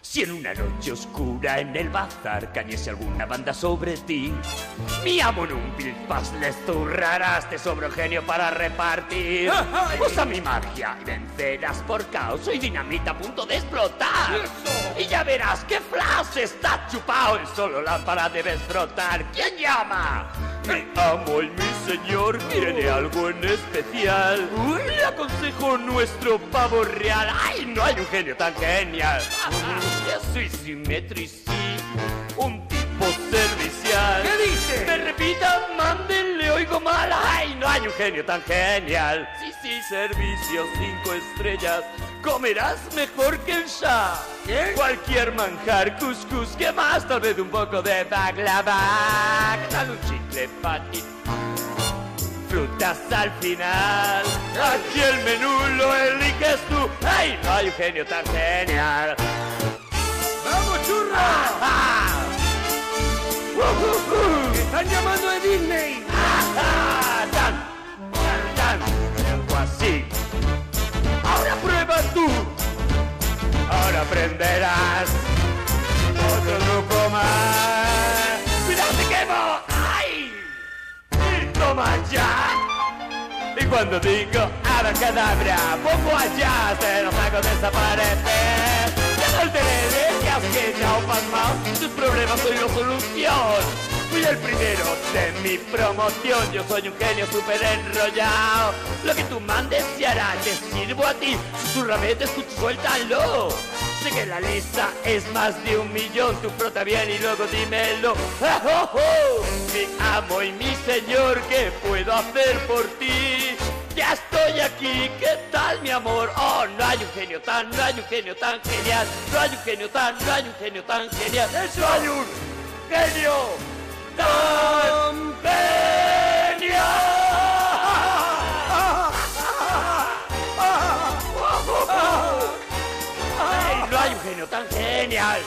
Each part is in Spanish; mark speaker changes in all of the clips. Speaker 1: Si en una noche oscura en el bazar cayese alguna banda sobre ti, mi amo en un vil pas les zurrarás, te sobra un genio para repartir.
Speaker 2: ¡Ay!
Speaker 1: Usa mi magia y vencerás por caos, soy dinamita a punto de explotar. Y ya verás que flash está chupado, en solo lámpara debes frotar. ¿Quién llama? Mi amo y mi señor quiere algo en especial. Le aconsejo nuestro pavo real. ¡Ay, no hay un genio tan genial! Yo soy simétrico, un tipo servicial.
Speaker 2: ¿Qué dice?
Speaker 1: Me repita, manden, le oigo mal. ¡Ay, no hay un genio tan genial! Sí, sí, servicio cinco estrellas. Comerás mejor que el Shah. Cualquier manjar, cuscús, ¿qué más? Tal vez un poco de baklava. ¿Qué tal un chicle patito? Frutas al final. Aquí el menú lo eliges tú. ¡Ay, no hay un genio tan genial!
Speaker 2: ¡Vamos, churra!
Speaker 1: ¡Ah! ¡Ujujú!
Speaker 2: ¡Están llamando de Disney!
Speaker 1: ¡Ah, tan, tan, tan! Algo así. Ahora prueba tú. Ahora aprenderás otro truco más. ¡Cuidado, te quemo! ¡Ay! Y toma ya. Y cuando digo abracadabra, pongo allá, se los hago desaparecer. Ya no alteré, que has quedado pasmado, tus problemas soy la solución. Fui el primero de mi promoción, yo soy un genio súper enrollado. Lo que tú mandes se hará, te sirvo a ti, susurrame, te escucho, suéltalo. Sé que la lista es más de un millón, tú frota bien y luego dímelo. ¡Ah, oh, oh! Mi amo y mi señor, ¿qué puedo hacer por ti? Ya estoy aquí, ¿qué tal mi amor? Oh, no hay un genio tan, no hay un genio tan genial, no hay un genio tan, no hay un genio tan genial, eso hay un genio tan genial. Ay, no hay un genio tan genial.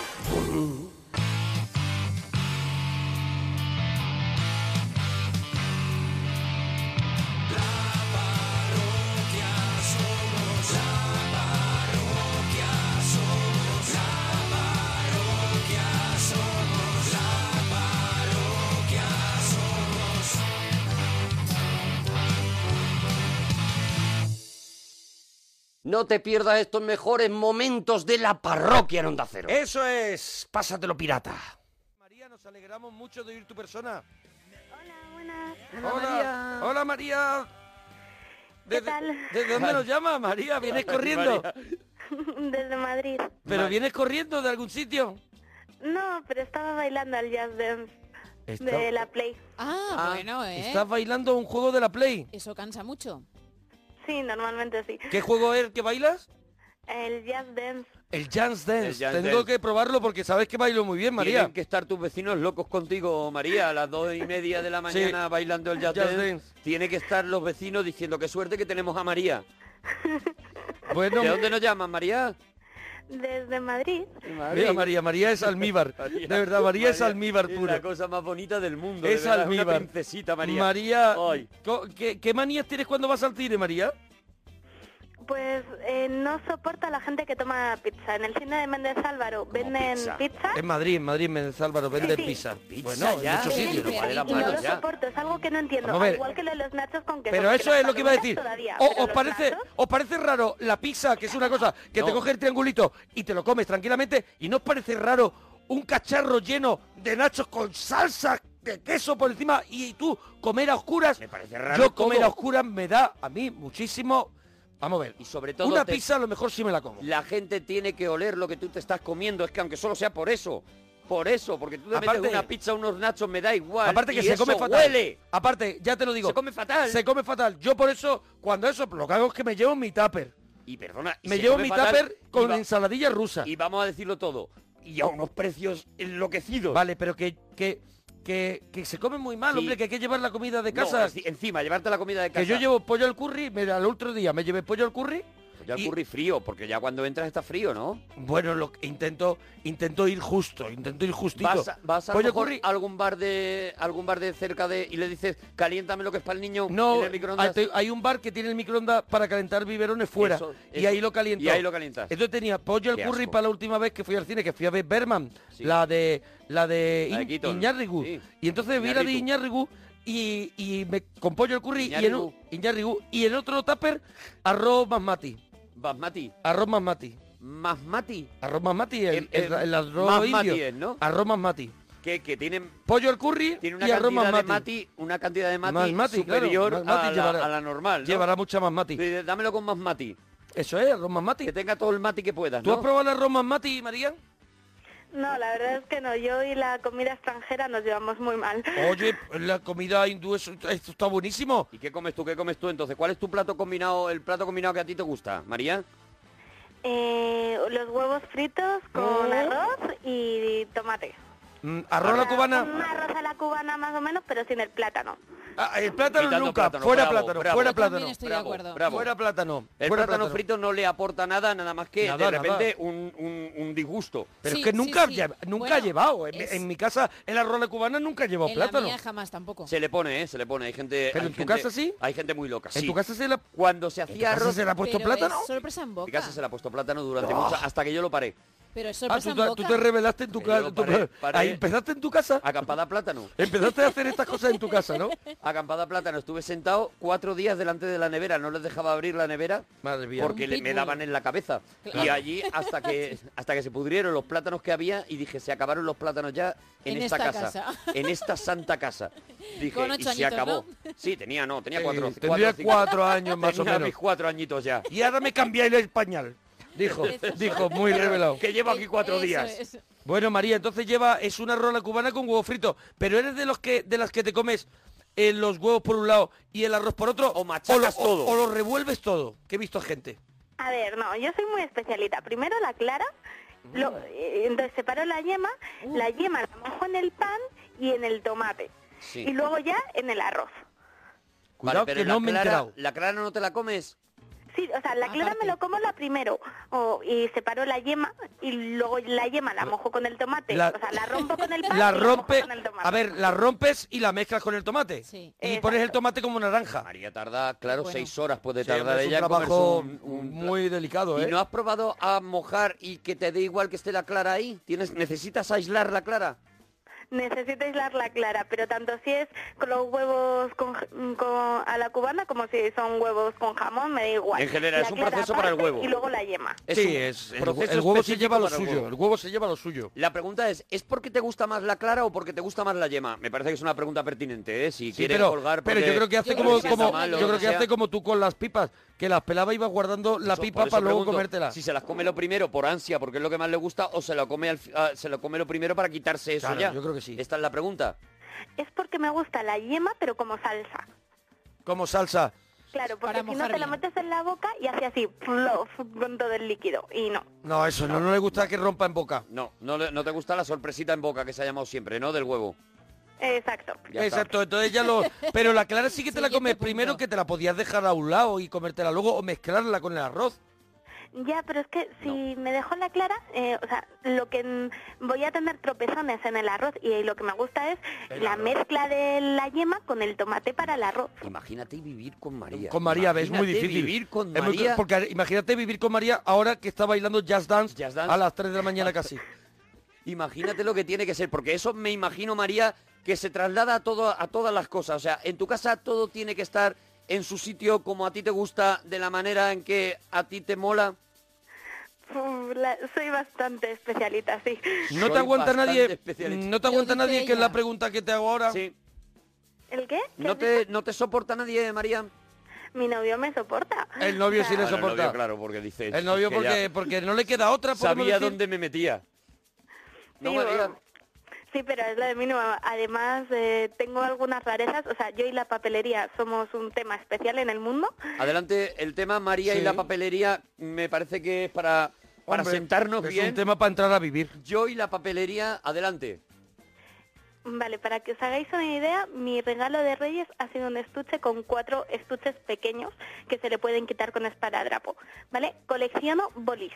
Speaker 3: No te pierdas estos mejores momentos de la parroquia en Onda Cero.
Speaker 2: Eso es, pásatelo pirata.
Speaker 4: María, nos alegramos mucho de oír tu persona.
Speaker 2: Hola, hola María. ¿Desde,
Speaker 5: tal?
Speaker 2: desde dónde nos llama María? ¿Vienes corriendo?
Speaker 5: Desde Madrid.
Speaker 2: ¿Pero vienes corriendo de algún sitio?
Speaker 5: No, pero estaba bailando al jazz dance
Speaker 2: Está-
Speaker 5: de la Play.
Speaker 6: Ah,
Speaker 2: Ah,
Speaker 6: bueno, ¿eh?
Speaker 2: Estás bailando un juego de la Play.
Speaker 6: Eso cansa mucho.
Speaker 5: Sí, normalmente sí.
Speaker 2: ¿Qué juego es el que bailas?
Speaker 5: El jazz dance.
Speaker 2: El Jazz Dance.
Speaker 3: El Jazz
Speaker 2: Tengo
Speaker 3: Dance.
Speaker 2: que probarlo porque sabes que bailo muy bien, María.
Speaker 3: Tienen que estar tus vecinos locos contigo, María, a las dos y media de la mañana bailando el jazz,
Speaker 2: Jazz
Speaker 3: dance.
Speaker 2: dance.
Speaker 3: Tiene que estar los vecinos diciendo qué suerte que tenemos a María.
Speaker 2: Bueno,
Speaker 3: ¿De dónde nos llaman, María?
Speaker 5: Desde Madrid.
Speaker 2: mira, María, María es almíbar. De verdad, María es almíbar
Speaker 3: Es la
Speaker 2: pura.
Speaker 3: cosa más bonita del mundo. de
Speaker 2: Es
Speaker 3: verdad, Una
Speaker 2: almíbar.
Speaker 3: princesita, María.
Speaker 2: María,
Speaker 3: Ay.
Speaker 2: co- ¿qué, qué manías tienes cuando vas al cine, María?
Speaker 5: Pues eh, no soporta la gente que toma pizza. En el cine de Méndez Álvaro venden
Speaker 3: pizza?
Speaker 5: pizza,
Speaker 2: En Madrid, en Madrid, en Álvaro, vende
Speaker 5: Sí, sí.
Speaker 2: pizza.
Speaker 3: Pizza
Speaker 2: Bueno,
Speaker 3: ya.
Speaker 2: en muchos
Speaker 6: Sí,
Speaker 2: sitios.
Speaker 6: pero-
Speaker 3: Vale la
Speaker 5: y
Speaker 6: Bueno,
Speaker 5: no
Speaker 3: mano
Speaker 5: lo
Speaker 3: ya.
Speaker 5: soporto. Es algo que no entiendo.
Speaker 2: Vamos a ver.
Speaker 5: Igual que lo de los nachos con queso.
Speaker 2: Pero
Speaker 5: porque
Speaker 2: eso
Speaker 5: las
Speaker 2: es lo que iba a
Speaker 5: palomitas
Speaker 2: decir.
Speaker 5: todavía,
Speaker 2: O-
Speaker 5: pero
Speaker 2: ¿Os
Speaker 5: los
Speaker 2: parece,
Speaker 5: nachos-
Speaker 2: os parece raro la pizza, que es una cosa que te
Speaker 3: No.
Speaker 2: coge el triangulito y te lo comes tranquilamente, y no os parece raro un cacharro lleno de nachos con salsa de queso por encima y tú comer a oscuras?
Speaker 3: Me parece raro
Speaker 2: Yo comer
Speaker 3: todo.
Speaker 2: a oscuras me da a mí muchísimo. Vamos a ver.
Speaker 3: Y sobre todo
Speaker 2: una
Speaker 3: te-
Speaker 2: pizza a lo mejor sí me la como.
Speaker 3: La gente tiene que oler lo que tú te estás comiendo. Es que aunque solo sea por eso. Por eso, porque tú le
Speaker 2: Aparte-
Speaker 3: metes una pizza, unos nachos, me da igual.
Speaker 2: Aparte
Speaker 3: y
Speaker 2: que se come
Speaker 3: eso
Speaker 2: fatal.
Speaker 3: huele.
Speaker 2: Aparte, ya te lo digo.
Speaker 3: Se come fatal.
Speaker 2: Se come fatal. Yo por eso, cuando eso, lo que hago es que me llevo mi tupper.
Speaker 3: Y perdona, y
Speaker 2: Me
Speaker 3: se
Speaker 2: llevo
Speaker 3: come
Speaker 2: mi
Speaker 3: fatal,
Speaker 2: tupper
Speaker 3: y
Speaker 2: con
Speaker 3: va-
Speaker 2: ensaladilla rusa.
Speaker 3: Y vamos a decirlo todo. Y a unos precios enloquecidos.
Speaker 2: Vale, pero que, que, que, que se come muy mal,
Speaker 3: Sí.
Speaker 2: hombre, que hay que llevar la comida de
Speaker 3: No,
Speaker 2: casa.
Speaker 3: enci- encima, llevarte la comida de casa.
Speaker 2: que yo llevo pollo al curry, mira, el otro día me llevé pollo al curry
Speaker 3: Ya el curry frío, porque ya cuando entras está frío, ¿no?
Speaker 2: Bueno, lo que intento, intento ir justo, intento ir justito.
Speaker 3: Vas, a- vas a lo
Speaker 2: Pollo
Speaker 3: mejor
Speaker 2: curry-
Speaker 3: a algún bar de algún bar de cerca de y le dices, "Caliéntame lo que es para el niño
Speaker 2: No,
Speaker 3: en el microondas."
Speaker 2: hay- hay un bar que tiene el microondas para calentar biberones fuera.
Speaker 3: Eso,
Speaker 2: y
Speaker 3: eso.
Speaker 2: ahí lo caliento.
Speaker 3: Y ahí lo calientas.
Speaker 2: Entonces tenía pollo al
Speaker 3: Qué
Speaker 2: curry
Speaker 3: asco.
Speaker 2: para la última vez que fui al cine, que fui a ver Berman, la de la de,
Speaker 3: La de
Speaker 2: Iñ-
Speaker 3: Keaton,
Speaker 2: Iñárritu.
Speaker 3: sí.
Speaker 2: Y entonces vi la de
Speaker 3: Iñárritu.
Speaker 2: Iñárritu y, y me, con pollo al curry y en un,
Speaker 3: Iñárritu.
Speaker 2: Iñárritu, y en otro tupper arroz basmati.
Speaker 3: Basmati,
Speaker 2: Arroz basmati.
Speaker 3: masmati,
Speaker 2: Arroz basmati, el,
Speaker 3: Em, em,
Speaker 2: el- el arroz
Speaker 3: basmati
Speaker 2: indio.
Speaker 3: es, ¿no?
Speaker 2: Arroz basmati.
Speaker 3: que que tienen
Speaker 2: Pollo al curry
Speaker 3: tiene una
Speaker 2: y arroz
Speaker 3: cantidad de
Speaker 2: basmati.
Speaker 3: mati, una cantidad de mati,
Speaker 2: Más mati, claro,
Speaker 3: superior
Speaker 2: más mati
Speaker 3: a, la,
Speaker 2: llevará.
Speaker 3: a la normal. ¿no?
Speaker 2: Llevará mucha basmati.
Speaker 3: Le dices, Dámelo con más mati,
Speaker 2: Eso es, arroz basmati.
Speaker 3: que tenga todo el mati que puedas,
Speaker 2: ¿Tú
Speaker 3: ¿no?
Speaker 2: has probado el arroz basmati, María?
Speaker 5: No, la verdad es que no. Yo y la comida extranjera nos llevamos muy mal.
Speaker 2: Oye, la comida hindú, eso- esto está buenísimo.
Speaker 3: ¿Y qué comes tú? ¿Qué comes tú entonces? ¿Cuál es tu plato combinado, el plato combinado que a ti te gusta, María?
Speaker 5: Eh, los huevos fritos con
Speaker 2: Mm.
Speaker 5: arroz y tomate.
Speaker 2: Mm, arroz a la
Speaker 5: O sea, Un
Speaker 2: cubana,
Speaker 5: arroz a la cubana más o menos, pero sin el plátano.
Speaker 2: ah, el plátano
Speaker 3: Quitando
Speaker 2: nunca,
Speaker 3: eh, plátano,
Speaker 2: fuera
Speaker 3: bravo,
Speaker 2: plátano,
Speaker 3: bravo.
Speaker 2: fuera
Speaker 3: Yo
Speaker 2: plátano.
Speaker 6: estoy de
Speaker 3: bravo,
Speaker 6: acuerdo.
Speaker 3: bravo.
Speaker 2: Fuera plátano.
Speaker 3: El
Speaker 2: fuera
Speaker 3: plátano, frito no le aporta nada, nada más que
Speaker 2: Nada,
Speaker 3: de
Speaker 2: nada.
Speaker 3: repente un, un- un disgusto.
Speaker 2: Pero
Speaker 6: Sí,
Speaker 2: es que
Speaker 6: sí,
Speaker 2: nunca,
Speaker 6: sí.
Speaker 2: lle- nunca
Speaker 6: Bueno,
Speaker 2: ha llevado. En, mi-
Speaker 6: es-
Speaker 2: en mi casa el arroz a la cubana nunca ha llevado
Speaker 6: en
Speaker 2: plátano.
Speaker 6: la mía jamás tampoco.
Speaker 3: Se le pone, ¿eh? Se le pone. Hay gente...
Speaker 2: ¿Pero
Speaker 3: hay
Speaker 2: en tu
Speaker 3: gente-
Speaker 2: casa sí?
Speaker 3: Hay gente muy loca,
Speaker 2: ¿En
Speaker 3: sí.
Speaker 2: tu casa se le, en
Speaker 3: Cuando se
Speaker 2: tu
Speaker 3: hacía
Speaker 2: casa
Speaker 3: arroz...
Speaker 2: se le ha puesto
Speaker 6: Pero
Speaker 2: plátano?
Speaker 6: es sorpresa en
Speaker 3: En
Speaker 6: boca.
Speaker 3: mi casa se le ha puesto plátano durante mucho... Hasta que yo lo paré.
Speaker 6: Pero es
Speaker 2: Ah,
Speaker 6: sorpresa
Speaker 2: tú,
Speaker 6: en
Speaker 2: te-
Speaker 6: boca.
Speaker 2: tú te revelaste en tu
Speaker 3: Yo
Speaker 2: casa.
Speaker 3: paré, paré.
Speaker 2: Ahí empezaste en tu casa.
Speaker 3: Acampada plátano.
Speaker 2: Empezaste a hacer estas cosas en tu casa, ¿no?
Speaker 3: Acampada plátano. Estuve sentado cuatro días delante de la nevera. No les dejaba abrir la nevera
Speaker 2: Madre mía.
Speaker 3: porque
Speaker 6: Un
Speaker 3: le- me
Speaker 6: pitbull.
Speaker 3: daban en la cabeza. Y
Speaker 6: Claro.
Speaker 3: allí hasta que hasta que se pudrieron los plátanos que había y dije, se acabaron los plátanos ya en,
Speaker 6: En
Speaker 3: esta,
Speaker 6: esta
Speaker 3: casa,
Speaker 6: casa.
Speaker 3: En esta santa casa. Dije,
Speaker 6: Con
Speaker 3: y
Speaker 6: ocho
Speaker 3: se
Speaker 6: añitos,
Speaker 3: acabó. Sí, tenía, no, tenía
Speaker 2: Sí,
Speaker 3: cuatro.
Speaker 2: tendría
Speaker 3: cinco.
Speaker 2: cuatro años más o
Speaker 3: Tenía
Speaker 2: menos.
Speaker 3: mis cuatro añitos ya.
Speaker 2: Y ahora me cambiáis el pañal. Dijo, dijo, muy revelado.
Speaker 3: Que llevo aquí cuatro
Speaker 6: Eso
Speaker 3: días.
Speaker 6: es.
Speaker 2: Bueno, María, entonces lleva es una rola cubana con huevo frito, pero eres de los que de las que te comes eh, los huevos por un lado y el arroz por otro
Speaker 3: O machacas
Speaker 2: lo-
Speaker 3: todo.
Speaker 2: o lo revuelves todo, que he visto a gente.
Speaker 5: A ver, no, yo soy muy especialita. Primero la clara,
Speaker 2: Mm.
Speaker 5: lo- eh, entonces separo la yema,
Speaker 2: Uh.
Speaker 5: la yema la mojo en el pan y en el tomate.
Speaker 3: Sí.
Speaker 5: Y luego ya en el arroz.
Speaker 3: Vale,
Speaker 2: Cuidado
Speaker 3: pero
Speaker 2: que
Speaker 3: la
Speaker 2: no me he
Speaker 3: clara-
Speaker 2: enterado. Ah,
Speaker 3: ¿La clara no te la comes?
Speaker 5: Sí, o sea, la clara me
Speaker 6: Aparte.
Speaker 5: lo como la primero o- y separo la yema y luego la yema la mojo con el tomate.
Speaker 2: La-
Speaker 5: o sea, la rompo con el pan
Speaker 2: La
Speaker 5: y mojo
Speaker 2: rompe,
Speaker 5: con el tomate.
Speaker 2: a ver, la rompes y la mezclas con el tomate.
Speaker 6: Sí.
Speaker 2: Y pones el
Speaker 5: Exacto.
Speaker 2: tomate como naranja.
Speaker 3: María tarda, claro,
Speaker 6: Bueno.
Speaker 3: seis horas puede
Speaker 2: Sí,
Speaker 3: tardar
Speaker 2: hombre, es un
Speaker 3: ella en comerse
Speaker 2: trabajo
Speaker 3: un- un pla-
Speaker 2: muy delicado, ¿eh?
Speaker 3: ¿Y no has probado a mojar y que te dé igual que esté la clara ahí? ¿Tienes, ¿Necesitas aislar la clara?
Speaker 5: Necesito aislarla clara, pero tanto si es con los huevos con, mm, con- a la cubana como si son huevos con jamón, me da igual.
Speaker 3: En general,
Speaker 5: La
Speaker 3: es un
Speaker 5: clara
Speaker 3: proceso para el
Speaker 5: aparte
Speaker 3: huevo.
Speaker 5: Y luego la yema.
Speaker 2: sí,
Speaker 3: un
Speaker 2: es, el,
Speaker 3: proceso
Speaker 2: el huevo se
Speaker 3: específico
Speaker 2: lleva lo
Speaker 3: para el
Speaker 2: suyo,
Speaker 3: huevo.
Speaker 2: el huevo se lleva lo suyo.
Speaker 3: La pregunta es, ¿es porque te gusta más la clara o porque te gusta más la yema? Me parece que es una pregunta pertinente, ¿eh? Si
Speaker 2: Sí,
Speaker 3: quieres
Speaker 2: pero,
Speaker 3: colgar...
Speaker 2: pero yo
Speaker 3: porque
Speaker 2: creo que hace
Speaker 6: Yo creo
Speaker 2: como,
Speaker 6: que
Speaker 2: como-
Speaker 6: está mal, o
Speaker 2: yo creo
Speaker 6: lo
Speaker 2: que
Speaker 3: sea.
Speaker 2: hace como tú con las pipas, que las pelaba y ibas guardando la
Speaker 3: Eso-
Speaker 2: pipa
Speaker 3: por eso
Speaker 2: para luego
Speaker 3: pregunto,
Speaker 2: comértela.
Speaker 3: Si se las come lo primero por ansia, porque es lo que más le gusta, o se lo come, al fi- ah, se lo, come lo primero para quitarse eso
Speaker 2: Claro,
Speaker 3: ya.
Speaker 2: yo creo que sí.
Speaker 3: Esta es la pregunta.
Speaker 5: Es porque me gusta la yema, pero como salsa.
Speaker 2: Como salsa.
Speaker 5: Claro, porque
Speaker 6: Para
Speaker 5: si no
Speaker 6: mojar
Speaker 5: te la
Speaker 6: bien.
Speaker 5: metes en la boca y hace así, plof, con todo el líquido. Y no.
Speaker 2: No, eso no, no le gusta que rompa en boca.
Speaker 3: No, no, le- no te gusta la sorpresita en boca que se ha llamado siempre, ¿no? Del huevo.
Speaker 5: Exacto.
Speaker 3: Ya está.
Speaker 2: Exacto, entonces ya lo... Pero la clara sí que te la
Speaker 6: Siguiente
Speaker 2: comes
Speaker 6: punto.
Speaker 2: primero que te la podías dejar a un lado y comértela luego o mezclarla con el arroz.
Speaker 5: Ya, pero es que si me dejo la clara, eh, o sea, lo que mm, voy a tener tropezones en el arroz y lo que me gusta es la mezcla de la yema con el tomate para el arroz.
Speaker 3: Imagínate vivir con María.
Speaker 2: Con María ves, es muy
Speaker 3: Imagínate
Speaker 2: difícil.
Speaker 3: vivir con
Speaker 2: Es muy-
Speaker 3: María.
Speaker 2: porque imagínate vivir con María ahora que está bailando jazz dance,
Speaker 3: Jazz dance.
Speaker 2: a las 3 de la mañana casi.
Speaker 3: Imagínate lo que tiene que ser, porque eso me imagino, María, que se traslada a, todo, a todas las cosas. O sea, en tu casa todo tiene que estar en su sitio como a ti te gusta, de la manera en que a ti te mola.
Speaker 5: Uf, la- soy bastante especialita, sí.
Speaker 2: No te
Speaker 3: Soy
Speaker 2: aguanta
Speaker 3: bastante
Speaker 2: nadie,
Speaker 3: especialista.
Speaker 2: no te
Speaker 6: Lo
Speaker 2: aguanta
Speaker 6: dice
Speaker 2: nadie, que es
Speaker 6: ella.
Speaker 2: la pregunta que te hago ahora.
Speaker 3: Sí.
Speaker 5: ¿El qué? ¿Qué
Speaker 3: No
Speaker 5: has dicho?
Speaker 3: te, no te soporta nadie, María.
Speaker 5: Mi novio me soporta.
Speaker 2: El novio sí le
Speaker 5: Claro.
Speaker 3: Bueno, el
Speaker 2: soporta.
Speaker 3: novio, claro, porque dice.
Speaker 2: El novio
Speaker 3: que
Speaker 2: porque,
Speaker 3: ya
Speaker 2: porque no le queda otra. podemos
Speaker 3: sabía
Speaker 2: decir.
Speaker 3: dónde me metía. No,
Speaker 5: Sí,
Speaker 3: María.
Speaker 5: bueno, Sí, pero es lo de mínimo. Además, eh, tengo algunas rarezas. O sea, yo y la papelería somos un tema especial en el mundo.
Speaker 3: Adelante, el tema María y
Speaker 2: Sí.
Speaker 3: la papelería me parece que es para, para
Speaker 2: Hombre,
Speaker 3: sentarnos
Speaker 2: es
Speaker 3: bien.
Speaker 2: un tema para entrar a vivir.
Speaker 3: Yo y la papelería, adelante.
Speaker 5: Vale, para que os hagáis una idea, mi regalo de Reyes ha sido un estuche con cuatro estuches pequeños que se le pueden quitar con esparadrapo, ¿vale? Colecciono bolis.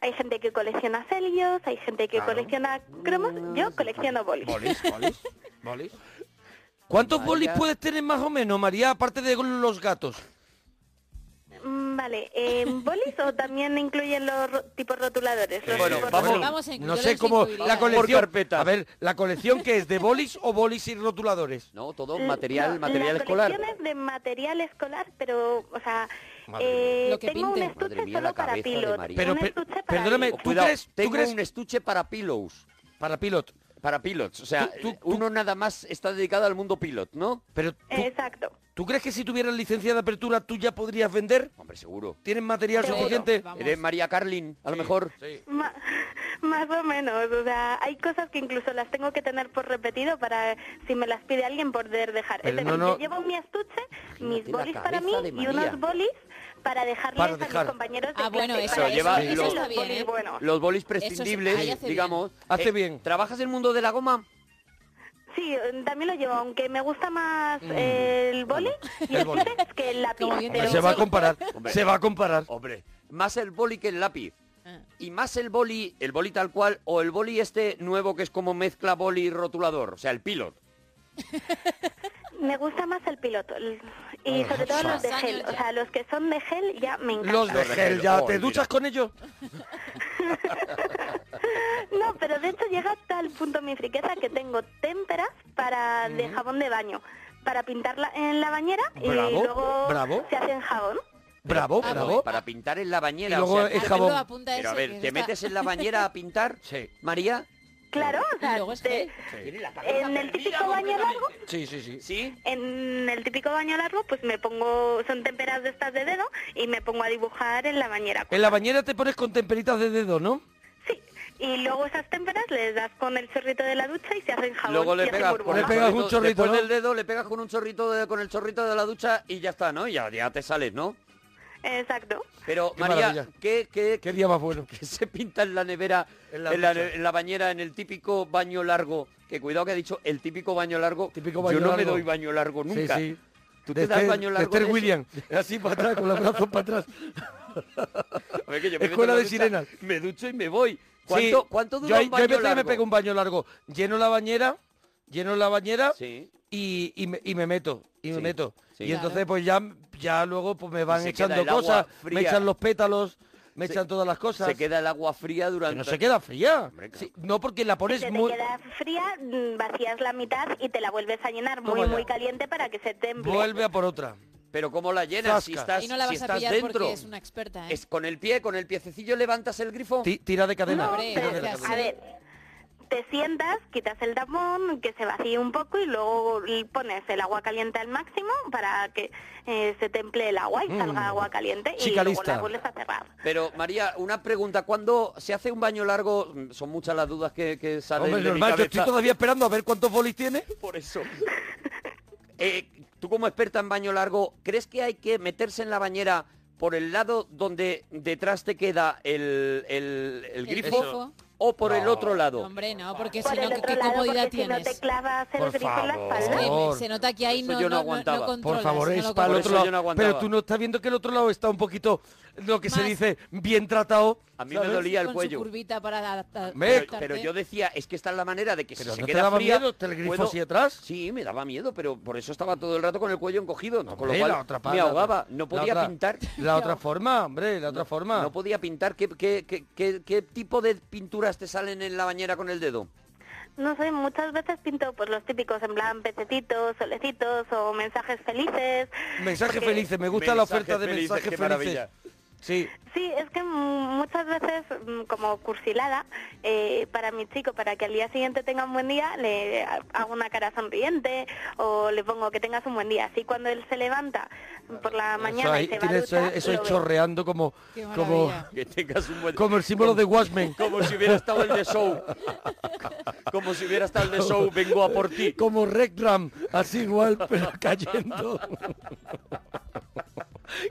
Speaker 5: Hay gente que colecciona celios, hay gente que
Speaker 2: Claro. Mm,
Speaker 5: colecciona cromos, yo colecciono bolis.
Speaker 2: Bolis, bolis, bolis. ¿Cuántos
Speaker 5: Vaya.
Speaker 2: bolis puedes tener más o menos, María, aparte de los gatos?
Speaker 5: Mm, Vale, eh, ¿bolis o también incluyen los ro- tipos rotuladores? Los
Speaker 2: Eh, Bueno,
Speaker 5: tipos
Speaker 2: vamos,
Speaker 5: rotuladores.
Speaker 2: no sé cómo la colección. A ver, la colección que es de bolis o bolis y rotuladores.
Speaker 3: No, todo
Speaker 5: No, la colección es de material escolar, pero, o sea,
Speaker 2: Madre
Speaker 5: eh,
Speaker 2: mía. Lo que
Speaker 5: tengo un
Speaker 2: pinte.
Speaker 5: estuche
Speaker 3: Madre mía, la
Speaker 5: solo para
Speaker 3: cabeza de
Speaker 5: pilot.
Speaker 3: María.
Speaker 5: un estuche para
Speaker 3: perdóname,
Speaker 5: pilot.
Speaker 3: tengo un estuche para pillows.
Speaker 2: Para pilot.
Speaker 3: Para pilots, o sea, uno nada más está dedicado al mundo pilot, ¿no?
Speaker 2: Pero tú,
Speaker 5: Exacto.
Speaker 2: ¿Tú crees que si tuvieras licencia de apertura tú ya podrías vender?
Speaker 3: Hombre, seguro.
Speaker 2: ¿Tienes material
Speaker 5: Seguro,
Speaker 2: suficiente?
Speaker 5: vamos.
Speaker 3: Eres María Carlin, a lo mejor.
Speaker 5: Ma- más o menos, o sea, hay cosas que incluso las tengo que tener por repetido para si me las pide alguien poder dejar.
Speaker 2: Pero
Speaker 5: es decir,
Speaker 2: no, no.
Speaker 5: yo llevo mi estuche, mis
Speaker 2: la
Speaker 5: bolis para
Speaker 2: cabeza
Speaker 5: mí
Speaker 2: de
Speaker 5: y
Speaker 2: María.
Speaker 5: unos bolis para dejarles
Speaker 2: Para
Speaker 5: a
Speaker 2: dejar.
Speaker 5: mis compañeros de
Speaker 6: Ah, bueno,
Speaker 5: clase.
Speaker 6: eso-
Speaker 5: Para
Speaker 3: Pero lleva
Speaker 5: dejarles
Speaker 3: los,
Speaker 5: los bolis buenos.
Speaker 3: los bolis
Speaker 5: ¿eh? Eso es-
Speaker 3: prescindibles,
Speaker 5: ahí hace bien.
Speaker 3: digamos.
Speaker 2: Hace
Speaker 3: bien. ¿Trabajas en el mundo de la goma?
Speaker 5: Sí, eh, también lo llevo, aunque me gusta más
Speaker 2: Mm.
Speaker 5: eh, el boli y
Speaker 3: El
Speaker 5: el
Speaker 3: boli.
Speaker 5: lápiz es que el lápiz.
Speaker 2: Hombre, se va a comparar, se va a comparar.
Speaker 3: Hombre, más el boli que el lápiz.
Speaker 5: Ah.
Speaker 3: Y más el boli, el boli tal cual, o el boli este nuevo que es como mezcla boli y rotulador, o sea, el pilot.
Speaker 5: Me gusta más el piloto el- y sobre todo los de gel, o sea, los que son de gel ya me encantan.
Speaker 2: Los de gel, ya,
Speaker 3: Oh,
Speaker 2: ¿te
Speaker 3: mira.
Speaker 2: duchas con ellos?
Speaker 5: No, pero de hecho llega hasta tal punto mi friqueza que tengo témperas para de jabón de baño, para pintarla en la bañera y
Speaker 3: Bravo,
Speaker 5: luego
Speaker 3: bravo.
Speaker 5: se hacen jabón.
Speaker 2: Bravo,
Speaker 3: Para-
Speaker 2: bravo.
Speaker 3: Para pintar en la bañera.
Speaker 2: Y luego
Speaker 3: o sea,
Speaker 2: el jabón. Alberto,
Speaker 5: Ah, apunta
Speaker 3: Pero a
Speaker 5: eso,
Speaker 3: ver,
Speaker 5: que
Speaker 3: ¿te
Speaker 5: está-
Speaker 3: metes en la bañera a pintar?
Speaker 2: Sí.
Speaker 3: María.
Speaker 5: Claro, o sea, te- en el típico baño largo,
Speaker 2: Sí, sí, sí.
Speaker 3: ¿Sí?
Speaker 5: en el típico baño largo, pues me pongo, son témperas de estas de dedo y me pongo a dibujar en la bañera.
Speaker 2: En la bañera te pones con temperitas de dedo, ¿no?
Speaker 5: Y luego esas témperas les das con el chorrito de la ducha y se hacen jabón.
Speaker 3: Luego
Speaker 5: y
Speaker 3: le
Speaker 5: hacen
Speaker 3: pegas,
Speaker 5: burbujas.
Speaker 3: con el chorrito- después del dedo le pegas con un chorrito de- con el chorrito de la ducha y ya está, ¿no? Ya, ya te sales, ¿no?
Speaker 5: Exacto.
Speaker 3: Pero
Speaker 2: Qué
Speaker 3: María,
Speaker 2: maravilla.
Speaker 3: ¿qué, qué,
Speaker 2: ¿Qué día más bueno?
Speaker 3: que se pinta en la nevera, en la,
Speaker 2: ducha.
Speaker 3: en la bañera, en el típico baño largo. Que cuidado que ha dicho el típico baño largo.
Speaker 2: baño
Speaker 3: Yo no me
Speaker 2: largo.
Speaker 3: doy baño largo
Speaker 2: Sí,
Speaker 3: nunca.
Speaker 2: sí.
Speaker 3: Tú
Speaker 2: De
Speaker 3: te das
Speaker 2: Esther-
Speaker 3: baño
Speaker 2: de
Speaker 3: largo.
Speaker 2: Esther
Speaker 3: de eso.
Speaker 2: William, así para atrás, con los brazos para atrás.
Speaker 3: A ver, que yo me meto
Speaker 2: Escuela
Speaker 3: en la
Speaker 2: de
Speaker 3: ducha,
Speaker 2: sirenas.
Speaker 3: Me ducho y me voy. ¿Cuánto,
Speaker 2: Sí,
Speaker 3: cuánto
Speaker 2: yo
Speaker 3: dura
Speaker 2: hay,
Speaker 3: un
Speaker 2: yo hay
Speaker 3: baño
Speaker 2: veces que
Speaker 3: largo?
Speaker 2: me pego un baño largo. Lleno la bañera, lleno la bañera y, y me, y me meto, y me
Speaker 3: Sí,
Speaker 2: meto.
Speaker 3: sí.
Speaker 2: Y
Speaker 3: Claro.
Speaker 2: entonces pues ya, ya luego pues me van
Speaker 3: se queda
Speaker 2: echando
Speaker 3: el agua
Speaker 2: cosas,
Speaker 3: fría.
Speaker 2: me echan los pétalos, me
Speaker 3: Se-
Speaker 2: echan todas las cosas.
Speaker 3: Se queda el agua fría
Speaker 2: Que
Speaker 3: durante...
Speaker 2: no se queda fría. Sí, no, porque la pones
Speaker 5: Se te
Speaker 2: muy...
Speaker 5: queda fría, mm, vacías la mitad y te la vuelves a llenar muy,
Speaker 2: Toma ya.
Speaker 5: muy caliente para que se temple.
Speaker 2: Vuelve a por otra.
Speaker 3: Pero ¿cómo la llenas si
Speaker 2: Zasca.
Speaker 3: estás,
Speaker 6: Y no la
Speaker 3: si
Speaker 6: vas a
Speaker 3: estás
Speaker 6: pillar
Speaker 3: dentro?
Speaker 6: porque es una experta, ¿eh?
Speaker 3: ¿Es con el pie, con el piececillo levantas el grifo?
Speaker 2: Ti- tira de cadena.
Speaker 5: No,
Speaker 2: tira
Speaker 5: pero,
Speaker 2: de la cadena.
Speaker 5: a ver, te sientas, quitas el tapón, que se vacíe un poco y luego l- pones el agua caliente al máximo para que eh, se temple el agua y
Speaker 3: Mm.
Speaker 5: salga agua caliente y
Speaker 3: Chica
Speaker 5: luego
Speaker 3: lista.
Speaker 5: la vuelves a cerrar.
Speaker 3: Pero María, una pregunta, ¿cuándo se hace un baño largo? Mm, Son muchas las dudas que, que salen
Speaker 2: Hombre,
Speaker 3: de mi
Speaker 2: normal, yo
Speaker 3: cabeza.
Speaker 2: estoy todavía esperando a ver cuántos bolis tiene.
Speaker 3: Por eso. Eh, tú como experta en baño largo, ¿crees que hay que meterse en la bañera por el lado donde detrás te queda el, el- el
Speaker 6: El
Speaker 3: grifo
Speaker 6: grifo.
Speaker 3: o por el
Speaker 6: No.
Speaker 3: otro lado?
Speaker 6: Hombre, no, porque
Speaker 5: Por
Speaker 6: si no,
Speaker 5: el
Speaker 6: ¿qué,
Speaker 5: otro
Speaker 6: qué
Speaker 5: lado,
Speaker 6: comodidad
Speaker 5: porque si no
Speaker 6: tienes?
Speaker 5: te clavas el
Speaker 2: Por
Speaker 5: grifo en la
Speaker 2: favor.
Speaker 5: espalda.
Speaker 6: Es que me-
Speaker 2: favor.
Speaker 6: se nota que ahí
Speaker 3: Eso
Speaker 6: no,
Speaker 3: yo no
Speaker 6: no- no- no
Speaker 3: aguantaba. Por
Speaker 2: Por
Speaker 6: controlas,
Speaker 2: favor,
Speaker 6: no
Speaker 2: es
Speaker 6: lo
Speaker 2: para el
Speaker 3: Por
Speaker 2: otro
Speaker 3: eso
Speaker 2: lado.
Speaker 3: yo no aguantaba.
Speaker 2: Pero tú no estás viendo que el otro lado está un poquito, lo que se dice, bien tratado.
Speaker 3: A mí me dolía el
Speaker 6: con
Speaker 3: cuello.
Speaker 6: su curvita para adaptar-
Speaker 3: Pero,
Speaker 6: adaptarte.
Speaker 3: pero yo decía, es que esta es la manera de que
Speaker 2: Pero
Speaker 3: si se
Speaker 2: ¿no te
Speaker 3: queda
Speaker 2: daba
Speaker 3: fría,
Speaker 2: miedo el grifo
Speaker 3: puedo-
Speaker 2: así atrás?
Speaker 3: Sí, me daba miedo, pero por eso estaba todo el rato con el cuello encogido, con lo
Speaker 2: Hombre,
Speaker 3: cual
Speaker 2: la otra pa-
Speaker 3: me
Speaker 2: la
Speaker 3: ahogaba,
Speaker 2: otra-
Speaker 3: no
Speaker 2: la
Speaker 3: podía
Speaker 2: otra-
Speaker 3: pintar.
Speaker 2: La otra forma, hombre, la otra forma.
Speaker 3: No podía pintar. ¿Qué, qué, qué- qué- qué tipo de pinturas te salen en la bañera con el dedo?
Speaker 5: No sé, muchas veces pinto pues los típicos en plan pececitos, solecitos o mensajes felices.
Speaker 2: Mensaje
Speaker 5: porque-
Speaker 2: feliz, me gusta la
Speaker 3: Mensajes
Speaker 2: oferta de
Speaker 3: felices,
Speaker 2: mensajes
Speaker 3: qué
Speaker 2: felices.
Speaker 3: maravilla.
Speaker 2: Sí,
Speaker 5: Sí, es que mm, muchas veces, mm, como cursilada, eh, para mi chico, para que al día siguiente tenga un buen día, le ha- hago una cara sonriente o le pongo que tengas un buen día. Así cuando él se levanta por la
Speaker 2: eso
Speaker 5: mañana
Speaker 2: ahí,
Speaker 5: y se va a
Speaker 2: tiene eso,
Speaker 5: duchar,
Speaker 2: eso
Speaker 5: lo ve.
Speaker 2: chorreando como,
Speaker 5: Qué
Speaker 2: como,
Speaker 5: maravilla.
Speaker 3: Que tengas un buen...
Speaker 2: como el símbolo de Watchmen.
Speaker 3: Como si hubiera estado el de show. Como si hubiera estado el de show, vengo a por ti.
Speaker 2: Como Rec Ram, así igual, pero cayendo.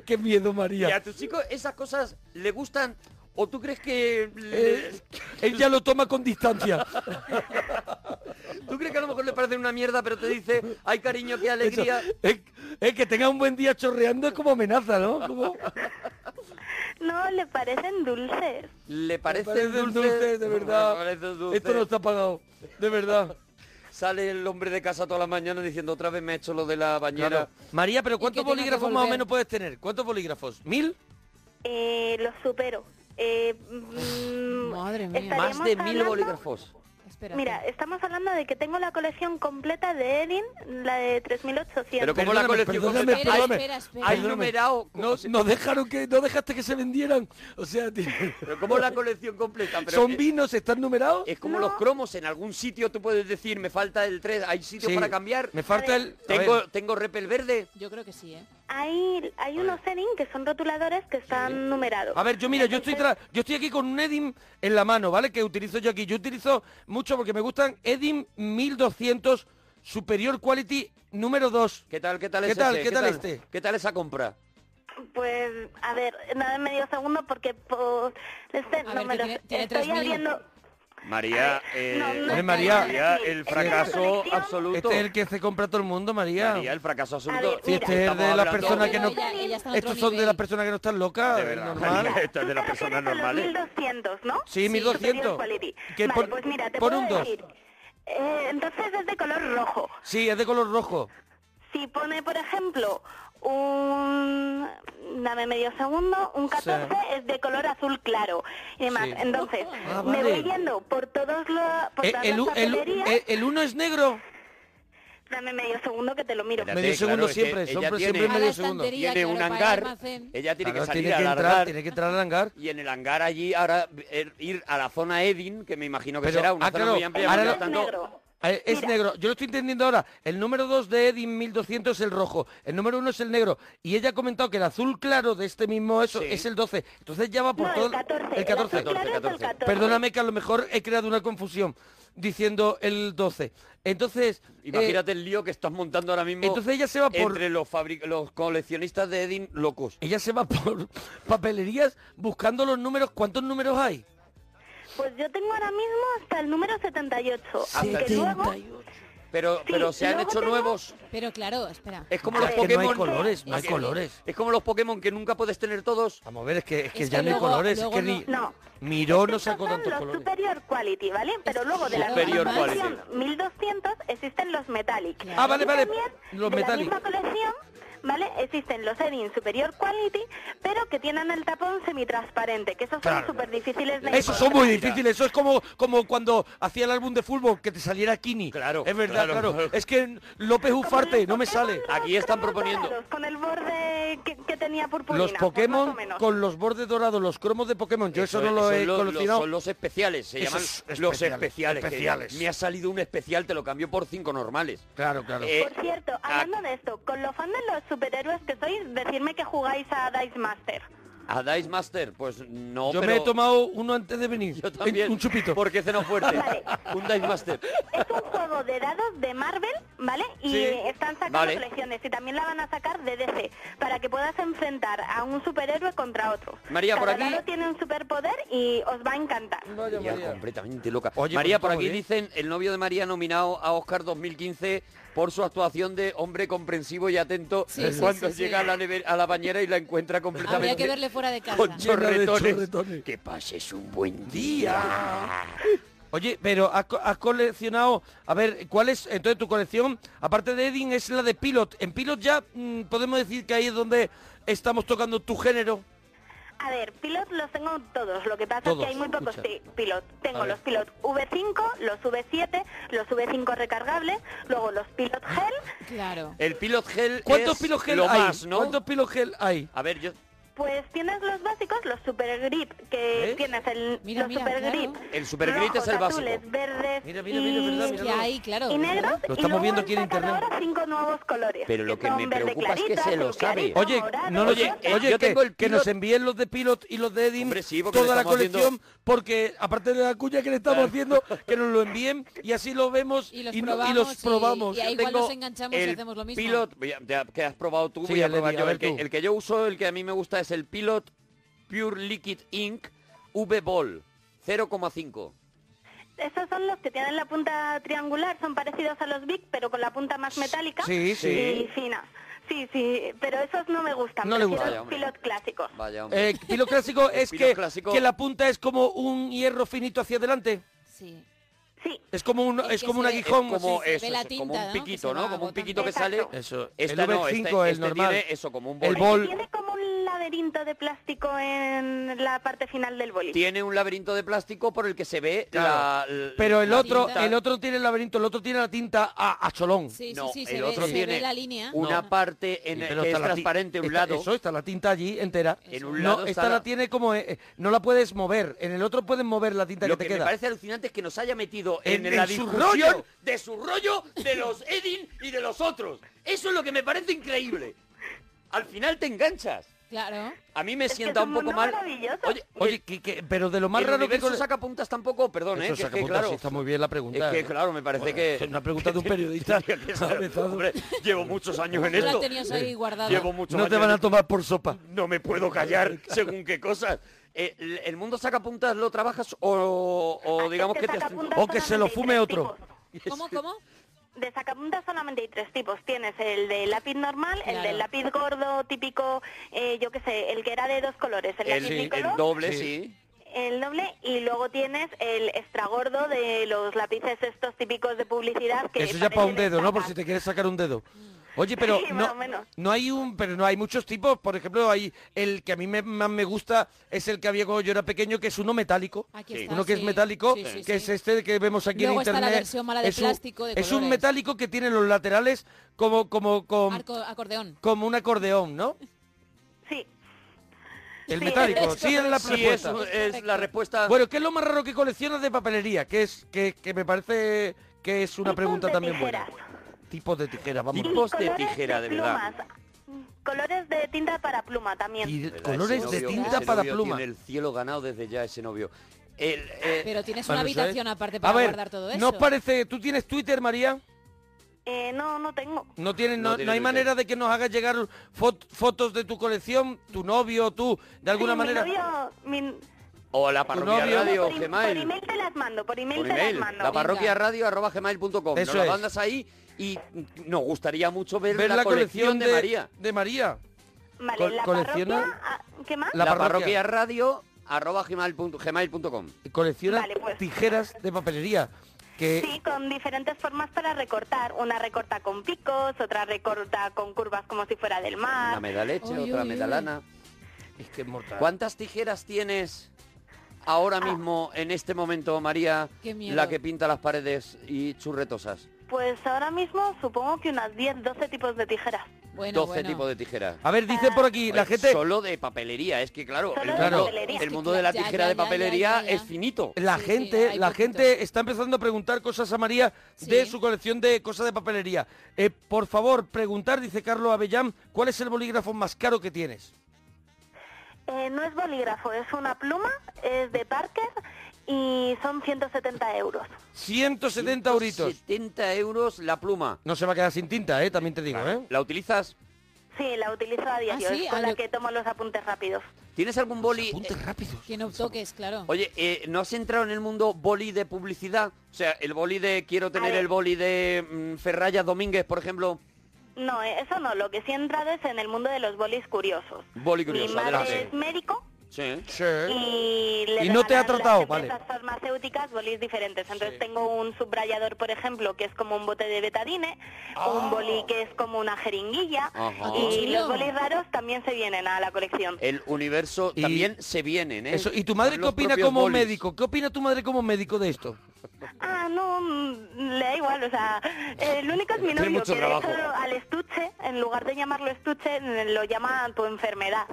Speaker 2: Qué miedo,
Speaker 3: ¿Y
Speaker 2: María.
Speaker 3: a tu chico esas cosas le gustan o tú crees que... le-
Speaker 2: Eh, él ya lo toma con distancia.
Speaker 3: ¿Tú crees que a lo mejor le parece una mierda, pero te dice, ay cariño, qué alegría?
Speaker 2: Es, es que tenga un buen día chorreando es como amenaza, ¿no? Como-
Speaker 5: No, le parecen dulces.
Speaker 3: ¿Le parece,
Speaker 2: parecen dulces, de verdad.
Speaker 3: Me parece dulce.
Speaker 2: Esto no está pagado, de verdad.
Speaker 3: Sale el hombre de casa toda la mañana diciendo, otra vez me he hecho lo de la bañera.
Speaker 2: Claro. María, pero ¿cuántos
Speaker 6: tenga que
Speaker 2: bolígrafos más o
Speaker 6: volver.
Speaker 2: menos puedes tener? ¿Cuántos bolígrafos? ¿Mil?
Speaker 5: Eh, los supero. Eh, mm,
Speaker 6: Madre mía.
Speaker 5: estaríamos
Speaker 3: Más de mil
Speaker 5: hablando-
Speaker 3: bolígrafos.
Speaker 6: Espera.
Speaker 5: Mira, estamos hablando de que tengo la colección completa de Elin, la de 3800.
Speaker 3: Pero como la
Speaker 2: Perdóname,
Speaker 3: colección
Speaker 2: perdóname,
Speaker 3: completa-
Speaker 6: espera,
Speaker 2: perdóname.
Speaker 6: espera, espera.
Speaker 3: Hay
Speaker 2: Perdóname.
Speaker 3: numerado...
Speaker 2: No, no dejaron que, no dejaste que se vendieran. O sea, tío,
Speaker 3: Pero como la colección completa, Ah, pero
Speaker 2: son
Speaker 3: es-
Speaker 2: vinos, están numerados.
Speaker 3: es como los cromos, en algún sitio tú puedes decir, me falta el 3, hay sitio
Speaker 2: Sí.
Speaker 3: para cambiar.
Speaker 2: Me falta el. a ver.
Speaker 3: Tengo, tengo repel verde.
Speaker 6: Yo creo que sí, ¿eh?
Speaker 5: Hay, hay unos Elin que son rotuladores que están numerados.
Speaker 2: A ver, yo mira, yo estoy tra- yo estoy aquí con un Edim en la mano, ¿vale? Que utilizo yo aquí. Yo utilizo mucho porque me gustan Edim 1200 Superior Quality número 2.
Speaker 3: ¿Qué tal, qué tal
Speaker 2: ¿Qué
Speaker 3: es
Speaker 2: tal,
Speaker 3: ese?
Speaker 2: qué tal este?
Speaker 3: ¿Qué tal esa compra?
Speaker 5: Pues, a ver, dame medio segundo porque pues, este, no
Speaker 6: ver,
Speaker 5: me
Speaker 6: que
Speaker 5: lo
Speaker 6: tiene- tiene
Speaker 5: estoy
Speaker 6: 3.000.
Speaker 5: abriendo.
Speaker 3: María, eh,
Speaker 5: no, no
Speaker 2: Hombre,
Speaker 5: es
Speaker 2: María,
Speaker 5: que-
Speaker 3: María,
Speaker 5: es
Speaker 3: el
Speaker 5: que la
Speaker 3: fracaso
Speaker 5: colección-
Speaker 3: absoluto.
Speaker 2: Este es el que se compra todo el mundo, María.
Speaker 3: María, el fracaso
Speaker 5: A
Speaker 3: absoluto.
Speaker 5: ver, Sí, mira.
Speaker 2: este es
Speaker 3: Estamos
Speaker 2: de las
Speaker 3: hablando-
Speaker 2: personas que no...
Speaker 6: Ella- ella está en otro
Speaker 2: Estos son de
Speaker 6: nivel.
Speaker 2: las personas que no están locas,
Speaker 3: De verdad,
Speaker 2: normal.
Speaker 3: María. Esto es de
Speaker 5: Tú
Speaker 3: las
Speaker 5: te refieres
Speaker 3: personas
Speaker 5: a los
Speaker 3: normales.
Speaker 5: 1200, ¿no?
Speaker 2: Sí, 1200.
Speaker 5: Superior quality.
Speaker 2: Que
Speaker 5: vale,
Speaker 2: pon-
Speaker 5: pues mira, te
Speaker 2: pon
Speaker 5: puedo
Speaker 2: un dos.
Speaker 5: decir. Eh, entonces es de color rojo.
Speaker 2: Sí, es de color rojo.
Speaker 5: Si pone, por ejemplo, un... Dame medio segundo, un 14 es de color azul claro y demás.
Speaker 2: Sí.
Speaker 5: Entonces,
Speaker 2: Ah,
Speaker 5: me
Speaker 2: vale.
Speaker 5: voy yendo por todos los... Por
Speaker 2: Eh,
Speaker 5: todas
Speaker 2: el,
Speaker 5: las
Speaker 2: u- el, u-
Speaker 5: papelerías.
Speaker 2: eh, el uno es negro.
Speaker 5: Dame medio segundo que te lo miro.
Speaker 3: Espérate,
Speaker 2: Medio segundo
Speaker 3: es que
Speaker 2: siempre,
Speaker 3: ella
Speaker 2: siempre-
Speaker 3: tiene-
Speaker 2: siempre
Speaker 6: A la
Speaker 2: medio segundo.
Speaker 6: estantería,
Speaker 3: Tiene un
Speaker 6: claro, para el
Speaker 3: hangar,
Speaker 6: almacén.
Speaker 3: ella tiene
Speaker 2: Claro,
Speaker 3: que salir a
Speaker 2: entrar,
Speaker 3: largar.
Speaker 2: tiene que entrar al hangar.
Speaker 3: Y en el hangar allí ahora eh, ir a la zona Edin, que me imagino que
Speaker 2: Pero,
Speaker 3: será una
Speaker 2: ah,
Speaker 3: zona
Speaker 2: claro,
Speaker 3: muy amplia.
Speaker 2: ahora
Speaker 3: por
Speaker 2: lo-
Speaker 3: lo tanto,
Speaker 5: negro.
Speaker 2: Eh, Es
Speaker 5: Mira.
Speaker 2: negro, yo lo estoy entendiendo ahora. El número 2 de Eddie 1200 es el rojo, el número 1 es el negro. Y ella ha comentado que el azul claro de este mismo eso
Speaker 3: Sí.
Speaker 2: es el 12. Entonces ya va por
Speaker 5: No,
Speaker 2: todo
Speaker 5: el 14.
Speaker 2: el 14.
Speaker 5: azul claro es el
Speaker 3: 14.
Speaker 5: 14.
Speaker 2: Perdóname que a lo mejor he creado una confusión diciendo el 12. Entonces, eh,
Speaker 3: Imagínate el lío que estás montando ahora mismo
Speaker 2: entonces ella se va por
Speaker 3: entre los, fabric- los coleccionistas de Edin locos.
Speaker 2: ella se va por papelerías buscando los números, ¿cuántos números hay?
Speaker 5: Pues yo tengo ahora mismo hasta el número 78. Aunque luego...
Speaker 3: Pero,
Speaker 5: Sí,
Speaker 3: pero se han
Speaker 5: luego
Speaker 3: hecho
Speaker 5: tengo-
Speaker 3: nuevos.
Speaker 6: Pero claro, espera.
Speaker 3: Es como
Speaker 5: Ah,
Speaker 3: los
Speaker 5: es
Speaker 2: que no hay
Speaker 3: Pokémon.
Speaker 2: colores, no hay
Speaker 3: Es-
Speaker 2: colores.
Speaker 3: Es como los Pokémon que nunca puedes tener todos.
Speaker 2: Vamos a ver, es que, es que
Speaker 6: Es
Speaker 2: ya
Speaker 6: que
Speaker 2: no hay
Speaker 6: luego-
Speaker 2: colores, es
Speaker 6: luego
Speaker 2: que ni-
Speaker 5: no-
Speaker 2: Miró no
Speaker 5: Estos
Speaker 2: sacó
Speaker 5: son
Speaker 2: tantos
Speaker 5: los
Speaker 2: colores.
Speaker 5: superior quality, ¿vale? Pero luego de la
Speaker 6: Superior
Speaker 5: misma
Speaker 3: quality.
Speaker 5: colección 1200 existen los metallic.
Speaker 6: Ah,
Speaker 2: vale,
Speaker 5: Y
Speaker 2: vale,
Speaker 5: también
Speaker 2: los
Speaker 5: de
Speaker 2: metallic.
Speaker 5: la misma colección, ¿vale? Existen los Edin superior quality, pero que tienen el tapón semitransparente, que esos
Speaker 2: Claro.
Speaker 5: son súper difíciles de
Speaker 2: Eso son muy difíciles, eso es como, como cuando hacía el álbum de fútbol que te saliera Kini.
Speaker 3: Claro,
Speaker 2: Es verdad,
Speaker 3: claro.
Speaker 2: claro. Es que López Ufarte no me sale.
Speaker 3: Aquí están proponiendo.
Speaker 5: Con el borde que, que tenía purpurina.
Speaker 2: Los
Speaker 5: pues, más
Speaker 2: Pokémon
Speaker 5: o menos.
Speaker 2: con los bordes dorados, los cromos de Pokémon, yo eso,
Speaker 3: es-
Speaker 2: no lo he
Speaker 3: son los- los-
Speaker 2: coleccionado.
Speaker 3: Son los especiales, se
Speaker 2: Esos
Speaker 3: llaman
Speaker 2: especiales,
Speaker 3: los especiales. que
Speaker 2: especiales.
Speaker 3: me ha salido un especial, te lo cambio por cinco normales.
Speaker 2: Claro, claro.
Speaker 3: Eh,
Speaker 5: Por cierto, hablando de esto, con lo fan de los superhéroes que sois, decirme que jugáis a Dice Master.
Speaker 3: a Dice Master, pues no,
Speaker 2: yo
Speaker 3: pero...
Speaker 2: me he tomado uno antes de venir.
Speaker 3: Yo también.
Speaker 2: Un chupito.
Speaker 3: Porque ceno fuerte.
Speaker 5: Vale.
Speaker 3: Un Dice Master.
Speaker 5: Es un juego de dados de Marvel, ¿vale? Y
Speaker 3: Sí,
Speaker 5: eh, están sacando
Speaker 3: vale.
Speaker 5: colecciones y también la van a sacar de DC para que puedas enfrentar a un superhéroe contra otro.
Speaker 3: María, por
Speaker 5: Cada
Speaker 3: aquí-
Speaker 5: dado tiene un superpoder y os va a encantar.
Speaker 2: Vaya
Speaker 3: Ya,
Speaker 2: María.
Speaker 3: completamente loca.
Speaker 2: Oye,
Speaker 3: María,
Speaker 2: pues
Speaker 3: por
Speaker 2: está muy
Speaker 3: aquí
Speaker 2: bien.
Speaker 3: dicen el novio de María nominado a Oscar 2015 por su actuación de hombre comprensivo y atento
Speaker 6: Sí, sí,
Speaker 3: cuando
Speaker 6: sí, sí.
Speaker 3: llega A, la neve- a la bañera y la encuentra completamente
Speaker 6: Habría que verle fuera de casa.
Speaker 3: con chorretones.
Speaker 2: chorretones.
Speaker 3: Que pases un buen
Speaker 2: Día.
Speaker 3: día.
Speaker 2: Oye, pero has, co- has coleccionado, a ver, ¿cuál es entonces tu colección? Aparte de Edding es la de Pilot. En Pilot ya mm, podemos decir que ahí es donde estamos tocando tu género.
Speaker 5: A ver, pilot los tengo todos, lo que pasa
Speaker 2: Todos,
Speaker 5: es que hay muy pocos
Speaker 2: escucha.
Speaker 5: sí, pilot.
Speaker 2: A
Speaker 5: Tengo
Speaker 2: ver.
Speaker 5: los pilot V5, los V7, los V5 recargables, luego los pilot gel,
Speaker 6: Claro.
Speaker 3: El Pilot Gel
Speaker 2: ¿Cuántos
Speaker 3: es
Speaker 2: Pilot Gel
Speaker 3: lo
Speaker 2: hay?
Speaker 3: más, ¿no?
Speaker 2: ¿Cuántos Pilot Gel hay?
Speaker 3: A ver, yo...
Speaker 5: pues tienes los básicos, los super grip, que
Speaker 2: ¿Ves?
Speaker 5: tienes el
Speaker 6: Mira,
Speaker 5: los
Speaker 6: mira,
Speaker 5: super
Speaker 6: claro.
Speaker 5: grip.
Speaker 3: El Super Grit
Speaker 5: rojos,
Speaker 3: es el básico.
Speaker 5: azules, verdes
Speaker 2: Mira, mira, mira,
Speaker 5: y-
Speaker 2: verdad,
Speaker 6: Es Mm, que hay, claro.
Speaker 5: y negros
Speaker 2: Lo
Speaker 5: y
Speaker 2: estamos
Speaker 5: luego
Speaker 2: viendo
Speaker 5: han
Speaker 2: aquí en
Speaker 5: sacado
Speaker 2: internet.
Speaker 5: ahora cinco nuevos colores.
Speaker 3: Pero lo que
Speaker 5: son
Speaker 3: me
Speaker 5: verde
Speaker 3: preocupa es que
Speaker 5: clarito,
Speaker 3: se lo
Speaker 5: azul
Speaker 3: sabe.
Speaker 5: clarito,
Speaker 2: Oye,
Speaker 5: morado,
Speaker 2: no lo
Speaker 3: Oye,
Speaker 5: rosa.
Speaker 3: eh,
Speaker 2: oye,
Speaker 3: yo
Speaker 2: que,
Speaker 3: tengo el
Speaker 2: que
Speaker 3: Pilot-
Speaker 2: nos envíen los de Pilot y los de Edding
Speaker 3: Hombre, sí, porque le
Speaker 2: toda la
Speaker 3: estamos haciendo-
Speaker 2: colección, porque aparte de la cuña que le estamos haciendo, que nos lo envíen y así lo vemos
Speaker 6: Y los
Speaker 2: no-
Speaker 6: probamos
Speaker 2: los
Speaker 6: y-
Speaker 2: probamos.
Speaker 6: y ahí-
Speaker 3: Yo
Speaker 6: igual
Speaker 3: tengo
Speaker 6: nos enganchamos y
Speaker 3: el
Speaker 6: hacemos lo mismo.
Speaker 3: Pilot, voy a- ya que has probado tú,
Speaker 2: Sí,
Speaker 3: voy a
Speaker 2: el Eddie,
Speaker 3: probar yo.
Speaker 2: a ver
Speaker 3: el, que,
Speaker 2: tú.
Speaker 3: el que yo uso, el que a mí me gusta es el Pilot Pure Liquid Ink V Ball 0,5.
Speaker 5: esos son los que tienen la punta triangular, son parecidos a los Big, pero con la punta más metálica
Speaker 2: Sí, sí.
Speaker 5: y fina. Sí, sí, pero esos no me gustan.
Speaker 2: No le
Speaker 5: prefiero
Speaker 2: gusta.
Speaker 3: Vaya, hombre.
Speaker 5: Pilot clásicos.
Speaker 3: Vaya, hombre.
Speaker 2: Eh, pilo clásico es
Speaker 3: Pilo
Speaker 2: que,
Speaker 3: clásico.
Speaker 2: que la punta es como un hierro finito hacia adelante.
Speaker 6: Sí.
Speaker 5: Sí,
Speaker 2: Es como un, es
Speaker 6: que
Speaker 2: como un
Speaker 6: se ve-
Speaker 2: aguijón.
Speaker 3: Es como,
Speaker 6: Sí, se
Speaker 3: eso,
Speaker 6: ve la
Speaker 3: eso, como
Speaker 6: tinta,
Speaker 3: un
Speaker 6: ¿no?
Speaker 3: piquito,
Speaker 6: Que se
Speaker 3: ¿no?
Speaker 6: va
Speaker 3: Como un piquito que sale.
Speaker 5: agotando.
Speaker 2: Eso,
Speaker 3: Esta
Speaker 2: el
Speaker 3: no,
Speaker 2: V5
Speaker 3: este-
Speaker 2: el
Speaker 3: este
Speaker 2: normal.
Speaker 3: tiene eso, como un
Speaker 2: El
Speaker 3: boli.
Speaker 2: bol.
Speaker 5: tiene como un laberinto de plástico en la parte final del boli.
Speaker 3: Tiene un laberinto de plástico por el que se ve
Speaker 2: Claro.
Speaker 3: la, l-
Speaker 2: Pero el
Speaker 3: la
Speaker 2: otro,
Speaker 3: tinta.
Speaker 2: el otro tiene el laberinto, el otro tiene la tinta a, a cholón.
Speaker 6: Sí,
Speaker 3: No,
Speaker 6: sí, sí,
Speaker 3: el
Speaker 6: se,
Speaker 3: otro
Speaker 6: ve, se
Speaker 3: tiene
Speaker 6: ve la línea.
Speaker 3: una
Speaker 6: No.
Speaker 3: parte en
Speaker 2: Sí,
Speaker 3: el
Speaker 2: pero
Speaker 3: que es
Speaker 2: está la ti-
Speaker 3: transparente un
Speaker 2: está-
Speaker 3: lado.
Speaker 2: Eso, está la tinta allí entera.
Speaker 3: En un
Speaker 2: No,
Speaker 3: lado está
Speaker 2: esta la...
Speaker 3: la-
Speaker 2: tiene como... eh, eh, no la puedes mover. En el otro puedes mover la tinta
Speaker 3: Lo
Speaker 2: que
Speaker 3: que
Speaker 2: te
Speaker 3: me
Speaker 2: queda.
Speaker 3: parece alucinante es que nos haya metido en,
Speaker 2: En-
Speaker 3: la
Speaker 2: en su
Speaker 3: discusión
Speaker 2: rollo.
Speaker 3: de su rollo, de los Edin y de los otros. Eso es lo que me parece increíble. Al final te enganchas.
Speaker 6: Claro.
Speaker 3: A mí me
Speaker 5: que
Speaker 3: sienta
Speaker 5: es
Speaker 3: un
Speaker 5: un
Speaker 3: poco
Speaker 5: mundo
Speaker 3: mal.
Speaker 5: maravilloso.
Speaker 3: Oye,
Speaker 2: Oye, que- que- pero de lo más
Speaker 3: el
Speaker 2: raro que...
Speaker 3: universo
Speaker 2: con-
Speaker 3: saca puntas tampoco, perdón,
Speaker 2: Eso
Speaker 3: ¿eh? Que, es que,
Speaker 2: sacapuntas,
Speaker 3: claro,
Speaker 2: sí, está muy bien la pregunta.
Speaker 3: es que
Speaker 2: ¿eh?
Speaker 3: claro, me parece
Speaker 2: Bueno,
Speaker 3: que...
Speaker 2: es una pregunta de un periodista.
Speaker 3: Tenía que ser.
Speaker 2: Cabezazo.
Speaker 3: Hombre, llevo muchos años en
Speaker 6: Tú la
Speaker 3: esto.
Speaker 6: tenías ahí guardada.
Speaker 3: Llevo muchos
Speaker 2: no
Speaker 3: años
Speaker 2: te van
Speaker 3: en
Speaker 2: a tomar por sopa.
Speaker 3: no me puedo callar según qué cosas. Eh, ¿El el mundo sacapuntas lo trabajas o, o
Speaker 5: Así
Speaker 3: digamos que te has-
Speaker 5: sacapuntas
Speaker 2: O que se
Speaker 5: solamente
Speaker 2: lo
Speaker 5: hay
Speaker 2: fume
Speaker 5: tres
Speaker 2: otro.
Speaker 5: tipos.
Speaker 6: ¿Cómo, cómo?
Speaker 5: De sacapuntas solamente hay tres tipos. Tienes el de lápiz normal, el
Speaker 6: Claro.
Speaker 5: del lápiz gordo típico, eh, yo qué sé, el que era de dos colores, el,
Speaker 3: el,
Speaker 5: lápiz
Speaker 3: el
Speaker 5: bicolor,
Speaker 3: doble,
Speaker 2: Sí.
Speaker 3: sí.
Speaker 5: el doble, y luego tienes el extra gordo de los lápices estos típicos de publicidad que
Speaker 2: Eso ya para un
Speaker 5: parecen
Speaker 2: dedo, ¿no? Por
Speaker 5: estacas.
Speaker 2: si te quieres sacar un dedo.
Speaker 6: Mm.
Speaker 2: Oye, pero
Speaker 5: Sí, más
Speaker 2: no,
Speaker 5: o menos.
Speaker 2: no hay un, pero no hay muchos tipos. Por ejemplo, hay el que a mí me- más me gusta es el que había cuando yo era pequeño, que es uno metálico.
Speaker 6: Aquí
Speaker 3: Sí.
Speaker 6: está,
Speaker 2: Uno que es
Speaker 6: sí.
Speaker 2: metálico,
Speaker 6: Sí, sí,
Speaker 2: que es
Speaker 6: sí.
Speaker 2: este que vemos aquí en
Speaker 6: Luego está la
Speaker 2: internet.
Speaker 6: versión mala de
Speaker 2: es un,
Speaker 6: plástico de
Speaker 2: es un
Speaker 6: colores.
Speaker 2: metálico que tiene los laterales como como como,
Speaker 6: Arco- acordeón.
Speaker 2: como un acordeón, ¿no?
Speaker 5: Sí,
Speaker 2: El
Speaker 5: Sí,
Speaker 2: metálico,
Speaker 5: es
Speaker 2: sí es la
Speaker 6: correcto.
Speaker 3: Sí, es,
Speaker 2: respuesta.
Speaker 3: es la respuesta.
Speaker 2: Bueno, ¿qué es lo más raro que coleccionas de papelería? Que es que, que me parece que es una
Speaker 5: Tipos
Speaker 2: pregunta
Speaker 5: de
Speaker 2: también buena.
Speaker 5: tijeras.
Speaker 2: Tipos de tijeras, vamos.
Speaker 3: Tipo- Tipos
Speaker 5: Y
Speaker 3: de
Speaker 5: colores
Speaker 3: tijera, de verdad.
Speaker 5: plumas. Colores de tinta para pluma también.
Speaker 2: Y
Speaker 3: ¿Verdad?
Speaker 2: colores
Speaker 3: Ese
Speaker 2: de
Speaker 3: novio-
Speaker 2: tinta
Speaker 3: ese
Speaker 2: para
Speaker 3: novio
Speaker 2: pluma.
Speaker 3: Tiene el cielo ganado desde ya ese novio. El, eh,
Speaker 6: Pero tienes una
Speaker 2: Bueno, eso es.
Speaker 6: habitación aparte para
Speaker 2: a ver,
Speaker 6: guardar todo eso.
Speaker 2: ¿No os parece? ¿Tú tienes Twitter, María?
Speaker 5: Eh, no, no tengo.
Speaker 2: No, tienes,
Speaker 3: No
Speaker 2: no,
Speaker 3: tiene
Speaker 2: no hay
Speaker 3: Twitter.
Speaker 2: manera de que nos hagas llegar fot- fotos de tu colección, tu novio, tú, de alguna
Speaker 5: Sí,
Speaker 2: manera.
Speaker 5: Mi novio, mi-
Speaker 3: o la parroquia
Speaker 2: novio-
Speaker 3: radio,
Speaker 5: por, im- por
Speaker 3: Gmail.
Speaker 5: email te las mando, por email,
Speaker 3: Por
Speaker 5: te
Speaker 3: email.
Speaker 5: las mando.
Speaker 3: La parroquia radio arroba gmail.com. Nos
Speaker 2: Eso
Speaker 3: la
Speaker 2: es.
Speaker 3: mandas ahí y nos gustaría mucho ver,
Speaker 2: Ver
Speaker 3: la, colección, de, María.
Speaker 2: de María.
Speaker 5: Vale,
Speaker 2: Col-
Speaker 5: la
Speaker 2: colecciona-
Speaker 5: parroquia, ah, ¿qué más?
Speaker 2: La
Speaker 3: La,
Speaker 2: parroquia.
Speaker 3: parroquia radio arroba gmail punto- gmail.com.
Speaker 2: Colecciona
Speaker 5: Vale, pues.
Speaker 2: tijeras de papelería. Que
Speaker 5: Sí, con diferentes formas para recortar. Una recorta con picos, otra recorta con curvas como si fuera del
Speaker 3: Una
Speaker 5: mar.
Speaker 3: me da leche,
Speaker 6: Ah. Uy,
Speaker 3: otra
Speaker 6: uy,
Speaker 3: me
Speaker 6: uy.
Speaker 3: da lana.
Speaker 2: es que es mortal.
Speaker 3: ¿Cuántas tijeras tienes ahora mismo, en este momento, María,
Speaker 6: Ah. Qué miedo.
Speaker 3: la que pinta las paredes y churretosas?
Speaker 5: Pues ahora mismo supongo que unas 10, 12 tipos de tijeras.
Speaker 6: Bueno,
Speaker 3: 12
Speaker 6: bueno.
Speaker 3: tipos de tijeras.
Speaker 2: A ver, dice por aquí la
Speaker 3: Oye,
Speaker 2: gente.
Speaker 3: Solo de papelería, es que claro,
Speaker 5: Solo
Speaker 3: el,
Speaker 5: de
Speaker 3: mundo,
Speaker 5: papelería.
Speaker 3: el mundo de la
Speaker 6: Ya, ya,
Speaker 3: tijera de
Speaker 6: ya, ya,
Speaker 3: papelería
Speaker 6: ya, ya.
Speaker 3: es finito.
Speaker 2: La
Speaker 6: Sí, sí,
Speaker 2: gente,
Speaker 6: hay
Speaker 2: la
Speaker 6: poquito.
Speaker 2: gente está empezando a preguntar cosas a María de
Speaker 6: Sí.
Speaker 2: su colección de cosas de papelería. Eh, por favor, preguntar, dice Carlos Avellán, ¿cuál es el bolígrafo más caro que tienes?
Speaker 5: Eh, no es bolígrafo, es una pluma, es de Parker y son 170 euros.
Speaker 2: 170 euritos.
Speaker 3: 70 euros la pluma.
Speaker 2: No se va a quedar sin tinta, eh, también te digo, ¿eh?
Speaker 3: ¿La utilizas?
Speaker 5: Sí, la utilizo a diario,
Speaker 6: sí?
Speaker 5: es con
Speaker 6: Ah,
Speaker 5: la
Speaker 6: yo-
Speaker 5: que tomo los apuntes rápidos.
Speaker 3: ¿Tienes algún boli? Eh,
Speaker 2: Apuntes rápidos.
Speaker 6: Que no toques, claro.
Speaker 3: Oye, eh, ¿no has entrado en el mundo boli de publicidad? O sea, el boli de quiero tener
Speaker 5: ver.
Speaker 3: el boli de mm, Ferraya Domínguez, por ejemplo.
Speaker 5: No, eh, eso no, lo que sí he entrado es en el mundo de los bolis curiosos.
Speaker 3: Boli curioso,
Speaker 5: Mi madre
Speaker 3: adelante.
Speaker 5: es médico
Speaker 3: Sí.
Speaker 2: Sí.
Speaker 5: y le
Speaker 2: Y no te ha
Speaker 5: regalan
Speaker 2: tratado,
Speaker 5: las empresas
Speaker 2: vale.
Speaker 5: farmacéuticas bolis diferentes. Entonces tengo un subrayador, por ejemplo, que es como un bote de betadine, un boli que es como una jeringuilla
Speaker 3: Ajá.
Speaker 6: Ah, qué
Speaker 5: y
Speaker 6: chulo.
Speaker 5: los bolis raros también se vienen a la colección.
Speaker 3: El universo
Speaker 2: Y-
Speaker 3: también se vienen, ¿eh?
Speaker 2: Eso, ¿Y tu madre
Speaker 3: Son
Speaker 2: qué
Speaker 3: los
Speaker 2: opina
Speaker 3: propios
Speaker 2: como
Speaker 3: bolis.
Speaker 2: médico? ¿Qué opina tu madre como médico de esto?
Speaker 5: Ah, no, mm, le da igual, o sea, el único es mi
Speaker 3: Tiene
Speaker 5: novio,
Speaker 3: mucho
Speaker 5: que de
Speaker 3: trabajo.
Speaker 5: hecho al estuche, en lugar de llamarlo estuche, lo llama tu enfermedad.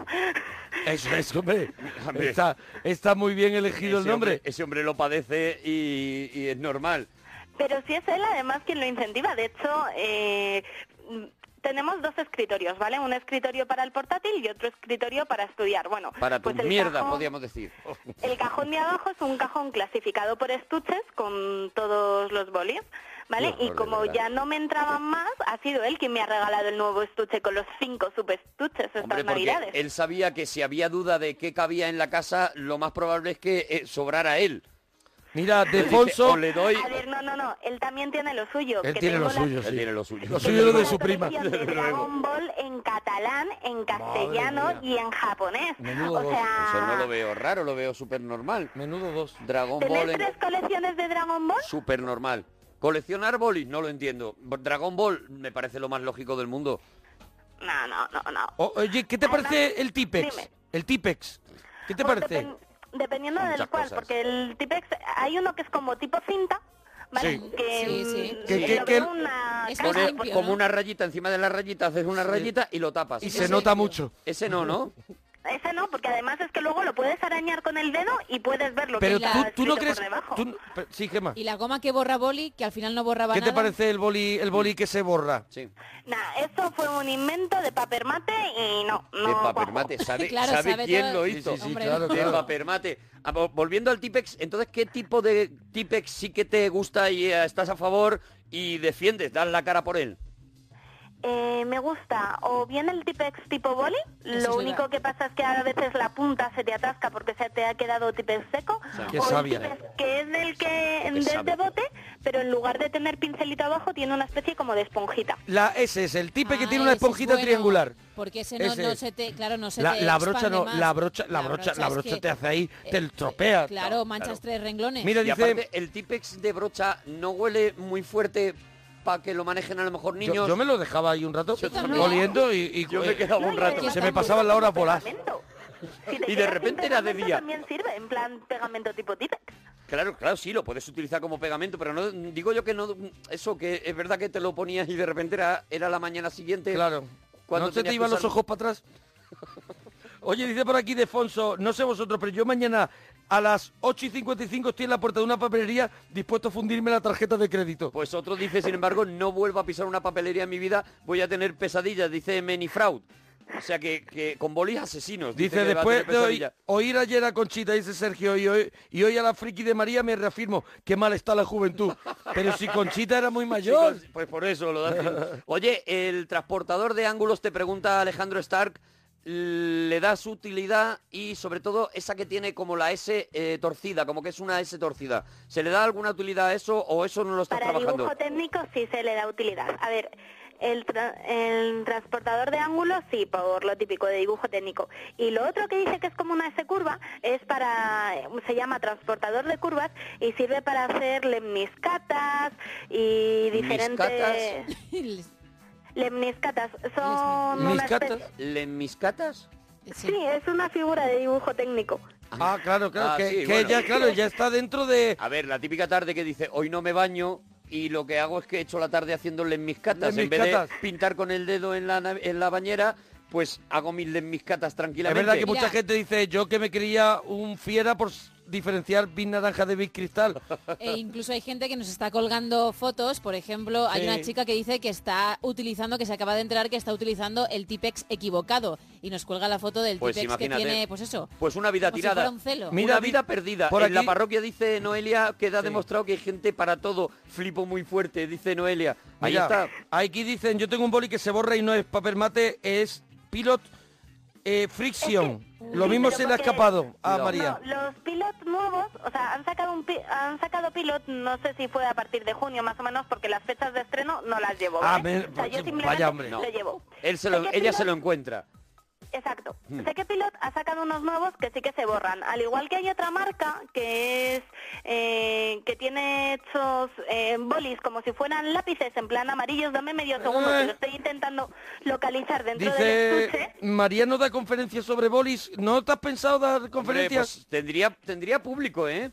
Speaker 2: Eso es, hombre.
Speaker 3: Hombre.
Speaker 2: Está, está muy bien elegido el
Speaker 3: Ese
Speaker 2: nombre.
Speaker 3: hombre- ese hombre lo padece y, y es normal.
Speaker 5: Pero sí es él además quien lo incentiva. De hecho, eh, mm, tenemos dos escritorios, ¿vale? Un escritorio para el portátil y otro escritorio para estudiar. Bueno,
Speaker 3: Para tu
Speaker 5: pues el
Speaker 3: mierda,
Speaker 5: cajón-
Speaker 3: podríamos decir.
Speaker 5: El cajón de abajo es un cajón clasificado por estuches con todos los bolis, ¿vale?
Speaker 3: Qué horror,
Speaker 5: y
Speaker 3: de
Speaker 5: como
Speaker 3: verdad.
Speaker 5: ya no me entraban más, ha sido él quien me ha regalado el nuevo estuche con los cinco subestuches estas
Speaker 3: Hombre, porque
Speaker 5: navidades.
Speaker 3: él sabía que si había duda de qué cabía en la casa, lo más probable es que eh, sobrara él.
Speaker 2: Mira,
Speaker 3: Él dice,
Speaker 2: Defonso...
Speaker 3: o le doy...
Speaker 5: A ver, no, no, no, él también tiene lo suyo.
Speaker 2: Él
Speaker 5: que
Speaker 2: tiene lo
Speaker 5: tengo la-
Speaker 2: suyo,
Speaker 3: Él
Speaker 2: sí.
Speaker 3: tiene lo suyo.
Speaker 2: Lo suyo es lo de
Speaker 5: la
Speaker 2: su prima.
Speaker 5: colección de Dragon Ball en catalán, en castellano y en japonés.
Speaker 2: Menudo
Speaker 5: o
Speaker 2: dos.
Speaker 3: Eso Pues no lo
Speaker 5: sea,
Speaker 3: veo raro, lo veo súper normal.
Speaker 2: Menudo dos.
Speaker 3: Dragon Ball
Speaker 5: ¿tener
Speaker 3: en...
Speaker 5: tres colecciones de Dragon Ball?
Speaker 3: Súper normal. Coleccionar bolis, no lo entiendo. Dragon Ball me parece lo más lógico del mundo.
Speaker 5: No, no, no, no.
Speaker 2: O- oye, ¿qué te
Speaker 5: Además,
Speaker 2: parece el Típex?
Speaker 5: dime.
Speaker 2: El Típex. ¿Qué te
Speaker 5: Pues
Speaker 2: parece?
Speaker 5: depen- dependiendo
Speaker 3: Muchas
Speaker 5: del cual,
Speaker 3: cosas.
Speaker 5: porque el Tipex hay uno que es como tipo cinta, ¿vale?
Speaker 2: Sí.
Speaker 5: Que,
Speaker 6: Sí, sí.
Speaker 5: mm,
Speaker 2: Que-
Speaker 5: lo
Speaker 2: que-
Speaker 5: veo
Speaker 2: que-
Speaker 5: una
Speaker 6: Eso
Speaker 5: caja,
Speaker 3: Pone
Speaker 6: limpio,
Speaker 3: como
Speaker 6: ¿no?
Speaker 3: una rayita encima de la rayita, haces una rayita y lo tapas.
Speaker 2: Y
Speaker 6: Sí,
Speaker 2: se
Speaker 6: sí,
Speaker 2: nota
Speaker 6: tío.
Speaker 2: mucho.
Speaker 3: Ese no, ¿no?
Speaker 5: Ese no, porque además es que luego lo puedes arañar con el dedo y puedes ver lo
Speaker 2: Pero
Speaker 5: que
Speaker 2: tú,
Speaker 5: está
Speaker 2: tú no
Speaker 5: escrito
Speaker 2: crees...
Speaker 5: por debajo.
Speaker 2: tú no- pero- sí, Gemma.
Speaker 6: Y la goma que borra boli, que al final no borraba
Speaker 2: ¿Qué te
Speaker 6: nada.
Speaker 2: parece el boli, el boli que se borra?
Speaker 3: Sí.
Speaker 5: Nah, eso fue un invento de papermate y no, no.
Speaker 3: de
Speaker 5: cuajo.
Speaker 3: papermate, ¿sabe,
Speaker 6: Claro,
Speaker 3: sabe
Speaker 6: sabe
Speaker 3: quién
Speaker 6: todo.
Speaker 3: lo
Speaker 6: Sí,
Speaker 3: hizo?
Speaker 6: sí, sí, Hombre. claro,
Speaker 3: De
Speaker 2: claro.
Speaker 3: papermate. Ah, vo- Volviendo al Tipex, entonces, ¿qué tipo de Tipex sí que te gusta y eh, estás a favor y defiendes, das la cara por él?
Speaker 5: Eh, me gusta o bien el Tipex tipo boli,
Speaker 6: Eso
Speaker 5: lo
Speaker 6: es
Speaker 5: único
Speaker 6: verdad.
Speaker 5: que pasa es que a veces la punta se te atasca porque se te ha quedado Tipex seco,
Speaker 2: Qué
Speaker 5: o el
Speaker 2: sabia.
Speaker 5: Tipex que es del que
Speaker 3: Porque
Speaker 5: del
Speaker 3: sabe.
Speaker 5: de bote, pero en lugar de tener pincelito abajo tiene una especie como de esponjita.
Speaker 2: La, ese es el tipe que
Speaker 6: Ah,
Speaker 2: tiene una
Speaker 6: ese es
Speaker 2: esponjita
Speaker 6: bueno,
Speaker 2: triangular.
Speaker 6: Porque ese no,
Speaker 2: Ese
Speaker 6: no
Speaker 2: es.
Speaker 6: se te, claro, no se
Speaker 2: La,
Speaker 6: te
Speaker 2: la brocha
Speaker 6: expande
Speaker 2: no,
Speaker 6: más.
Speaker 2: la brocha, la brocha, la
Speaker 6: es
Speaker 2: brocha
Speaker 6: que,
Speaker 2: te hace ahí,
Speaker 6: eh,
Speaker 2: te
Speaker 6: eh,
Speaker 2: estropea.
Speaker 6: Claro, manchas tres renglones.
Speaker 2: Mira,
Speaker 3: y
Speaker 2: dice,
Speaker 3: aparte, el Tipex de brocha no huele muy fuerte para que lo manejen a lo mejor
Speaker 2: yo-
Speaker 3: niños.
Speaker 2: yo, me lo dejaba ahí un rato
Speaker 6: Yo también.
Speaker 2: oliendo y, y- eh,
Speaker 3: Yo me quedaba un
Speaker 5: No, y
Speaker 3: rato.
Speaker 5: además
Speaker 2: Se me
Speaker 5: también
Speaker 2: pasaban
Speaker 5: es
Speaker 2: la
Speaker 5: un
Speaker 2: hora volar.
Speaker 5: pegamento. Si
Speaker 3: Y de
Speaker 5: te quedas sin
Speaker 3: repente era de
Speaker 5: pegamento,
Speaker 3: día.
Speaker 5: También sirve en plan pegamento tipo Tipex.
Speaker 3: Claro, claro, sí, lo puedes utilizar como pegamento, pero no digo yo que no eso que es verdad que te lo ponías y de repente era, era la mañana siguiente.
Speaker 2: Claro.
Speaker 3: Cuando
Speaker 2: ¿No se te
Speaker 3: tenías que
Speaker 2: iban los
Speaker 3: usar-
Speaker 2: ojos para atrás? Oye, dice por aquí Defonso, no sé vosotros, pero yo mañana a las 8 y 55 estoy en la puerta de una papelería dispuesto a fundirme la tarjeta de crédito.
Speaker 3: Pues otro dice, sin embargo, no vuelvo a pisar una papelería en mi vida, voy a tener pesadillas, dice Menifraud. O sea que, que con bolis asesinos.
Speaker 2: Dice,
Speaker 3: que va a
Speaker 2: después
Speaker 3: tener
Speaker 2: de hoy-
Speaker 3: pesadillas.
Speaker 2: oír ayer a Conchita, dice Sergio, y hoy, y hoy a la friki de María me reafirmo, qué mal está la juventud. Pero si Conchita era muy mayor.
Speaker 3: Chicos, pues por eso lo das. Oye, el transportador de ángulos te pregunta Alejandro Stark, le da su utilidad y sobre todo esa que tiene como la S eh, torcida, como que es una S torcida. ¿Se le da alguna utilidad a eso o eso no lo estás
Speaker 5: Para
Speaker 3: trabajando?
Speaker 5: dibujo técnico sí se le da utilidad. A ver, el, tra- el transportador de ángulos sí, por lo típico de dibujo técnico. Y lo otro que dice que es como una S curva es para, se llama transportador de curvas y sirve para hacer lemniscatas y diferentes...
Speaker 3: ¿Lemniscatas?
Speaker 5: Lemniscatas son una
Speaker 2: ¿Lemniscatas?
Speaker 5: especie-
Speaker 3: ¿Lemniscatas?
Speaker 6: Sí.
Speaker 5: Sí, es una figura de dibujo técnico.
Speaker 2: Ah, claro, claro,
Speaker 3: Ah,
Speaker 2: que,
Speaker 3: sí,
Speaker 2: que
Speaker 3: bueno.
Speaker 2: ya, claro, ya está dentro de...
Speaker 3: A ver, la típica tarde que dice, hoy no me baño y lo que hago es que echo la tarde haciendo lemniscatas. En vez de
Speaker 2: Lemniscatas.
Speaker 3: pintar con el dedo en la, na- en la bañera, pues hago mis lemniscatas
Speaker 2: Es
Speaker 3: tranquilamente.
Speaker 2: verdad que
Speaker 6: Mira.
Speaker 2: mucha gente dice, yo que me creía un fiera por s- diferenciar Big Naranja de Big Cristal.
Speaker 6: E incluso hay gente que nos está colgando fotos, por ejemplo, hay
Speaker 2: Sí.
Speaker 6: una chica que dice que está utilizando, que se acaba de enterar que está utilizando el Tipex equivocado y nos cuelga la foto del
Speaker 3: Pues
Speaker 6: Tipex que
Speaker 3: imagínate.
Speaker 6: tiene, pues eso,
Speaker 3: Pues una vida
Speaker 6: como si
Speaker 3: tirada.
Speaker 6: fuera un celo.
Speaker 2: Mi- Mira,
Speaker 3: una
Speaker 2: di-
Speaker 3: vida perdida.
Speaker 2: por
Speaker 3: en la
Speaker 2: aquí-
Speaker 3: parroquia dice Noelia que ha
Speaker 2: Sí.
Speaker 3: demostrado que hay gente para todo. Flipo muy fuerte, dice Noelia. Ahí
Speaker 2: Mira,
Speaker 3: está.
Speaker 2: Aquí dicen, yo tengo un boli que se borra y no es papel mate, es pilot eh, friction. Lo
Speaker 5: Sí,
Speaker 2: mismo
Speaker 5: pero
Speaker 2: se le ha
Speaker 5: porque-
Speaker 2: escapado a
Speaker 3: No.
Speaker 2: María.
Speaker 5: No, los pilots nuevos, o sea, han sacado un pi- han sacado pilot, no sé si fue a partir de junio más o menos, porque las fechas de estreno no las llevo.
Speaker 2: Ah,
Speaker 5: ¿vale?
Speaker 2: men-
Speaker 5: O sea, yo
Speaker 2: pues,
Speaker 5: simplemente
Speaker 2: vaya, hombre.
Speaker 5: lo
Speaker 2: No.
Speaker 5: llevo.
Speaker 3: Él se lo-
Speaker 5: Sé que
Speaker 3: ella
Speaker 5: Pilot-
Speaker 3: se lo encuentra.
Speaker 5: Exacto. Sé que Pilot ha sacado unos nuevos que sí que se borran. Al igual que hay otra marca que es eh, que tiene hechos eh, bolis como si fueran lápices en plan amarillos. Dame medio segundo,
Speaker 2: Eh.
Speaker 5: que lo estoy intentando localizar dentro del
Speaker 2: Dice,
Speaker 5: estuche.
Speaker 2: María no da conferencias sobre bolis. ¿No te has pensado dar conferencias?
Speaker 3: Hombre, pues tendría, tendría público, ¿eh?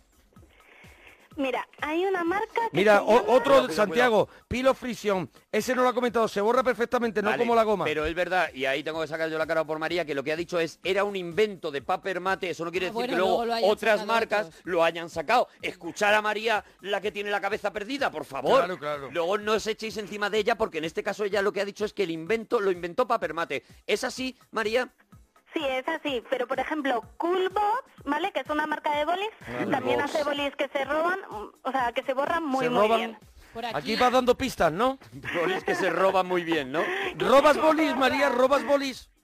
Speaker 5: Mira, hay una marca que
Speaker 2: Mira,
Speaker 5: se
Speaker 2: o-
Speaker 5: llama-
Speaker 2: otro
Speaker 3: Cuidado,
Speaker 2: de
Speaker 3: cuidado,
Speaker 2: Santiago, Pilo Frisión. Ese no lo ha comentado, se borra perfectamente, no
Speaker 3: Vale,
Speaker 2: como la goma.
Speaker 3: Pero es verdad, y ahí tengo que sacar yo la cara por María, que lo que ha dicho es, era un invento de paper mate, eso no quiere
Speaker 6: Ah,
Speaker 3: decir
Speaker 6: bueno,
Speaker 3: que luego,
Speaker 6: luego lo hayan
Speaker 3: otras
Speaker 6: sacado
Speaker 3: marcas
Speaker 6: otros.
Speaker 3: lo hayan sacado. Escuchar a María, la que tiene la cabeza perdida, por favor.
Speaker 2: Claro, claro.
Speaker 3: Luego no os echéis encima de ella, porque en este caso ella lo que ha dicho es que el invento lo inventó paper mate. ¿Es así, María?
Speaker 5: Sí, es así, pero por ejemplo, Coolbox, ¿vale? Que es una marca de bolis,
Speaker 2: Ah,
Speaker 5: también
Speaker 3: Box.
Speaker 5: hace bolis que se roban, mm, o sea, que se borran muy,
Speaker 2: se
Speaker 5: muy
Speaker 2: roban.
Speaker 5: bien.
Speaker 6: Por
Speaker 2: aquí...
Speaker 6: aquí-
Speaker 2: vas dando pistas, ¿no?
Speaker 3: Goles que se roba muy bien, ¿no?
Speaker 2: ¿Robas bolis, María? ¿Robas bolis?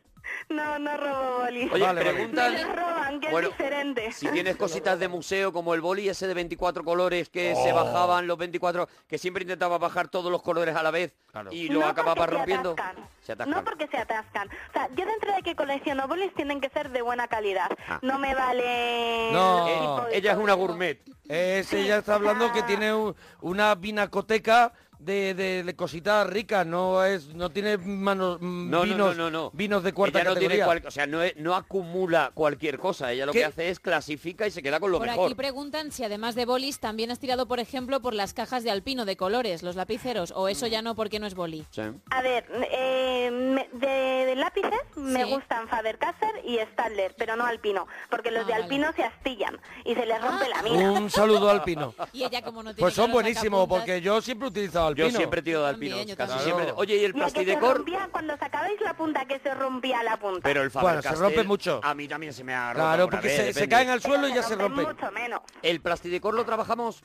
Speaker 5: No, no robo bolis.
Speaker 3: Oye,
Speaker 2: Vale, vale.
Speaker 3: preguntan,
Speaker 5: Me los roban. que
Speaker 3: Bueno,
Speaker 5: es diferente.
Speaker 3: Si tienes cositas de museo como el boli ese de 24 colores que
Speaker 2: Oh.
Speaker 3: se bajaban los 24, que siempre intentaba bajar todos los colores a la vez y lo
Speaker 5: No,
Speaker 3: acababa
Speaker 5: porque se
Speaker 3: rompiendo,
Speaker 5: atascan.
Speaker 3: se atascan.
Speaker 5: No porque se atascan. O sea, yo dentro de que colecciono bolis tienen que ser de buena calidad. No me vale...
Speaker 2: Ah. No.
Speaker 5: el tipo de Ah.
Speaker 3: Ella es una
Speaker 5: código.
Speaker 3: gourmet.
Speaker 2: Ese ya está hablando que tiene un- una vinacoteca de, de- de cositas ricas, no es no tiene manos mm,
Speaker 3: No, no,
Speaker 2: vinos,
Speaker 3: no, no, no.
Speaker 2: vinos de cuarta
Speaker 3: Ella no tiene
Speaker 2: categoría.
Speaker 3: cual- o sea, no, es- no acumula cualquier cosa. Ella lo
Speaker 2: ¿Qué?
Speaker 3: que hace es clasifica y se queda con lo
Speaker 6: Por
Speaker 3: mejor.
Speaker 6: aquí preguntan si además de bolis también has tirado, por ejemplo, por las cajas de alpino de colores, los lapiceros, o eso ya no porque no es boli.
Speaker 3: Sí.
Speaker 5: A ver, eh, me- de, de lápices me
Speaker 6: Sí.
Speaker 5: gustan Faber-Cásser y Stadler, pero no Alpino, porque los
Speaker 6: Ah,
Speaker 5: de
Speaker 6: vale. Ah.
Speaker 5: Alpino se astillan y se les rompe la mina.
Speaker 2: Un saludo alpino.
Speaker 6: Y ella como no tiene
Speaker 2: Pues son
Speaker 6: claro
Speaker 2: buenísimos
Speaker 6: sacapuntas-
Speaker 2: porque yo siempre he utilizado
Speaker 3: Yo
Speaker 2: alpino.
Speaker 3: siempre tiro de
Speaker 6: Yo
Speaker 3: alpinos,
Speaker 6: también, yo
Speaker 3: casi
Speaker 2: también.
Speaker 3: siempre.
Speaker 2: Claro.
Speaker 3: Oye, y el
Speaker 5: Y el que se
Speaker 3: plastidecor,
Speaker 5: rompía cuando sacabais la punta que se rompía la punta.
Speaker 3: pero el
Speaker 2: Bueno, se
Speaker 3: Faber-Castell,
Speaker 2: rompe mucho.
Speaker 3: A mí también se me ha roto
Speaker 2: Claro,
Speaker 3: alguna
Speaker 2: porque
Speaker 3: vez,
Speaker 2: se, se
Speaker 3: depende.
Speaker 2: caen al suelo y ya
Speaker 5: Pero
Speaker 2: se rompen.
Speaker 5: Eh, Mucho menos.
Speaker 3: El plastidecor lo trabajamos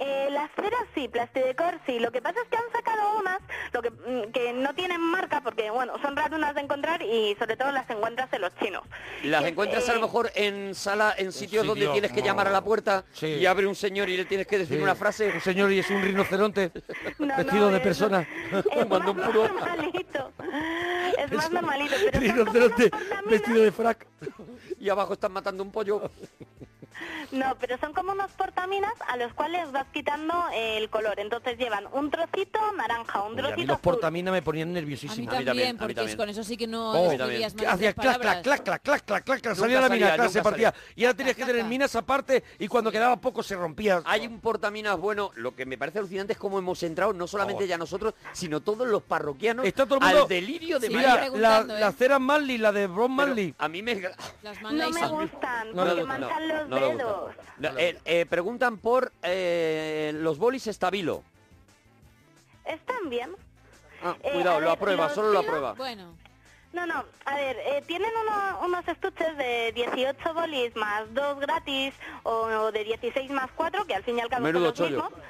Speaker 5: Eh, las ceras sí, plastidecor sí. Lo que pasa es que han sacado unas lo que, mm, que no tienen marca porque, bueno, son raras unas de encontrar y sobre todo las encuentras de los chinos.
Speaker 3: Las
Speaker 5: Eh,
Speaker 3: encuentras a lo mejor en sala, en sitios donde
Speaker 2: sitio,
Speaker 3: tienes que
Speaker 2: no.
Speaker 3: llamar a la puerta
Speaker 2: Sí.
Speaker 3: y abre un señor y le tienes que decir
Speaker 2: Sí.
Speaker 3: una
Speaker 2: Un
Speaker 3: frase.
Speaker 2: señor y es un rinoceronte
Speaker 5: No,
Speaker 2: vestido
Speaker 5: no,
Speaker 2: de
Speaker 5: es-
Speaker 2: persona.
Speaker 5: Es
Speaker 3: Cuando
Speaker 5: más
Speaker 3: un puro-
Speaker 5: normalito. Es más normalito. Pero son como unas
Speaker 2: rinoceronte
Speaker 5: portaminas-
Speaker 2: vestido de frac.
Speaker 3: Y abajo están matando un pollo.
Speaker 5: No, pero son como unos portaminas a los cuales vas quitando eh, el color. Entonces llevan un trocito naranja, un
Speaker 2: Uy, a mí
Speaker 5: trocito
Speaker 2: los
Speaker 5: azul.
Speaker 2: portamina me ponían
Speaker 6: A mí
Speaker 2: nerviosísimo.
Speaker 3: también,
Speaker 6: también,
Speaker 3: a mí
Speaker 6: porque
Speaker 3: también.
Speaker 6: es con eso sí que no
Speaker 2: Oh,
Speaker 6: escribías
Speaker 2: que
Speaker 6: más de
Speaker 2: hacía
Speaker 6: tres
Speaker 2: clac, clac,
Speaker 6: palabras.
Speaker 2: clac, clac, clac, clac, clac, clac,
Speaker 3: Nunca
Speaker 2: salía la mina,
Speaker 3: salía,
Speaker 2: clac, se
Speaker 3: nunca
Speaker 2: partía. Y ahora tenías que
Speaker 6: Taca,
Speaker 2: tener
Speaker 6: taca.
Speaker 2: minas aparte y cuando quedaba poco se rompía.
Speaker 3: Hay un portaminas bueno. Lo que me parece alucinante es cómo hemos entrado, no solamente
Speaker 2: Oh.
Speaker 3: ya nosotros, sino todos los parroquianos,
Speaker 2: Está todo el mundo-
Speaker 3: al delirio de
Speaker 6: Sí,
Speaker 3: María.
Speaker 2: Mira, la,
Speaker 6: preguntando, ¿eh?
Speaker 2: la cera Manly, la de Bron
Speaker 3: Pero
Speaker 2: Manly.
Speaker 3: a mí me...
Speaker 6: Las
Speaker 5: No me
Speaker 6: mandáis
Speaker 5: gustan,
Speaker 2: No le
Speaker 5: porque
Speaker 2: gustan,
Speaker 5: manchan los
Speaker 3: no le gustan.
Speaker 5: dedos.
Speaker 3: No, eh, eh, preguntan por eh, los bolis estabilo.
Speaker 5: Están bien.
Speaker 3: Ah,
Speaker 5: Eh,
Speaker 3: cuidado,
Speaker 5: a
Speaker 3: lo
Speaker 5: ver,
Speaker 3: aprueba,
Speaker 5: los
Speaker 3: solo lo
Speaker 5: filos-
Speaker 3: aprueba.
Speaker 6: Bueno,
Speaker 5: No, no, a ver, eh, tienen uno- unos estuches de 18 bolis más 2 gratis o, o de 16 más 4, que al fin y al cabo
Speaker 3: Menudo
Speaker 5: son los
Speaker 3: chollo.
Speaker 5: mismos.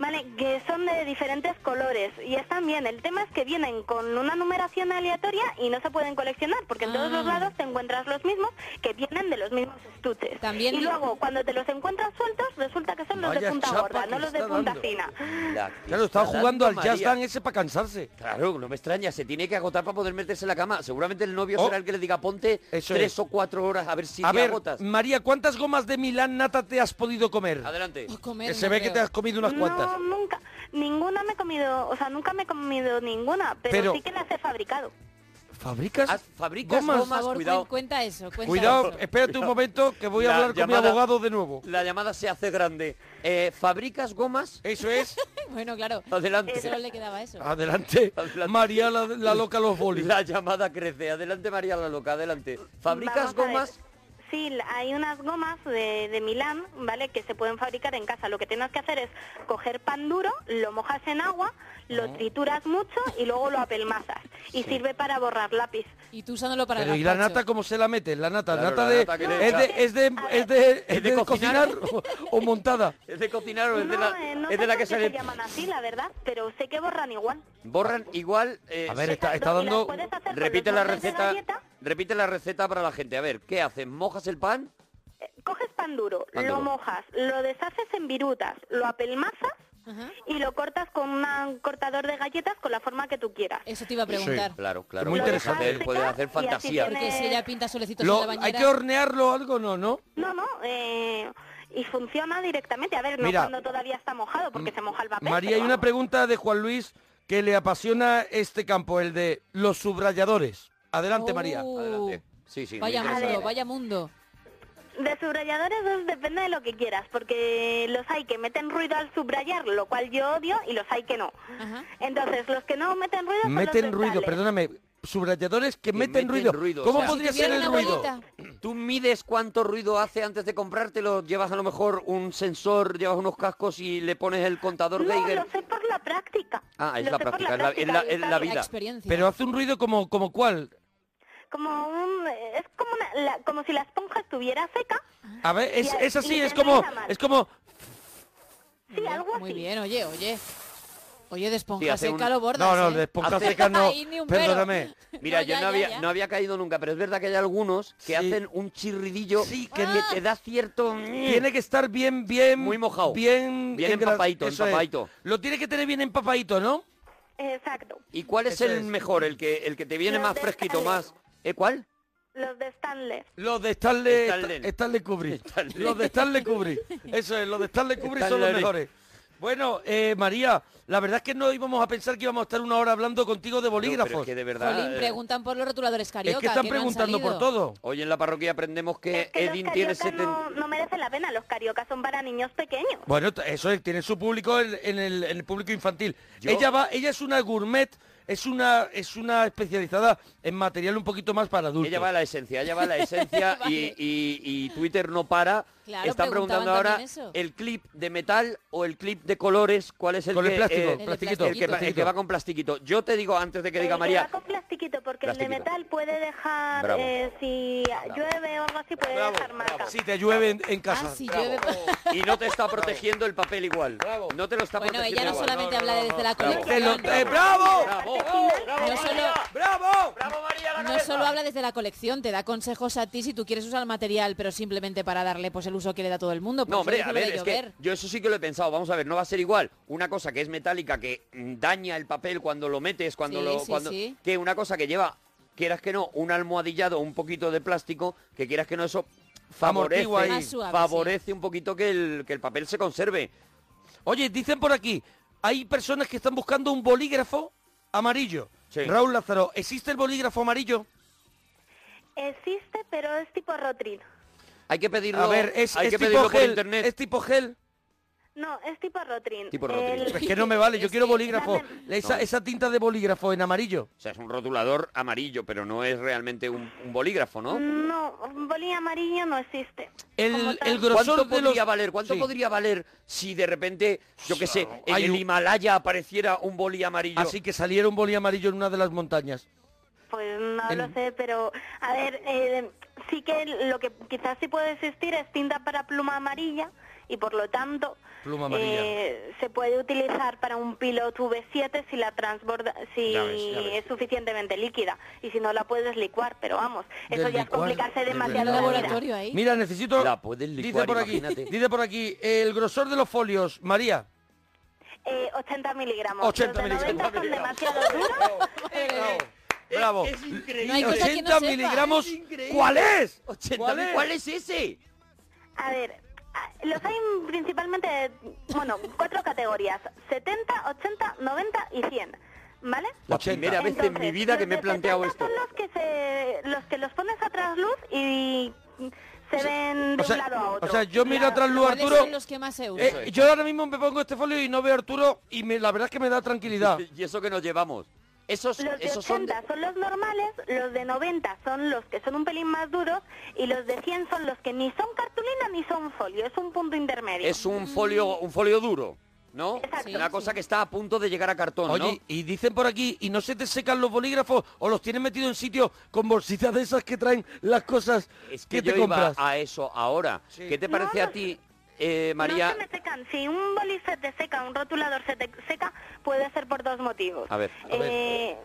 Speaker 5: Vale, que son de diferentes colores y están bien. El tema es que vienen con una numeración aleatoria y no se pueden coleccionar porque en todos
Speaker 6: Ah.
Speaker 5: los lados te encuentras los mismos que vienen de los mismos estuches.
Speaker 6: También-
Speaker 5: Y luego, cuando te los encuentras sueltos, resulta que son los
Speaker 2: Vaya
Speaker 5: de punta
Speaker 2: chapa
Speaker 5: gorda,
Speaker 2: que
Speaker 5: no los de
Speaker 2: está
Speaker 5: punta
Speaker 2: dando.
Speaker 5: fina.
Speaker 3: La que
Speaker 2: Claro, estaba
Speaker 3: está
Speaker 2: jugando al
Speaker 3: dando
Speaker 2: jazz
Speaker 3: María.
Speaker 2: dance ese para cansarse.
Speaker 3: Claro, no me extraña, se tiene que agotar para poder meterse en la cama. Seguramente el novio
Speaker 2: Oh.
Speaker 3: será el que le diga ponte
Speaker 2: Eso
Speaker 3: tres
Speaker 2: es.
Speaker 3: o cuatro horas a ver si
Speaker 2: A
Speaker 3: te
Speaker 2: ver,
Speaker 3: agotas.
Speaker 2: María, ¿cuántas gomas de Milán nata te has podido comer?
Speaker 3: Adelante.
Speaker 6: a Oh, comer
Speaker 2: Que se
Speaker 6: no
Speaker 2: ve que
Speaker 6: creo.
Speaker 2: te has comido unas cuantas.
Speaker 5: No, nunca. Ninguna me he comido, o sea, nunca me he comido ninguna, pero,
Speaker 2: Pero-
Speaker 5: sí que las he fabricado.
Speaker 2: ¿Fabricas?
Speaker 3: Haz- fabricas
Speaker 6: Por
Speaker 3: gomas,
Speaker 6: favor,
Speaker 3: cuidado.
Speaker 6: cuen- cuenta eso, cuenta
Speaker 2: Cuidado,
Speaker 6: eso.
Speaker 2: espérate un momento que voy a
Speaker 3: La
Speaker 2: hablar con mi
Speaker 3: llamada-
Speaker 2: abogado de nuevo.
Speaker 3: La llamada se hace grande. Eh, ¿Fabricas gomas?
Speaker 2: Eso es.
Speaker 6: Bueno, claro,
Speaker 3: Adelante.
Speaker 6: solo le quedaba eso.
Speaker 2: Adelante.
Speaker 3: Adelante.
Speaker 2: María la, la loca los bolis.
Speaker 3: La llamada crece. Adelante, María la Loca, adelante.
Speaker 5: Vamos
Speaker 3: ¿Fabricas
Speaker 5: a ver.
Speaker 3: gomas?
Speaker 5: Sí, la- hay unas gomas de, de Milán, ¿vale? Que se pueden fabricar en casa. Lo que tienes que hacer es coger pan duro, lo mojas en agua,
Speaker 2: Ah.
Speaker 5: lo trituras mucho y luego lo apelmazas. Y sirve para borrar lápiz.
Speaker 6: Y tú usándolo para
Speaker 2: Pero
Speaker 6: el
Speaker 2: ¿y la
Speaker 6: gazpacho.
Speaker 2: nata cómo se la mete? La nata,
Speaker 3: Claro,
Speaker 2: nata
Speaker 3: la
Speaker 2: de,
Speaker 3: nata que le
Speaker 2: es,
Speaker 3: echa.
Speaker 2: de, es de, es de,
Speaker 3: ¿Es de
Speaker 2: de
Speaker 3: cocinar?
Speaker 2: cocinar o, o montada.
Speaker 3: ¿Es de cocinar o es de
Speaker 5: no,
Speaker 3: la,
Speaker 5: eh, no
Speaker 3: es
Speaker 5: sé
Speaker 3: de la
Speaker 5: por
Speaker 3: que
Speaker 5: qué se
Speaker 3: sale?
Speaker 5: llaman así, la verdad, pero sé que borran igual.
Speaker 3: Borran igual. eh,
Speaker 2: Ah. A ver,
Speaker 3: sí.
Speaker 2: está,
Speaker 5: Esas
Speaker 2: está
Speaker 5: dos, y las
Speaker 2: dando...
Speaker 5: puedes hacer con
Speaker 3: repite
Speaker 5: los
Speaker 3: la
Speaker 5: moldes de
Speaker 3: receta.
Speaker 5: galleta.
Speaker 3: Repite la receta para la gente. A ver, ¿qué haces? ¿Mojas el pan?
Speaker 5: Eh, Coges pan duro,
Speaker 3: Pan
Speaker 5: lo
Speaker 3: duro.
Speaker 5: mojas, lo deshaces en virutas, lo apelmazas
Speaker 6: Ajá.
Speaker 5: y lo cortas con una- un cortador de galletas con la forma que tú quieras.
Speaker 6: Eso te iba a preguntar.
Speaker 3: Claro, claro.
Speaker 2: muy
Speaker 5: Lo
Speaker 3: puedes
Speaker 2: interesante.
Speaker 3: hacer- Puedes hacer
Speaker 5: Y así
Speaker 3: fantasía.
Speaker 5: tiene-
Speaker 6: Porque si ella pinta solecitos
Speaker 2: Lo-
Speaker 6: en la bañera...
Speaker 2: hay que hornearlo o algo, no, ¿no?
Speaker 5: No, no, eh, y funciona directamente. A ver, no
Speaker 2: Mira.
Speaker 5: cuando todavía está mojado, porque se moja el papel.
Speaker 2: María,
Speaker 5: pero
Speaker 2: hay una
Speaker 5: vamos.
Speaker 2: pregunta de Juan Luis que le apasiona este campo, el de los subrayadores. Adelante,
Speaker 6: Oh,
Speaker 2: María.
Speaker 3: Adelante. Sí, sí. muy
Speaker 6: Vaya
Speaker 3: interesante.
Speaker 6: mundo, vaya mundo.
Speaker 5: De subrayadores pues, depende de lo que quieras, porque los hay que meten ruido al subrayar, lo cual yo odio, y los hay que no.
Speaker 6: Ajá.
Speaker 5: Entonces, los que no meten ruido... son los
Speaker 2: Meten ruido,
Speaker 5: dentales.
Speaker 2: perdóname, subrayadores que, meten,
Speaker 3: meten
Speaker 2: ruido.
Speaker 3: ruido,
Speaker 2: ¿Cómo
Speaker 3: o sea,
Speaker 2: podría
Speaker 6: Si
Speaker 2: ser
Speaker 6: tuviera
Speaker 2: el
Speaker 6: una
Speaker 2: ruido?
Speaker 6: bolita.
Speaker 3: Tú mides cuánto ruido hace antes de comprártelo, llevas a lo mejor un sensor, llevas unos cascos y le pones el contador
Speaker 5: No,
Speaker 3: Geiger.
Speaker 5: lo sé por la práctica.
Speaker 3: Ah, es
Speaker 5: Lo
Speaker 3: la
Speaker 5: sé por
Speaker 3: práctica, es la- es la- es la
Speaker 5: ¿sabes?
Speaker 3: vida.
Speaker 6: La experiencia.
Speaker 2: Pero hace un ruido como, como cuál.
Speaker 5: Como un, es como, una- la- como si la esponja estuviera seca.
Speaker 2: A ver, es,
Speaker 5: Y a-
Speaker 2: es así,
Speaker 5: y
Speaker 2: es
Speaker 5: le
Speaker 2: como,
Speaker 5: suena mal.
Speaker 2: es como,
Speaker 5: Sí, algo así.
Speaker 6: Muy bien, oye, oye. Oye, de
Speaker 3: Sí,
Speaker 6: esponja
Speaker 3: hace
Speaker 6: seca
Speaker 3: un-
Speaker 6: lo bordas,
Speaker 2: No, no,
Speaker 6: ¿eh?
Speaker 2: de esponja
Speaker 3: Hace-
Speaker 2: seca no.
Speaker 6: Ahí ni un pelo.
Speaker 2: Perdóname.
Speaker 3: Mira,
Speaker 6: No,
Speaker 3: yo
Speaker 6: ya,
Speaker 3: no,
Speaker 6: ya,
Speaker 3: había,
Speaker 6: ya.
Speaker 3: no había caído nunca, pero es verdad que hay algunos que
Speaker 2: Sí.
Speaker 3: hacen un chirridillo
Speaker 2: Sí,
Speaker 3: que
Speaker 2: que
Speaker 3: ni te da cierto...
Speaker 2: Tiene que estar bien, bien...
Speaker 3: Muy mojado.
Speaker 2: Bien...
Speaker 3: Bien
Speaker 2: engra-
Speaker 3: empapadito,
Speaker 2: eso es.
Speaker 3: empapadito.
Speaker 2: Lo tiene que tener bien empapadito, ¿no?
Speaker 5: Exacto.
Speaker 3: ¿Y cuál es
Speaker 2: Eso
Speaker 3: el
Speaker 2: es.
Speaker 3: mejor? ¿El que, el que te viene
Speaker 5: Los
Speaker 3: más
Speaker 5: de
Speaker 3: fresquito,
Speaker 5: Stanley.
Speaker 3: más...? ¿Eh, cuál?
Speaker 5: Los de Stanley.
Speaker 2: Los de Stanley,
Speaker 3: Stanley.
Speaker 2: Sta- Stanley Kubrick.
Speaker 3: Stanley.
Speaker 2: Los de Stanley Kubrick. Eso es, los de Stanley Kubrick son
Speaker 3: Stanley.
Speaker 2: los mejores. Bueno, eh, María, la verdad es que no íbamos a pensar que íbamos a estar una hora hablando contigo de
Speaker 3: No,
Speaker 2: bolígrafos.
Speaker 3: pero es que de verdad...
Speaker 6: Jolín,
Speaker 3: eh,
Speaker 6: preguntan por los rotuladores carioca.
Speaker 2: Es que están
Speaker 6: no han
Speaker 2: preguntando por
Speaker 6: salido.
Speaker 2: todo.
Speaker 3: Hoy en la parroquia aprendemos que,
Speaker 5: Es que
Speaker 3: Edin
Speaker 5: los
Speaker 3: tiene
Speaker 5: cariocas
Speaker 3: 70...
Speaker 5: no, no merece la pena, los cariocas son para niños pequeños.
Speaker 2: Bueno, t- eso es, tiene su público en, en el, en el público infantil.
Speaker 3: Yo-
Speaker 2: Ella va, ella es una gourmet, es una, es una especializada en material un poquito más para adultos.
Speaker 3: Ella va a la esencia, ella va a la esencia y-
Speaker 6: Vale.
Speaker 3: y, y Twitter no para.
Speaker 6: Claro,
Speaker 3: Están preguntando
Speaker 6: preguntaban
Speaker 3: ahora
Speaker 6: también eso.
Speaker 3: el clip de metal o el clip de colores, cuál es el
Speaker 2: Con
Speaker 3: que,
Speaker 2: el plástico,
Speaker 3: eh,
Speaker 6: de
Speaker 2: plastiquito,
Speaker 3: el que, va- el que
Speaker 2: plastiquito.
Speaker 3: va con plastiquito. Yo te digo antes de que diga
Speaker 5: El
Speaker 3: María,
Speaker 5: va Eh, con plastiquito, porque el de
Speaker 3: Plastiquito.
Speaker 5: metal puede dejar,
Speaker 3: Bravo.
Speaker 5: eh, si llueve o algo así, puede
Speaker 3: Bravo,
Speaker 5: dejar marca.
Speaker 2: Si te llueve en, en casa.
Speaker 6: Ah, sí, llueve.
Speaker 3: y no te está protegiendo el papel igual. No te lo está
Speaker 6: Bueno,
Speaker 3: protegiendo
Speaker 6: ella no
Speaker 3: igual.
Speaker 6: solamente habla desde la
Speaker 3: Bravo.
Speaker 2: Te lo-
Speaker 6: colección.
Speaker 2: eh, ¡Bravo!
Speaker 3: Bravo,
Speaker 6: No solo,
Speaker 2: ¡Bravo!
Speaker 3: bravo María la
Speaker 6: no solo habla desde la colección, te da consejos a ti si tú quieres usar el material, pero simplemente para darle pues el uso que le da todo el mundo. Por eso
Speaker 3: No, hombre,
Speaker 6: dice
Speaker 3: a
Speaker 6: lo
Speaker 3: ver,
Speaker 6: de
Speaker 3: es que
Speaker 6: llover.
Speaker 3: yo eso sí que lo he pensado. Vamos a ver, no va a ser igual una cosa que es metálica, que mm, daña el papel cuando lo metes, cuando
Speaker 6: Sí,
Speaker 3: lo...
Speaker 6: sí,
Speaker 3: cuando,
Speaker 6: sí.
Speaker 3: Que una cosa que lleva, quieras que no, un almohadillado, un poquito de plástico, que quieras que no, eso favorece,
Speaker 2: Amortigua ahí.
Speaker 6: Más suave,
Speaker 3: favorece un poquito que el, que el papel se conserve.
Speaker 2: Oye, dicen por aquí, hay personas que están buscando un bolígrafo amarillo.
Speaker 3: Sí.
Speaker 2: Raúl Lázaro, ¿existe el bolígrafo amarillo?
Speaker 5: Existe, pero es tipo Rotrin.
Speaker 3: Hay que pedirlo,
Speaker 2: A ver, es,
Speaker 3: hay
Speaker 2: es
Speaker 3: que
Speaker 2: tipo
Speaker 3: pedirlo por
Speaker 2: gel.
Speaker 3: internet.
Speaker 2: Es tipo gel.
Speaker 5: No, es tipo Rotrin.
Speaker 3: Tipo Rotrin.
Speaker 2: Pero es que no me vale, yo
Speaker 6: Es
Speaker 2: quiero
Speaker 6: que-
Speaker 2: bolígrafo. Esa,
Speaker 3: No.
Speaker 2: esa tinta de bolígrafo en amarillo.
Speaker 3: O sea, es un rotulador amarillo, pero no es realmente un, un bolígrafo, ¿no?
Speaker 5: No, bolí amarillo no existe. Como
Speaker 2: El,
Speaker 5: tal.
Speaker 2: el grosor
Speaker 3: ¿Cuánto
Speaker 2: de
Speaker 3: podría
Speaker 2: los...
Speaker 3: valer? ¿Cuánto
Speaker 2: Sí.
Speaker 3: podría valer si de repente, yo qué sé, en
Speaker 2: Hay
Speaker 3: el
Speaker 2: un-
Speaker 3: Himalaya apareciera un boli amarillo?
Speaker 2: Así que saliera un boli amarillo en una de las montañas.
Speaker 5: Pues no
Speaker 2: El-
Speaker 5: lo sé, pero a ver, eh, sí que lo que quizás sí puede existir es tinta para pluma amarilla y por lo tanto
Speaker 2: Pluma amarilla.
Speaker 5: eh, se puede utilizar para un pilot V7 si la transborda, si
Speaker 3: Ya ves, ya ves.
Speaker 5: es suficientemente líquida y si no la puedes licuar, pero vamos, eso
Speaker 2: Del
Speaker 5: ya es
Speaker 2: licuar,
Speaker 5: complicarse
Speaker 2: del
Speaker 5: demasiado.
Speaker 6: Tiene un
Speaker 5: la vida.
Speaker 6: laboratorio ahí.
Speaker 2: Mira, necesito...
Speaker 3: La puedes licuar,
Speaker 2: dice por aquí,
Speaker 3: imagínate.
Speaker 2: dice por aquí, el grosor de los folios, María.
Speaker 5: Eh, 80 miligramos.
Speaker 2: 80
Speaker 5: Los de 90
Speaker 2: miligramos.
Speaker 5: son demasiado duros.
Speaker 2: Bravo. Bravo.
Speaker 6: No hay cosa que no
Speaker 2: 80
Speaker 6: sepa.
Speaker 2: miligramos.
Speaker 3: Es increíble.
Speaker 2: ¿Cuál es?
Speaker 3: 80.000,
Speaker 2: ¿Cuál es?
Speaker 3: ese?
Speaker 5: A ver, a- los hay principalmente, bueno, cuatro categorías, 70, 80, 90 y 100, ¿vale?
Speaker 3: La
Speaker 2: 80.
Speaker 3: primera vez en mi
Speaker 5: Entonces,
Speaker 3: vida que me he
Speaker 5: los de
Speaker 3: planteado
Speaker 5: 70
Speaker 3: esto.
Speaker 5: Son los que, se, los que los pones a trasluz y se ven de
Speaker 2: O sea,
Speaker 5: un lado a otro.
Speaker 2: o sea, yo miro a trasluz,
Speaker 6: ¿Cuáles
Speaker 2: Arturo.
Speaker 6: son los que más se
Speaker 2: Eh,
Speaker 6: usan?
Speaker 2: yo ahora mismo me pongo este folio y no veo a Arturo y me, la verdad es que me da tranquilidad.
Speaker 3: Y eso que nos llevamos. Esos,
Speaker 5: Los de
Speaker 3: esos son...
Speaker 5: 80
Speaker 3: de-
Speaker 5: son, los normales, los de 90 son los que son un pelín más duros y los de 100 son los que ni son cartulina ni son folio, es un punto intermedio.
Speaker 3: Es un folio, un folio duro, ¿no?
Speaker 5: Exacto.
Speaker 3: Una cosa que está a punto de llegar a cartón,
Speaker 2: Oye, y dicen por aquí, ¿y no se te secan los bolígrafos o los tienes metidos en sitio con bolsitas de esas que traen las cosas
Speaker 3: ¿no? Es que
Speaker 2: te
Speaker 3: yo iba
Speaker 2: compras?
Speaker 3: a eso ahora.
Speaker 2: Sí.
Speaker 3: ¿Qué te parece
Speaker 5: No,
Speaker 3: a
Speaker 5: no.
Speaker 3: ti, eh, María?
Speaker 5: No se me secan. Si un boli se te seca, un rotulador se te seca, puede ser por dos motivos.
Speaker 3: A ver, a ver.
Speaker 5: Eh,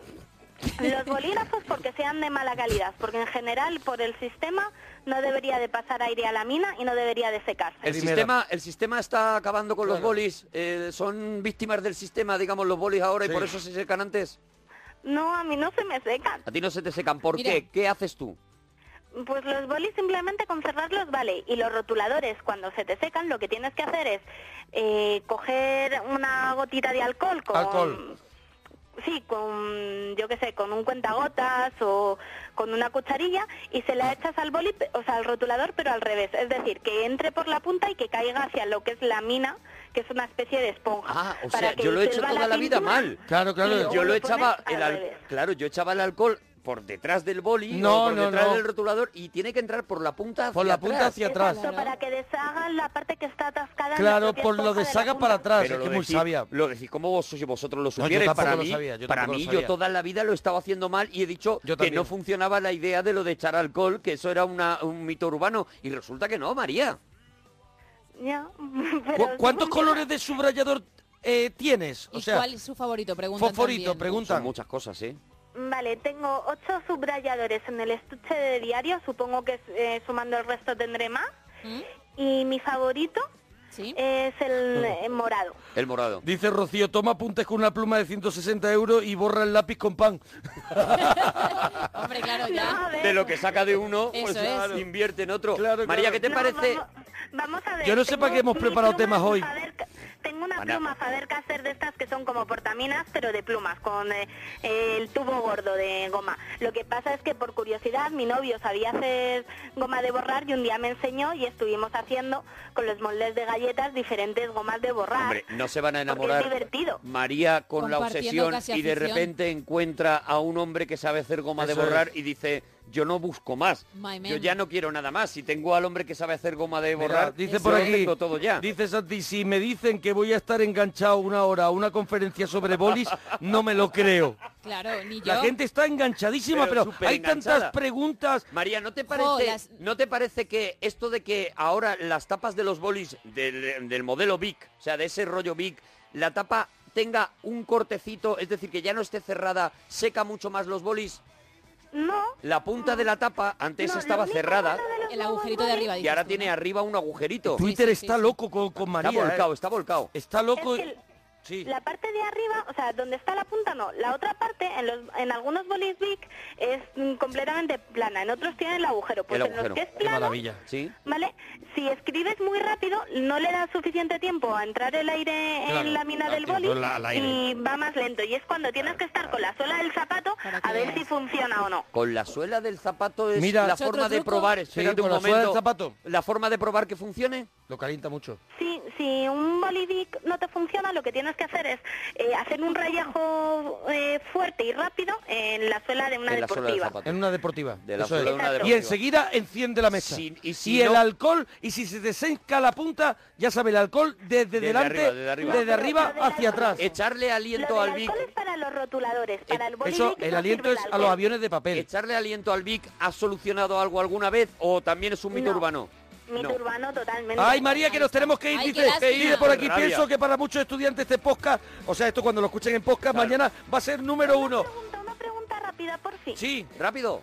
Speaker 5: Los bolígrafos porque sean de mala calidad, porque en general por el sistema no debería de pasar aire a la mina y no debería de secarse.
Speaker 3: El
Speaker 2: Primera.
Speaker 3: sistema, el sistema está acabando con los
Speaker 2: Claro.
Speaker 3: bolis. eh, son víctimas del sistema, digamos, los bolis ahora
Speaker 2: Sí.
Speaker 3: y por eso se secan antes.
Speaker 5: No, a mí no se me secan.
Speaker 3: A ti no se te secan. ¿Por
Speaker 6: Mira.
Speaker 3: qué? ¿Qué haces tú?
Speaker 5: Pues los bolis simplemente con cerrarlos vale. Y los rotuladores cuando se te secan lo que tienes que hacer es eh, coger una gotita de alcohol con...
Speaker 2: Alcohol.
Speaker 5: Sí, con, yo qué sé, con un cuentagotas o con una cucharilla y se la echas al boli, pe- o sea, al rotulador, pero al revés. Es decir, que entre por la punta y que caiga hacia lo que es la mina, que es una especie de esponja.
Speaker 3: Ah, o
Speaker 5: para
Speaker 3: sea,
Speaker 5: que
Speaker 3: yo lo he hecho
Speaker 5: disuelva
Speaker 3: toda la vida
Speaker 5: pintura.
Speaker 3: mal.
Speaker 2: Claro, claro.
Speaker 5: Y
Speaker 2: Pero
Speaker 5: luego
Speaker 3: yo lo
Speaker 5: pones
Speaker 3: echaba
Speaker 5: al
Speaker 3: el al-
Speaker 5: revés.
Speaker 3: claro yo echaba el alcohol por detrás del boli
Speaker 2: No,
Speaker 3: o por
Speaker 2: no,
Speaker 3: detrás
Speaker 2: no.
Speaker 3: del rotulador y tiene que entrar por la punta
Speaker 2: Por
Speaker 3: hacia
Speaker 2: la punta
Speaker 3: atrás.
Speaker 2: hacia atrás.
Speaker 5: Exacto, para que deshagan la parte que está atascada. en la
Speaker 2: Claro,
Speaker 5: propia
Speaker 2: por lo
Speaker 5: esponja
Speaker 2: de
Speaker 5: la
Speaker 2: saga
Speaker 5: punta.
Speaker 2: para atrás,
Speaker 3: Pero
Speaker 2: es
Speaker 3: lo
Speaker 2: que es muy
Speaker 3: decís-
Speaker 2: sabia.
Speaker 3: Lo decís como vos, si vosotros lo
Speaker 2: yo
Speaker 3: supierais.
Speaker 2: tampoco
Speaker 3: para
Speaker 2: lo
Speaker 3: mí,
Speaker 2: sabía, yo
Speaker 3: para
Speaker 2: tampoco
Speaker 3: mí
Speaker 2: lo
Speaker 3: yo
Speaker 2: sabía.
Speaker 3: toda la vida lo estaba haciendo mal y he dicho
Speaker 2: Yo
Speaker 3: que
Speaker 2: también.
Speaker 3: no funcionaba la idea de lo de echar alcohol, que eso era una- un mito urbano. Y resulta que no, María.
Speaker 5: Ya,
Speaker 2: ¿Cu-
Speaker 5: pero
Speaker 2: ¿Cuántos
Speaker 5: no funciona.
Speaker 2: colores de subrayador eh, tienes? O
Speaker 6: ¿Y
Speaker 2: sea,
Speaker 6: cuál es su favorito? Preguntan
Speaker 2: fosforito,
Speaker 6: también.
Speaker 2: preguntan.
Speaker 3: Son muchas cosas, ¿eh?
Speaker 5: Vale, tengo ocho subrayadores en el estuche de diario, supongo que eh, sumando el resto tendré más.
Speaker 6: ¿Mm?
Speaker 5: Y mi favorito
Speaker 6: ¿Sí?
Speaker 5: es el eh, morado.
Speaker 3: El morado.
Speaker 2: Dice Rocío, toma apuntes con una pluma de 160 euros y borra el lápiz con pan.
Speaker 6: Hombre, claro,
Speaker 5: No, a
Speaker 6: ya.
Speaker 5: ver.
Speaker 3: De lo que saca de uno,
Speaker 6: Eso
Speaker 3: pues
Speaker 6: es.
Speaker 3: invierte en otro.
Speaker 2: Claro,
Speaker 3: María,
Speaker 2: claro.
Speaker 3: ¿qué te
Speaker 5: No,
Speaker 3: parece?
Speaker 5: Vamos, vamos a ver.
Speaker 2: Yo no sé
Speaker 5: tengo
Speaker 2: para qué hemos
Speaker 5: mi
Speaker 2: preparado
Speaker 5: pluma
Speaker 2: temas hoy.
Speaker 5: Faber- tengo una
Speaker 3: Bueno.
Speaker 5: pluma Faber Castell de estas que son como portaminas, pero de plumas, con eh, el tubo gordo de goma. Lo que pasa es que por curiosidad mi novio sabía hacer goma de borrar y un día me enseñó y estuvimos haciendo con los moldes de galletas diferentes gomas de borrar.
Speaker 3: Hombre, no se van a
Speaker 5: porque es
Speaker 3: enamorar.
Speaker 5: divertido.
Speaker 3: María con la
Speaker 6: Compartiendo
Speaker 3: obsesión
Speaker 6: casi
Speaker 3: y de
Speaker 6: afición.
Speaker 3: repente encuentra a un hombre que sabe hacer goma de
Speaker 2: Eso es.
Speaker 3: borrar y dice, yo no busco más,
Speaker 6: My
Speaker 3: yo
Speaker 6: man.
Speaker 3: ya no quiero nada más. Si tengo al hombre que sabe hacer goma de
Speaker 2: Mira,
Speaker 3: borrar,
Speaker 2: dice
Speaker 3: yo
Speaker 2: por
Speaker 3: lo
Speaker 2: aquí,
Speaker 3: tengo todo ya.
Speaker 2: dice Santi, si me dicen que voy a estar enganchado una hora a una conferencia sobre bolis, no me lo creo.
Speaker 6: Claro, ni yo.
Speaker 2: La gente está enganchadísima,
Speaker 3: Pero
Speaker 2: pero, hay
Speaker 3: superenganchada.
Speaker 2: tantas preguntas.
Speaker 3: María, ¿no te, parece,
Speaker 6: Jo, las-
Speaker 3: ¿no te parece que esto de que ahora las tapas de los bolis del, del modelo Big, o sea, de ese rollo Big, la tapa tenga un cortecito, es decir, que ya no esté cerrada, seca mucho más los bolis?
Speaker 5: No.
Speaker 3: La punta de la tapa antes
Speaker 5: no, lo
Speaker 3: estaba
Speaker 5: único
Speaker 3: cerrada
Speaker 5: malo de los
Speaker 6: El agujerito de
Speaker 5: huevos
Speaker 6: arriba.
Speaker 3: y
Speaker 6: dices
Speaker 3: ahora
Speaker 6: tú,
Speaker 3: tiene
Speaker 6: ¿no?
Speaker 3: arriba un agujerito.
Speaker 2: Twitter
Speaker 6: sí, sí,
Speaker 2: está
Speaker 6: sí.
Speaker 2: loco con, con
Speaker 3: Está
Speaker 2: María. ¿eh?
Speaker 3: volcado, está volcado.
Speaker 2: Está loco.
Speaker 5: Es que el-
Speaker 2: Sí.
Speaker 5: La parte de arriba, o sea, donde está la punta no, la otra parte en, los, en algunos bolis big es mm, completamente plana, en otros tiene el agujero, pues
Speaker 3: El
Speaker 5: en
Speaker 3: agujero.
Speaker 5: los que es
Speaker 2: Qué
Speaker 5: plano,
Speaker 2: maravilla.
Speaker 3: ¿Sí?
Speaker 5: ¿vale? Si escribes muy rápido no le da suficiente tiempo a entrar el aire
Speaker 2: Claro,
Speaker 5: en la mina
Speaker 2: al
Speaker 5: del
Speaker 2: tiempo,
Speaker 5: boli
Speaker 2: la- al aire.
Speaker 5: y va más lento y es cuando tienes que estar con la sola del zapato
Speaker 6: Para que
Speaker 5: a ver
Speaker 6: veas.
Speaker 5: si funciona o no.
Speaker 3: Con la suela del zapato es
Speaker 2: Mira,
Speaker 3: la
Speaker 6: ¿Es otro
Speaker 3: forma de
Speaker 6: truco?
Speaker 3: probar,
Speaker 2: Sí,
Speaker 3: espérate
Speaker 2: con
Speaker 3: un
Speaker 2: la suela
Speaker 3: momento.
Speaker 2: del zapato.
Speaker 3: ¿La forma de probar que funcione?
Speaker 2: Lo calienta mucho.
Speaker 5: Si, si un bolivic no te funciona, lo que tienes que hacer es eh, hacer un rayajo eh, fuerte y rápido en la suela de una
Speaker 3: En la suela del
Speaker 5: deportiva.
Speaker 3: zapato.
Speaker 2: En una deportiva.
Speaker 3: De la
Speaker 2: Eso
Speaker 3: suela
Speaker 2: es.
Speaker 3: de una
Speaker 2: Y
Speaker 3: deportiva.
Speaker 2: enseguida enciende la mesa.
Speaker 3: Si- y si
Speaker 2: el
Speaker 3: no-
Speaker 2: alcohol, y si se desenca la punta, ya sabe, el alcohol desde, delante,
Speaker 3: arriba, desde arriba.
Speaker 2: desde
Speaker 5: No, pero
Speaker 2: arriba
Speaker 5: lo del
Speaker 2: hacia
Speaker 5: alcohol-
Speaker 2: atrás.
Speaker 3: Echarle aliento
Speaker 5: Lo
Speaker 3: al Eh,
Speaker 5: del
Speaker 3: Vic.
Speaker 5: alcohol es para los rotuladores, para el bolivic
Speaker 2: Eso, el
Speaker 5: no
Speaker 2: aliento
Speaker 5: sirve
Speaker 2: es
Speaker 5: el
Speaker 2: a los
Speaker 5: alcohol.
Speaker 2: aviones de papel.
Speaker 3: ¿Echarle aliento al Vic ha solucionado algo alguna vez o también es un mito
Speaker 5: No.
Speaker 3: urbano?
Speaker 5: Mito
Speaker 3: No.
Speaker 5: urbano totalmente.
Speaker 2: Ay, María, que nos tenemos que ir.
Speaker 6: Ay, qué
Speaker 2: dice,
Speaker 6: lástima.
Speaker 2: dice por aquí,
Speaker 3: Qué rabia.
Speaker 2: pienso que para muchos estudiantes de podcast, o sea, esto cuando lo escuchen en podcast, mañana va a ser número
Speaker 5: Una
Speaker 2: uno.
Speaker 5: pregunta, una pregunta rápida por fin.
Speaker 2: Sí,
Speaker 3: Rápido.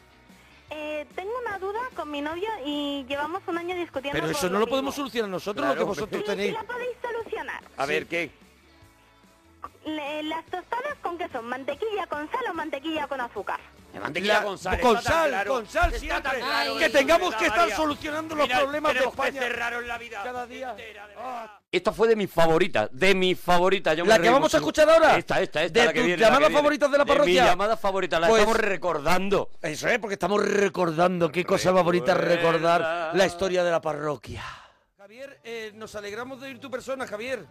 Speaker 5: Eh, tengo una duda con mi novio y llevamos un año discutiendo.
Speaker 2: pero
Speaker 5: por
Speaker 2: eso no lo
Speaker 5: mismo.
Speaker 2: podemos solucionar nosotros,
Speaker 3: Claro, pues,
Speaker 2: lo que vosotros
Speaker 5: Sí, sí
Speaker 2: tenéis.
Speaker 5: la podéis solucionar.
Speaker 3: A ver, ¿qué?
Speaker 5: Le- las tostadas con qué son, mantequilla con sal o mantequilla con azúcar.
Speaker 3: Mantequilla
Speaker 2: La-
Speaker 3: con sal.
Speaker 2: con
Speaker 3: está tan
Speaker 2: sal,
Speaker 3: claro.
Speaker 2: con sal
Speaker 3: Está
Speaker 2: siempre.
Speaker 3: tan claro
Speaker 6: Ay.
Speaker 2: Que
Speaker 3: eso,
Speaker 2: tengamos
Speaker 3: ¿verdad,
Speaker 2: que estar
Speaker 3: María?
Speaker 2: solucionando los
Speaker 3: Mirad,
Speaker 2: problemos de
Speaker 3: tenemos que
Speaker 2: España.
Speaker 3: cerraros la vida
Speaker 2: Cada día.
Speaker 3: entera, de
Speaker 2: Ah.
Speaker 3: verdad. Esta fue de mis favoritas, de mis favoritas. Yo me
Speaker 2: ¿La que
Speaker 3: reí
Speaker 2: vamos a
Speaker 3: mucho.
Speaker 2: escuchar ahora?
Speaker 3: Esta, esta, esta.
Speaker 2: ¿De
Speaker 3: la que
Speaker 2: tus
Speaker 3: viene, la que
Speaker 2: llamadas
Speaker 3: viene.
Speaker 2: favoritas de la parroquia?
Speaker 3: mis llamadas favoritas, las
Speaker 2: Pues-
Speaker 3: estamos recordando.
Speaker 2: Eso es, porque estamos recordando. Qué cosa más bonita recordar la historia de la parroquia.
Speaker 4: Javier, eh, nos alegramos de oír tu persona, Javier.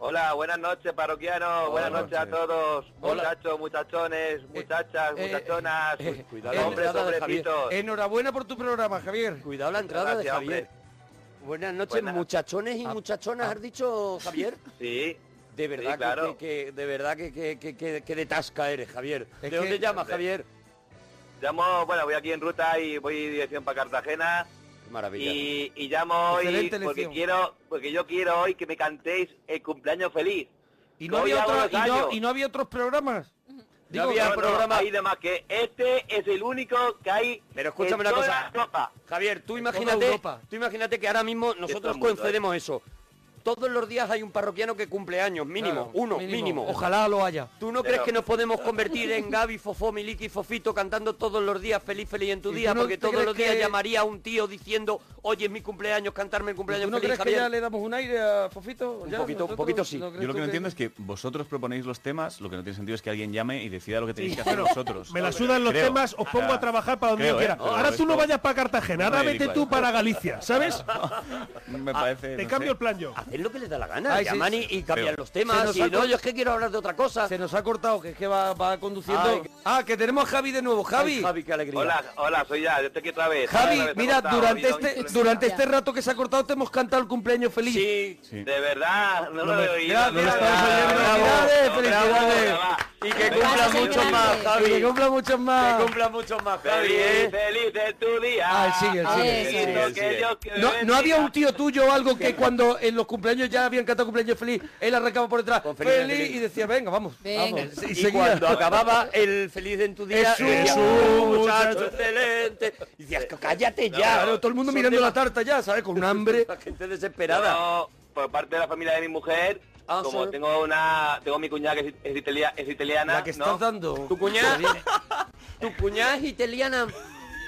Speaker 7: Hola, buenas noches, parroquianos. Buenas noches a todos.
Speaker 2: Hola.
Speaker 7: Muchachos, muchachones, muchachas,
Speaker 2: eh,
Speaker 7: muchachonas.
Speaker 2: eh,
Speaker 3: cuidado,
Speaker 7: hombres,
Speaker 3: cuidado, Javier.
Speaker 7: hombrecitos.
Speaker 4: Enhorabuena por tu programa, Javier.
Speaker 3: Cuidado la entrada de
Speaker 7: Gracias,
Speaker 3: Javier. Buenas Ah, noches,
Speaker 7: Buenas.
Speaker 3: muchachones y muchachonas, ¿has dicho, Javier?
Speaker 7: Sí.
Speaker 3: De verdad,
Speaker 7: Sí, claro.
Speaker 3: que, que- de verdad que, que, que, que- que de tasca eres, Javier. ¿De
Speaker 4: que-
Speaker 3: dónde llamas,
Speaker 7: Hombre.
Speaker 3: Javier?
Speaker 7: Llamo, bueno, voy aquí en ruta y voy dirección para Cartagena.
Speaker 3: Qué maravilla.
Speaker 7: Y, y llamo hoy
Speaker 4: Excelente
Speaker 7: porque
Speaker 4: elección.
Speaker 7: quiero, porque yo quiero hoy que me cantéis el cumpleaños feliz.
Speaker 4: Y no,
Speaker 7: Hoy
Speaker 4: había
Speaker 7: hago
Speaker 4: otro-
Speaker 7: los
Speaker 4: y, no,
Speaker 7: años.
Speaker 4: y no había otros programas.
Speaker 3: No
Speaker 4: Digo,
Speaker 3: había
Speaker 7: No, no,
Speaker 3: programa.
Speaker 7: hay demás que este es el único que hay.
Speaker 3: Pero escúchame
Speaker 7: en
Speaker 3: una
Speaker 7: toda
Speaker 3: cosa.
Speaker 7: Europa.
Speaker 3: Javier, tú
Speaker 4: toda
Speaker 3: imagínate,
Speaker 4: Europa.
Speaker 3: tú imagínate que ahora mismo nosotros
Speaker 7: muy
Speaker 3: concedemos eso. Todos los días hay un parroquiano que cumple años, mínimo,
Speaker 4: Claro,
Speaker 3: uno, mínimo.
Speaker 4: Ojalá lo haya.
Speaker 3: ¿Tú no
Speaker 7: Pero-
Speaker 3: crees que nos podemos convertir en Gaby, Fofó, Miliki, Fofito cantando todos los días feliz, feliz en tu
Speaker 4: ¿Y
Speaker 3: día?
Speaker 4: tú no
Speaker 3: porque
Speaker 4: te
Speaker 3: todos
Speaker 4: crees
Speaker 3: los días
Speaker 4: que-
Speaker 3: llamaría a un tío diciendo, oye, es mi cumpleaños, cantarme el
Speaker 4: ¿Y
Speaker 3: cumpleaños
Speaker 4: ¿Tú no
Speaker 3: feliz,
Speaker 4: crees que
Speaker 3: Javier.
Speaker 4: ya le damos un aire a Fofito?
Speaker 3: Un
Speaker 4: ¿Ya?
Speaker 3: poquito- un
Speaker 4: ¿Nosotros?
Speaker 3: poquito sí.
Speaker 4: ¿No crees
Speaker 8: Yo lo
Speaker 4: tú
Speaker 8: que no entiendo es que vosotros proponéis los temas, lo que no tiene sentido es que alguien llame y decida lo que tenéis que hacer vosotros.
Speaker 9: Me la sudan los
Speaker 8: Creo. Ah,
Speaker 9: temas, os pongo a trabajar para donde
Speaker 8: creo,
Speaker 9: yo quiera.
Speaker 8: ¿eh? Pero
Speaker 9: ahora tú no
Speaker 8: esto-
Speaker 9: vayas para Cartagena,
Speaker 8: no
Speaker 9: ahora
Speaker 8: me
Speaker 9: vete
Speaker 8: dedico a
Speaker 9: tú
Speaker 8: eso.
Speaker 9: para Galicia, ¿sabes?
Speaker 3: Ah,
Speaker 8: Me parece.
Speaker 9: Te
Speaker 8: no
Speaker 9: cambio
Speaker 8: sé.
Speaker 9: el plan yo.
Speaker 3: Hacer lo que les da la gana,
Speaker 4: Ay, sí,
Speaker 3: llaman y-
Speaker 4: sí.
Speaker 3: y, cambian
Speaker 8: Pero-
Speaker 3: los temas.
Speaker 4: nos
Speaker 3: Y
Speaker 4: ha
Speaker 3: no,
Speaker 4: cor-
Speaker 3: yo es que quiero hablar de otra cosa.
Speaker 4: Se nos ha cortado, que es que va, va conduciendo.
Speaker 3: Ay.
Speaker 4: Ah, que tenemos a Javi de nuevo. Javi.
Speaker 3: Ay, Javi, qué alegría.
Speaker 7: Hola, hola, soy ya, yo estoy aquí otra vez.
Speaker 4: Javi,
Speaker 7: Otra vez,
Speaker 4: mira,
Speaker 7: acostado,
Speaker 4: durante
Speaker 7: oído,
Speaker 4: este,
Speaker 7: oído,
Speaker 4: durante
Speaker 6: Ya.
Speaker 4: este rato que se ha cortado te hemos cantado el cumpleaños feliz.
Speaker 3: Sí,
Speaker 8: Sí.
Speaker 7: De verdad, no lo he oído.
Speaker 4: Gracias,
Speaker 7: de
Speaker 4: gracias,
Speaker 7: verdad.
Speaker 4: felicidades,
Speaker 7: Bravo,
Speaker 4: felicidades.
Speaker 7: bravo,
Speaker 3: Y que cumpla mucho más, Javi.
Speaker 2: Que cumpla muchos más.
Speaker 3: Que cumpla mucho más, Javi,
Speaker 7: Feliz,
Speaker 3: ¿eh?
Speaker 7: feliz es tu día.
Speaker 2: Ah, él sigue, él sigue,
Speaker 6: él sigue,
Speaker 7: Bendito
Speaker 3: él
Speaker 7: que
Speaker 3: sigue.
Speaker 7: Dios que
Speaker 2: No, no
Speaker 7: bendiga.
Speaker 2: había un tío tuyo o algo que cuando en los cumpleaños ya habían cantado cumpleaños feliz, él arrancaba por detrás,
Speaker 3: Con
Speaker 2: feliz,
Speaker 3: feliz, feliz.
Speaker 2: y decía, venga, vamos.
Speaker 6: Venga.
Speaker 2: vamos.
Speaker 3: Y,
Speaker 2: seguía.
Speaker 3: cuando acababa el feliz en tu día,
Speaker 2: Jesús,
Speaker 3: decía,
Speaker 2: Jesús,
Speaker 3: muchacho excelente. Y decías, cállate ya.
Speaker 2: Claro, todo el mundo
Speaker 3: Son
Speaker 2: mirando
Speaker 3: de
Speaker 2: la tarta ya, ¿sabes? Con un hambre.
Speaker 3: La gente desesperada.
Speaker 7: Yo, por parte de la familia de mi mujer,
Speaker 3: Ah,
Speaker 7: como
Speaker 3: sí.
Speaker 7: tengo una, tengo mi cuñada que es, es italia- es italiana,
Speaker 2: La que
Speaker 7: ¿no?
Speaker 2: estás dando.
Speaker 3: Tu cuñada, tu cuñada es italiana.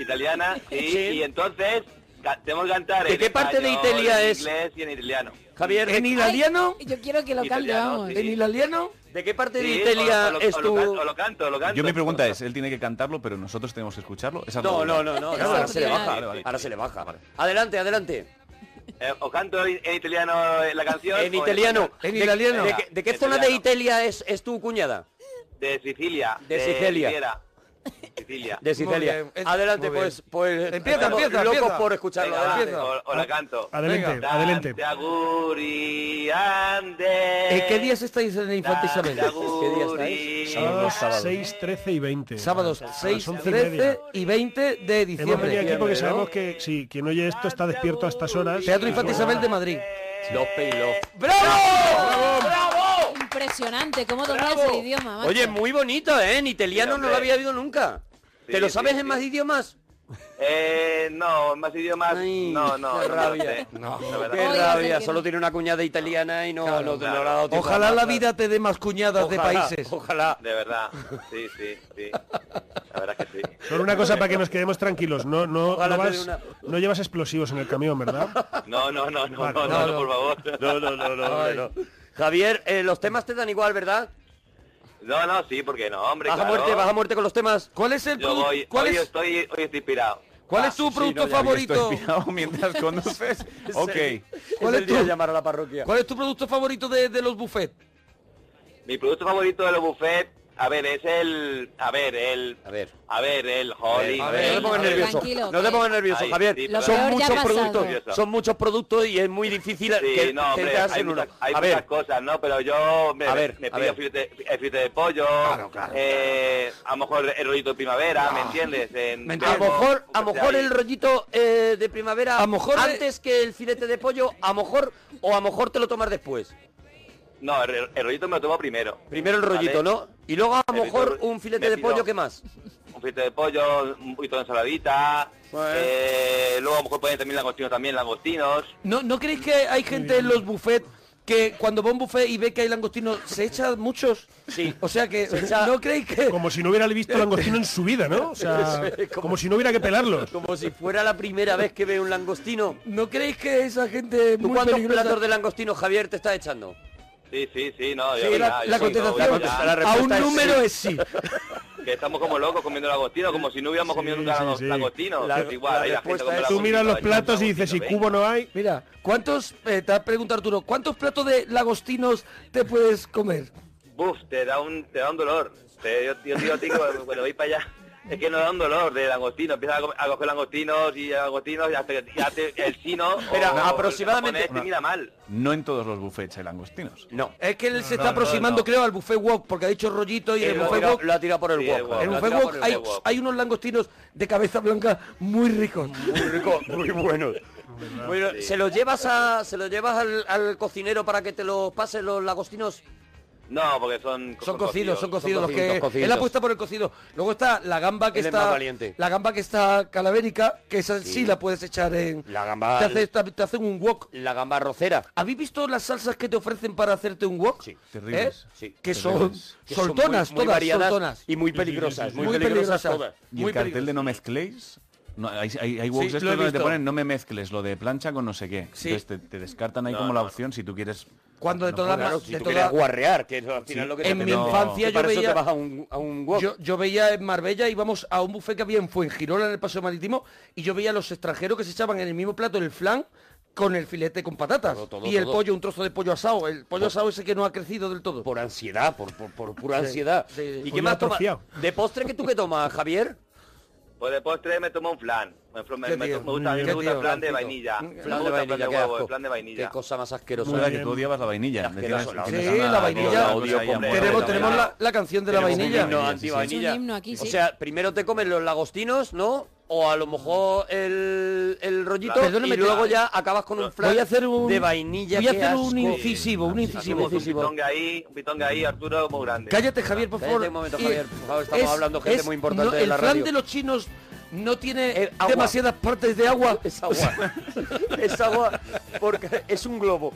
Speaker 7: italiana, sí,
Speaker 3: Sí.
Speaker 7: y entonces ca- tenemos que cantar
Speaker 3: ¿De
Speaker 7: en
Speaker 3: qué parte de
Speaker 7: español,
Speaker 3: Italia
Speaker 7: en
Speaker 3: es?
Speaker 7: inglés y en italiano.
Speaker 3: Javier,
Speaker 2: ¿En italiano?
Speaker 6: Ay, Yo quiero que lo cante,
Speaker 7: Italiano,
Speaker 6: vamos.
Speaker 7: sí.
Speaker 2: ¿En italiano?
Speaker 3: ¿de qué parte de
Speaker 7: Sí, o
Speaker 3: Italia
Speaker 7: lo- o lo-
Speaker 3: es
Speaker 7: o
Speaker 3: tu...?
Speaker 7: lo can- o lo canto, o lo canto.
Speaker 8: Yo mi pregunta es, él tiene que cantarlo, pero nosotros tenemos que escucharlo. Esa es la
Speaker 3: No,
Speaker 8: pregunta.
Speaker 3: no, no, no,
Speaker 6: Es
Speaker 3: no, ahora se le
Speaker 6: opcional.
Speaker 3: baja, ahora se le baja. Adelante, adelante.
Speaker 7: Eh, o canto en en italiano eh, la canción.
Speaker 3: En
Speaker 7: o
Speaker 3: italiano.
Speaker 2: En
Speaker 3: ¿De-
Speaker 2: italiano.
Speaker 3: ¿De, qué- de qué
Speaker 7: En
Speaker 3: zona de
Speaker 7: italiano.
Speaker 3: Italia es, es tu cuñada?
Speaker 7: De Sicilia.
Speaker 3: De Sicilia.
Speaker 7: Sicilia. Sicilia.
Speaker 3: De
Speaker 2: Muy
Speaker 3: Sicilia.
Speaker 2: bien, es-
Speaker 3: Adelante,
Speaker 2: muy bien.
Speaker 3: pues, pues...
Speaker 2: Empieza,
Speaker 3: estamos
Speaker 2: empieza,
Speaker 3: locos
Speaker 2: empieza.
Speaker 3: por escucharlo.
Speaker 7: Venga,
Speaker 3: adelante.
Speaker 7: va, o, o la canto.
Speaker 9: Adelante,
Speaker 2: Venga.
Speaker 9: adelante.
Speaker 7: Tanti auguri,
Speaker 3: Eh,
Speaker 7: ande.
Speaker 2: ¿En qué días estáis en Infante Isabel?
Speaker 7: Tanti auguri.
Speaker 3: ¿Qué día
Speaker 9: Sábados
Speaker 3: sábados.
Speaker 9: 6, 13 Ah, y 20.
Speaker 2: Sábados
Speaker 9: A las
Speaker 2: 6,
Speaker 9: 11 y media.
Speaker 2: 13 y 20 de
Speaker 9: Hemos venido aquí
Speaker 2: diciembre.
Speaker 9: porque
Speaker 3: ¿no?
Speaker 9: sabemos que si quien oye esto está despierto a estas horas.
Speaker 2: Teatro Infante Isabel de Madrid.
Speaker 3: Los peilos.
Speaker 2: ¡Bravo!
Speaker 3: ¡Bravo!
Speaker 6: Impresionante, cómo dominas
Speaker 3: ¡Bravo!
Speaker 6: el idioma, macho.
Speaker 3: Oye, muy bonito, ¿eh? En italiano
Speaker 7: Sí,
Speaker 3: no lo
Speaker 7: hombre.
Speaker 3: había oído nunca.
Speaker 7: Sí,
Speaker 3: ¿Te lo
Speaker 7: sí,
Speaker 3: sabes en
Speaker 7: sí.
Speaker 3: más idiomas?
Speaker 7: Eh, no, más idiomas.
Speaker 3: Ay,
Speaker 7: no, no.
Speaker 3: qué
Speaker 7: no
Speaker 3: rabia.
Speaker 7: sé. La verdad.
Speaker 3: Qué
Speaker 6: Oye,
Speaker 3: rabia,
Speaker 6: Sergio.
Speaker 3: solo tiene una cuñada italiana y no, no, no le
Speaker 7: claro.
Speaker 3: habrá dado tiempo
Speaker 2: Ojalá
Speaker 3: a
Speaker 2: la
Speaker 3: hablar.
Speaker 2: vida te dé más cuñadas de
Speaker 3: Ojalá,
Speaker 2: países.
Speaker 3: Ojalá.
Speaker 7: De verdad. Sí, sí, sí. La verdad que sí.
Speaker 9: Solo una cosa para que nos quedemos tranquilos. No, no,
Speaker 3: Ojalá
Speaker 9: no,
Speaker 3: te
Speaker 9: vas-
Speaker 3: dé una-
Speaker 9: no llevas explosivos en el camión, ¿verdad?
Speaker 7: No, no, no, no,
Speaker 9: Vale,
Speaker 7: no,
Speaker 9: no,
Speaker 7: no, no, por favor.
Speaker 3: No, no, no, no, hombre, no. Javier, eh, los temas te dan igual, ¿verdad?
Speaker 7: No, no, sí, porque no, hombre.
Speaker 3: Baja
Speaker 7: claro.
Speaker 3: muerte, baja muerte con los temas.
Speaker 2: ¿Cuál es el
Speaker 7: Yo
Speaker 2: produ-
Speaker 7: voy,
Speaker 2: cuál
Speaker 7: hoy,
Speaker 2: es,
Speaker 7: estoy, hoy estoy inspirado.
Speaker 2: cuál
Speaker 3: Ah,
Speaker 2: es tu producto
Speaker 8: Ya que estoy
Speaker 2: favorito?
Speaker 8: inspirado mientras conduces. ok.
Speaker 2: ¿Cuál es
Speaker 3: el día
Speaker 2: tu-
Speaker 3: de llamar a la parroquia.
Speaker 2: ¿Cuál es tu producto favorito de, de los buffets?
Speaker 7: Mi producto favorito de los buffets, a ver, es el... A ver, el...
Speaker 3: A ver.
Speaker 7: A ver, el Holly.
Speaker 3: A ver, no te pongas
Speaker 6: Venga,
Speaker 3: nervioso.
Speaker 6: tranquilo,
Speaker 3: No te
Speaker 6: que-
Speaker 3: pongas nervioso,
Speaker 7: Ay,
Speaker 3: Javier.
Speaker 7: sí,
Speaker 6: Lo
Speaker 3: son
Speaker 6: peor ya
Speaker 3: muchos
Speaker 6: ha pasado.
Speaker 3: productos, son muchos productos y es muy difícil
Speaker 7: Sí,
Speaker 3: que
Speaker 7: no,
Speaker 3: que
Speaker 7: hombre,
Speaker 3: te hagas
Speaker 7: hay,
Speaker 3: en uno.
Speaker 7: muchas- hay
Speaker 3: A
Speaker 7: muchas
Speaker 3: ver,
Speaker 7: cosas, ¿no? Pero yo me,
Speaker 3: A ver,
Speaker 7: me
Speaker 3: a
Speaker 7: pido
Speaker 3: ver.
Speaker 7: Filete, el filete de pollo, eh, a lo mejor el rollito de primavera,
Speaker 3: Ah.
Speaker 7: ¿me entiendes? En-
Speaker 2: Me
Speaker 3: a lo
Speaker 2: entiendo.
Speaker 3: mejor, a lo
Speaker 7: de
Speaker 3: mejor
Speaker 7: ahí.
Speaker 3: el rollito eh, de primavera
Speaker 2: A lo mejor de-
Speaker 3: antes que el filete de pollo, a lo mejor o a lo mejor te lo tomas después.
Speaker 7: No, el, el rollito me lo tomo primero.
Speaker 3: Primero el rollito,
Speaker 7: ¿Vale?
Speaker 3: ¿no? Y luego a lo
Speaker 7: Me
Speaker 3: mejor
Speaker 7: pido-
Speaker 3: un filete
Speaker 7: me
Speaker 3: de
Speaker 7: pido-
Speaker 3: pollo, ¿qué más?
Speaker 7: Un filete de pollo, un poquito de ensaladita. eh, luego a lo mejor pueden también langostinos también, langostinos.
Speaker 2: ¿No, ¿No creéis que hay gente en los buffets que cuando va a un buffet y ve que hay langostinos se echa muchos?
Speaker 3: Sí.
Speaker 2: O sea que,
Speaker 3: Se echa-
Speaker 2: ¿no creéis que...?
Speaker 9: Como si no hubiera visto langostino en su vida, ¿no? O sea, como si no hubiera que pelarlos.
Speaker 3: Como si fuera la primera vez que veo un langostino.
Speaker 2: ¿No creéis que esa gente es
Speaker 3: ¿Tú
Speaker 2: muy
Speaker 3: cuántos
Speaker 2: peligrosa?
Speaker 3: platos de langostino, Javier, te estás echando?
Speaker 7: Sí, sí, sí, no. yo
Speaker 2: Sí,
Speaker 7: ya,
Speaker 2: la,
Speaker 7: yo
Speaker 2: la
Speaker 7: soy todo
Speaker 2: contestación
Speaker 7: ya,
Speaker 3: la
Speaker 2: a un
Speaker 3: respuesta es
Speaker 2: número
Speaker 3: sí.
Speaker 2: es sí.
Speaker 7: que estamos como locos comiendo langostinos, como si no hubiéramos comido nunca
Speaker 9: sí,
Speaker 7: lango-
Speaker 9: sí.
Speaker 7: langostinos.
Speaker 3: La-
Speaker 7: Es igual,
Speaker 3: la
Speaker 7: ahí la gente
Speaker 3: respuesta
Speaker 7: come
Speaker 3: es-
Speaker 9: Tú miras los
Speaker 7: langostinos,
Speaker 9: platos y dices, si
Speaker 7: langostinos,
Speaker 9: cubo no hay,
Speaker 2: Mira, ¿cuántos, eh, te ha preguntado Arturo, ¿cuántos platos de lagostinos te puedes comer?
Speaker 7: Buf, te da un, te da un dolor. Te, yo, yo digo a ti que cuando, cuando voy para allá, es que nos da un dolor de langostino. Empiezas a, co- a coger langostinos y langostinos y hasta que te hace el chino.
Speaker 3: Pero
Speaker 7: o
Speaker 3: aproximadamente-
Speaker 7: el japonés te mira mal.
Speaker 8: No en todos los buffets hay langostinos.
Speaker 3: No.
Speaker 2: Es que él se está aproximando, creo, al buffet wok, porque ha dicho rollito y
Speaker 3: Eh,
Speaker 2: el
Speaker 3: lo, ha
Speaker 2: buffet
Speaker 3: tirado-
Speaker 2: wok...
Speaker 3: lo ha tirado por el
Speaker 7: Sí, el
Speaker 3: wok.
Speaker 7: wok.
Speaker 2: En
Speaker 7: lo
Speaker 2: un
Speaker 7: ha
Speaker 2: buffet
Speaker 7: tirado
Speaker 2: wok
Speaker 7: por el
Speaker 2: hay,
Speaker 7: buffet wok.
Speaker 2: hay unos langostinos de cabeza blanca muy ricos.
Speaker 3: Muy rico, muy bueno. Bueno, ¿se los llevas a, se los llevas al, al cocinero para que te los pase los lagostinos?
Speaker 7: No, porque son...
Speaker 2: Son cocidos, son cocidos los
Speaker 3: cocidos,
Speaker 2: que
Speaker 3: cocidos.
Speaker 2: él apuesta por el cocido. Luego está la gamba que
Speaker 3: Él es
Speaker 2: está
Speaker 3: más valiente.
Speaker 2: la gamba que está calavérica, que esa sí,
Speaker 3: Sí.
Speaker 2: la puedes echar en
Speaker 3: La gamba-
Speaker 2: te, hace- te- te hacen un wok.
Speaker 3: La gamba rocera.
Speaker 2: ¿Habéis visto las salsas que te ofrecen para hacerte un wok? ¿Eh?
Speaker 3: Sí.
Speaker 8: Terribles.
Speaker 3: Sí.
Speaker 2: Que son
Speaker 8: Terribles.
Speaker 3: Que son
Speaker 2: soltonas,
Speaker 3: muy- muy
Speaker 2: todas
Speaker 3: variadas
Speaker 2: soltonas.
Speaker 3: Y muy peligrosas, muy,
Speaker 2: Muy
Speaker 3: peligrosas,
Speaker 2: peligrosas.
Speaker 3: todas.
Speaker 8: Y
Speaker 2: Muy
Speaker 8: el cartel
Speaker 2: peligroso.
Speaker 8: de no mezcléis. No, hay, hay, hay
Speaker 2: Sí,
Speaker 8: woks estos
Speaker 2: lo he
Speaker 8: donde te
Speaker 2: visto.
Speaker 8: ponen no me mezcles lo de plancha con no sé qué.
Speaker 2: Sí.
Speaker 8: Entonces te, te descartan ahí como la opción si tú quieres.
Speaker 2: Cuando de
Speaker 8: No
Speaker 2: todas
Speaker 8: jodas.
Speaker 2: las-
Speaker 3: Si
Speaker 2: de
Speaker 3: tú
Speaker 2: todas-
Speaker 3: quieres guarrear, que eso al final
Speaker 8: Sí.
Speaker 3: lo que te
Speaker 2: en mi
Speaker 8: no.
Speaker 2: infancia
Speaker 3: Que
Speaker 2: yo
Speaker 3: para eso te
Speaker 2: veía
Speaker 3: vas a un, a un wok.
Speaker 2: Yo, yo veía en Marbella, íbamos a un buffet que había en Fuengirola, en el Paseo Marítimo, y yo veía a los extranjeros que se echaban en el mismo plato el flan con el filete con patatas
Speaker 3: Todo, todo,
Speaker 2: y el
Speaker 3: todo.
Speaker 2: pollo, un trozo de pollo asado, el pollo asado ese que no ha crecido del todo.
Speaker 3: Por ansiedad, por, por, por pura ansiedad.
Speaker 2: sí, sí.
Speaker 3: ¿Y qué
Speaker 9: Pollo
Speaker 3: más tomas?
Speaker 9: atrofiado.
Speaker 3: ¿De postre que tú que tomas, Javier?
Speaker 7: Pues de postre me tomo un flan. Me, me-
Speaker 2: Qué
Speaker 7: me-
Speaker 2: tío,
Speaker 7: me gusta, a mí me
Speaker 2: qué
Speaker 7: gusta el
Speaker 2: tío,
Speaker 7: flan de
Speaker 2: Francisco.
Speaker 7: vainilla.
Speaker 2: Flan
Speaker 7: Me
Speaker 2: de
Speaker 7: gusta el
Speaker 3: vainilla,
Speaker 7: de
Speaker 3: qué
Speaker 7: huevo,
Speaker 3: asco.
Speaker 7: el flan de
Speaker 3: Qué
Speaker 7: vainilla.
Speaker 3: cosa más asquerosa.
Speaker 8: Es verdad que tú odiabas la vainilla. Decías-
Speaker 3: asqueroso, la
Speaker 8: decías
Speaker 2: Sí,
Speaker 8: una
Speaker 2: la
Speaker 3: la
Speaker 2: vainilla.
Speaker 8: cosa ahí
Speaker 7: odio completo.
Speaker 2: Tenemos,
Speaker 7: la
Speaker 2: tenemos
Speaker 7: vainilla.
Speaker 2: la, la canción de la
Speaker 8: Tenemos un
Speaker 2: vainilla.
Speaker 8: himno.
Speaker 3: No,
Speaker 8: Sí,
Speaker 3: antivainilla.
Speaker 6: sí, sí. Es un himno aquí,
Speaker 3: O
Speaker 6: sí.
Speaker 3: sea, primero te comes los lagostinos, ¿no? O a lo mejor el, el rollito
Speaker 2: Claro. Perdóname,
Speaker 3: y luego
Speaker 2: te-
Speaker 3: ya acabas con un flan
Speaker 2: Voy a hacer un-
Speaker 3: de vainilla.
Speaker 2: Voy a
Speaker 3: qué
Speaker 2: hacer
Speaker 3: asco.
Speaker 2: un incisivo, un incisivo.
Speaker 7: Hacemos un pitonga ahí, un pitonga ahí, Arturo, muy grande.
Speaker 2: Cállate, Javier, por
Speaker 3: Cállate
Speaker 2: favor.
Speaker 3: un momento,
Speaker 2: Eh,
Speaker 3: Javier, por favor, estamos hablando gente muy importante
Speaker 2: no,
Speaker 3: de la
Speaker 2: El flan
Speaker 3: radio.
Speaker 2: de los chinos no tiene
Speaker 3: Eh, agua.
Speaker 2: demasiadas partes de agua.
Speaker 3: Es agua. es agua porque es un globo.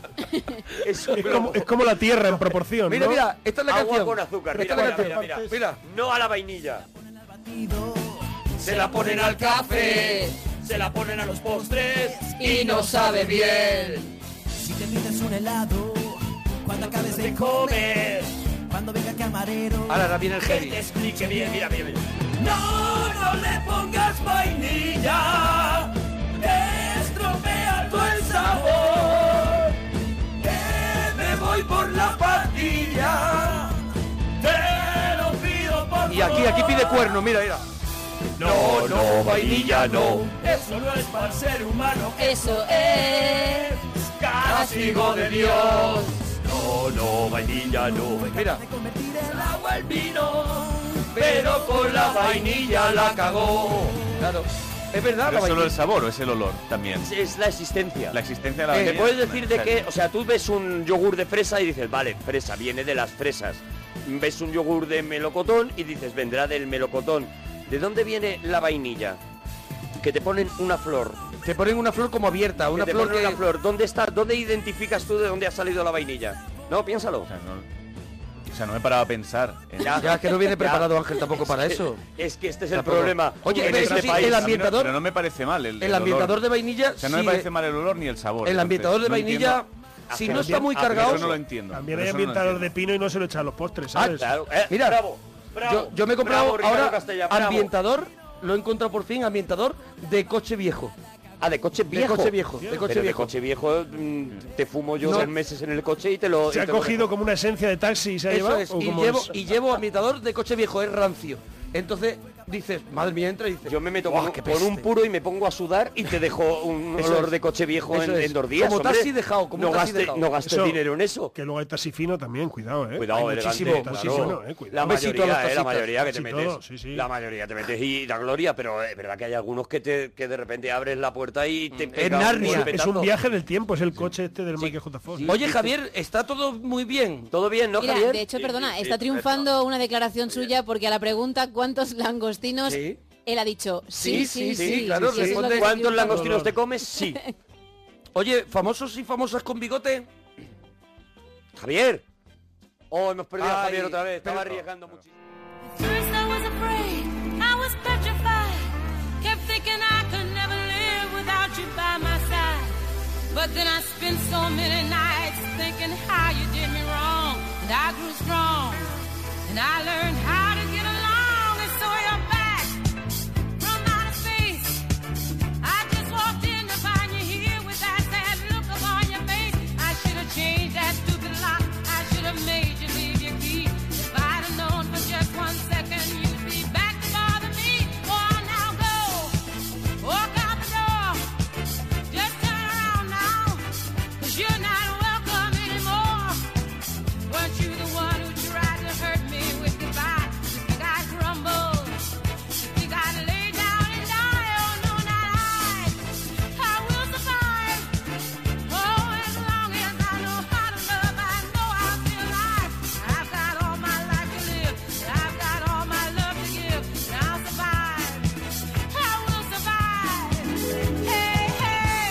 Speaker 3: Es un
Speaker 9: Es
Speaker 3: globo.
Speaker 9: como, es como la tierra en proporción.
Speaker 2: Mira,
Speaker 9: ¿no?
Speaker 2: mira, esta es la
Speaker 3: Agua
Speaker 2: canción.
Speaker 3: con azúcar,
Speaker 2: Esta
Speaker 3: mira,
Speaker 2: es la
Speaker 3: mira,
Speaker 2: canción.
Speaker 3: mira,
Speaker 2: Mira.
Speaker 3: No a la vainilla.
Speaker 1: Se la ponen al café, se la ponen a los postres y no sabe bien.
Speaker 10: Si te pides un helado, cuando acabes de
Speaker 1: Se
Speaker 10: comer,
Speaker 1: come,
Speaker 10: cuando venga el camarero,
Speaker 2: Ahora, ahora viene el
Speaker 1: que te
Speaker 2: heavy.
Speaker 1: explique bien, mira, mira, mira. No, no le pongas vainilla, te estropea todo el sabor. Que me voy por la patilla, te lo pido por
Speaker 2: Y aquí, aquí pide
Speaker 1: favor.
Speaker 2: cuerno, mira, mira.
Speaker 1: No, no, vainilla no. Eso no es para el ser humano,
Speaker 6: Eso es.
Speaker 1: castigo de Dios. No, no, vainilla no.
Speaker 2: Mira,
Speaker 10: te convertiré en la
Speaker 1: Agua el vino, pero con la vainilla la cagó.
Speaker 2: claro. Es verdad,
Speaker 8: Pero
Speaker 2: la
Speaker 8: es solo
Speaker 2: vainilla.
Speaker 8: el sabor o es el olor también.
Speaker 3: Es la existencia.
Speaker 8: La existencia
Speaker 2: Eh,
Speaker 8: de la
Speaker 3: Te
Speaker 8: vainilla.
Speaker 3: Eh, puedes decir de
Speaker 8: Claro.
Speaker 3: que, o sea, tú ves un yogur de fresa y dices, vale, fresa, viene de las fresas. Ves un yogur de melocotón y dices, vendrá del melocotón. ¿De dónde viene la vainilla? Que te ponen una flor.
Speaker 2: Te ponen una flor como abierta, una
Speaker 3: que te
Speaker 2: flor
Speaker 3: ponen
Speaker 2: que...
Speaker 3: una flor. ¿Dónde está? ¿Dónde identificas tú de dónde ha salido la vainilla? No, piénsalo.
Speaker 8: O sea, no, o sea, no me paraba a pensar. en-
Speaker 2: Ya, es que no viene preparado Ángel tampoco para eso.
Speaker 3: Es que este es el
Speaker 2: Tampoco.
Speaker 3: problema.
Speaker 2: Oye,
Speaker 3: en
Speaker 2: pero
Speaker 3: este
Speaker 2: sí,
Speaker 3: país.
Speaker 2: el
Speaker 8: A mí no-
Speaker 2: ambientador-
Speaker 8: pero no me parece mal el,
Speaker 2: El ambientador de
Speaker 8: olor.
Speaker 2: vainilla...
Speaker 8: O sea, no
Speaker 2: sí,
Speaker 8: me parece mal el olor ni el sabor.
Speaker 2: El ambientador de
Speaker 8: entonces, no
Speaker 2: vainilla,
Speaker 8: entiendo-
Speaker 2: si
Speaker 3: Hace
Speaker 2: no está
Speaker 3: ambiente-
Speaker 2: muy
Speaker 3: hace
Speaker 2: cargado...
Speaker 8: Eso no lo entiendo.
Speaker 9: También
Speaker 8: pero
Speaker 9: hay
Speaker 8: eso no lo
Speaker 9: ambientador de
Speaker 8: entiendo.
Speaker 9: pino y no se lo echan a los postres,
Speaker 2: Ah,
Speaker 9: ¿sabes?
Speaker 3: Claro, eh,
Speaker 2: Mira,
Speaker 3: bravo, bravo,
Speaker 2: Yo, yo me he comprado
Speaker 3: bravo, Ricardo
Speaker 2: ahora
Speaker 3: Castella, bravo.
Speaker 2: ambientador, lo he encontrado por fin, ambientador de coche viejo.
Speaker 3: Ah, de coche viejo.
Speaker 2: De coche viejo, de
Speaker 3: Pero
Speaker 2: coche viejo.
Speaker 3: coche viejo mm, te fumo yo
Speaker 2: No.
Speaker 3: dos meses en el coche y te lo.
Speaker 9: ¿Se
Speaker 3: y
Speaker 9: ha
Speaker 3: te lo
Speaker 9: cogido como una esencia de taxi y se ha
Speaker 2: Eso
Speaker 9: llevado?
Speaker 2: es,
Speaker 9: ¿O
Speaker 2: y
Speaker 9: cómo
Speaker 2: llevo,
Speaker 9: es?
Speaker 2: y llevo ambientador de coche viejo, es rancio. Entonces dices, madre mía, entra y dices...
Speaker 3: Yo me meto
Speaker 2: "Buah,
Speaker 3: con,
Speaker 2: qué
Speaker 3: un- con un
Speaker 2: peste".
Speaker 3: puro y me pongo a sudar y te dejo un
Speaker 2: Eso
Speaker 3: olor
Speaker 2: es.
Speaker 3: de coche viejo en,
Speaker 2: Eso es.
Speaker 3: en dos días.
Speaker 2: Como
Speaker 3: hombre.
Speaker 2: taxi dejado, como
Speaker 3: no
Speaker 2: taxi
Speaker 3: gaste,
Speaker 2: dejado.
Speaker 3: No gaste
Speaker 9: Eso-
Speaker 3: dinero en eso.
Speaker 9: Que luego hay taxi fino también, cuidado, ¿eh?
Speaker 3: Cuidado,
Speaker 9: Hay
Speaker 3: elegante,
Speaker 9: muchísimo,
Speaker 3: claro.
Speaker 9: muchísimo, ¿eh? Cuidado.
Speaker 3: La
Speaker 2: Un besito
Speaker 3: mayoría,
Speaker 2: a los
Speaker 3: eh, la
Speaker 2: taxistas.
Speaker 3: mayoría que te
Speaker 9: Sí,
Speaker 3: metes.
Speaker 9: todo, sí, sí.
Speaker 3: La mayoría te metes y da gloria, pero es verdad que hay algunos que, te, que de repente abres la puerta y te pega un
Speaker 2: Mm. Narnia.
Speaker 9: Es- Es
Speaker 3: golpetazo.
Speaker 9: un viaje en el tiempo, es el coche este del Michael J. Fox.
Speaker 2: Oye, Javier, está todo muy bien.
Speaker 3: Todo bien, ¿no,
Speaker 6: Mira,
Speaker 3: Javier?
Speaker 6: de hecho,
Speaker 7: Sí,
Speaker 6: perdona,
Speaker 7: sí, sí,
Speaker 6: está triunfando una declaración suya porque a la pregunta ¿cuántos langostinos?
Speaker 2: Sí.
Speaker 6: Él ha dicho sí, sí, sí.
Speaker 2: sí, claro,
Speaker 6: sí, eso es lo
Speaker 2: responde,
Speaker 6: que
Speaker 3: ¿Cuántos
Speaker 6: triunfa.
Speaker 3: langostinos te comes? Sí.
Speaker 2: Oye, famosos y famosas con bigote.
Speaker 3: Javier. Oh, hemos perdido a
Speaker 2: Ay,
Speaker 3: Javier otra vez. Estaba
Speaker 2: pero-
Speaker 3: arriesgando muchísimo.
Speaker 11: First I was afraid, I was petrified. Kept thinking I could never live without you by my side. But then I spent so many nights thinking how you did me wrong. And I grew strong. And I learned how to get along. And so you're back from outer space. I just walked in to find you here with that sad look upon your face. I should have changed that stupid lock. I should have made you leave your key. If I'd have known for just one second you'd be back to bother me. Oh, now go. Walk out the door. Just turn around now. Cause you're not welcome anymore. Weren't you the one who tried to hurt me with goodbye? You think I'd crumble? You think I'd lay down and die? Oh, no, not I. I will survive. Oh, as long as I know how to love, I know I'll be alive. I've got all my life to live. I've got all my love to give. And I'll survive. I will survive. Hey, hey.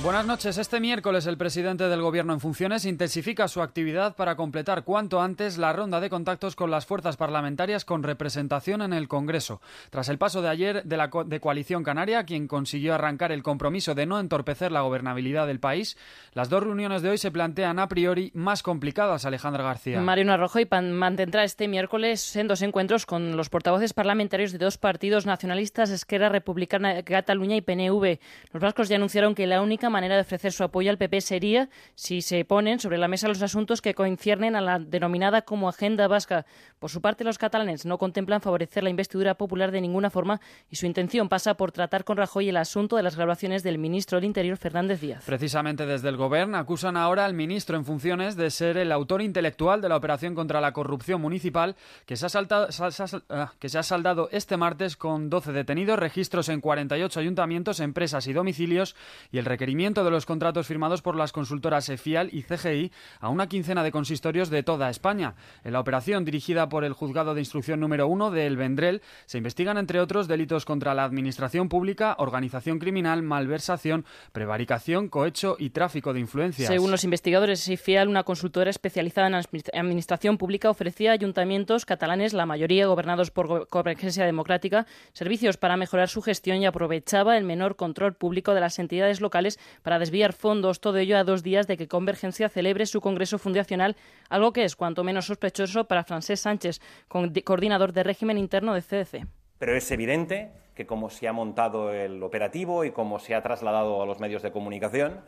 Speaker 12: Buenas noches. Este miércoles el presidente del Gobierno en funciones intensifica su actividad para completar cuanto antes la ronda de contactos con las fuerzas parlamentarias con representación en el Congreso. Tras el paso de ayer de la co- de coalición canaria, quien consiguió arrancar el compromiso de no entorpecer la gobernabilidad del país, las dos reuniones de hoy se plantean a priori más complicadas. Alejandra García.
Speaker 13: Mariano Arrojo y pan- mantendrá este miércoles en dos encuentros con los portavoces parlamentarios de dos partidos nacionalistas, Esquerra Republicana de Cataluña y PNV. Los vascos ya anunciaron que la única manera de ofrecer su apoyo al PP sería si se ponen sobre la mesa los asuntos que conciernen a la denominada como agenda vasca. Por su parte, los catalanes no contemplan favorecer la investidura popular de ninguna forma y su intención pasa por tratar con Rajoy el asunto de las grabaciones del ministro del Interior, Fernández Díaz.
Speaker 12: Precisamente desde el Gobierno acusan ahora al ministro en funciones de ser el autor intelectual de la operación contra la corrupción municipal que se ha, salta- sal- sal- ah, que se ha saldado este martes con 12 detenidos, registros en 48 ayuntamientos, empresas y domicilios y el requerimiento de los contratos firmados por las consultoras EFIAL y CGI a una quincena de consistorios de toda España. En la operación dirigida por el juzgado de instrucción número 1 del Vendrell se investigan entre otros delitos contra la administración pública, organización criminal, malversación, prevaricación, cohecho y tráfico de influencias.
Speaker 13: Según los investigadores, SIFIAL, una consultora especializada en administ- administración pública, ofrecía a ayuntamientos catalanes, la mayoría gobernados por go- Convergencia Democrática, servicios para mejorar su gestión y aprovechaba el menor control público de las entidades locales para desviar fondos, todo ello a dos días de que Convergencia celebre su Congreso Fundacional, algo que es cuanto menos sospechoso para Francés Sánchez, con- coordinador de régimen interno de CDC.
Speaker 14: Pero es evidente que como se ha montado el operativo y como se ha trasladado a los medios de comunicación,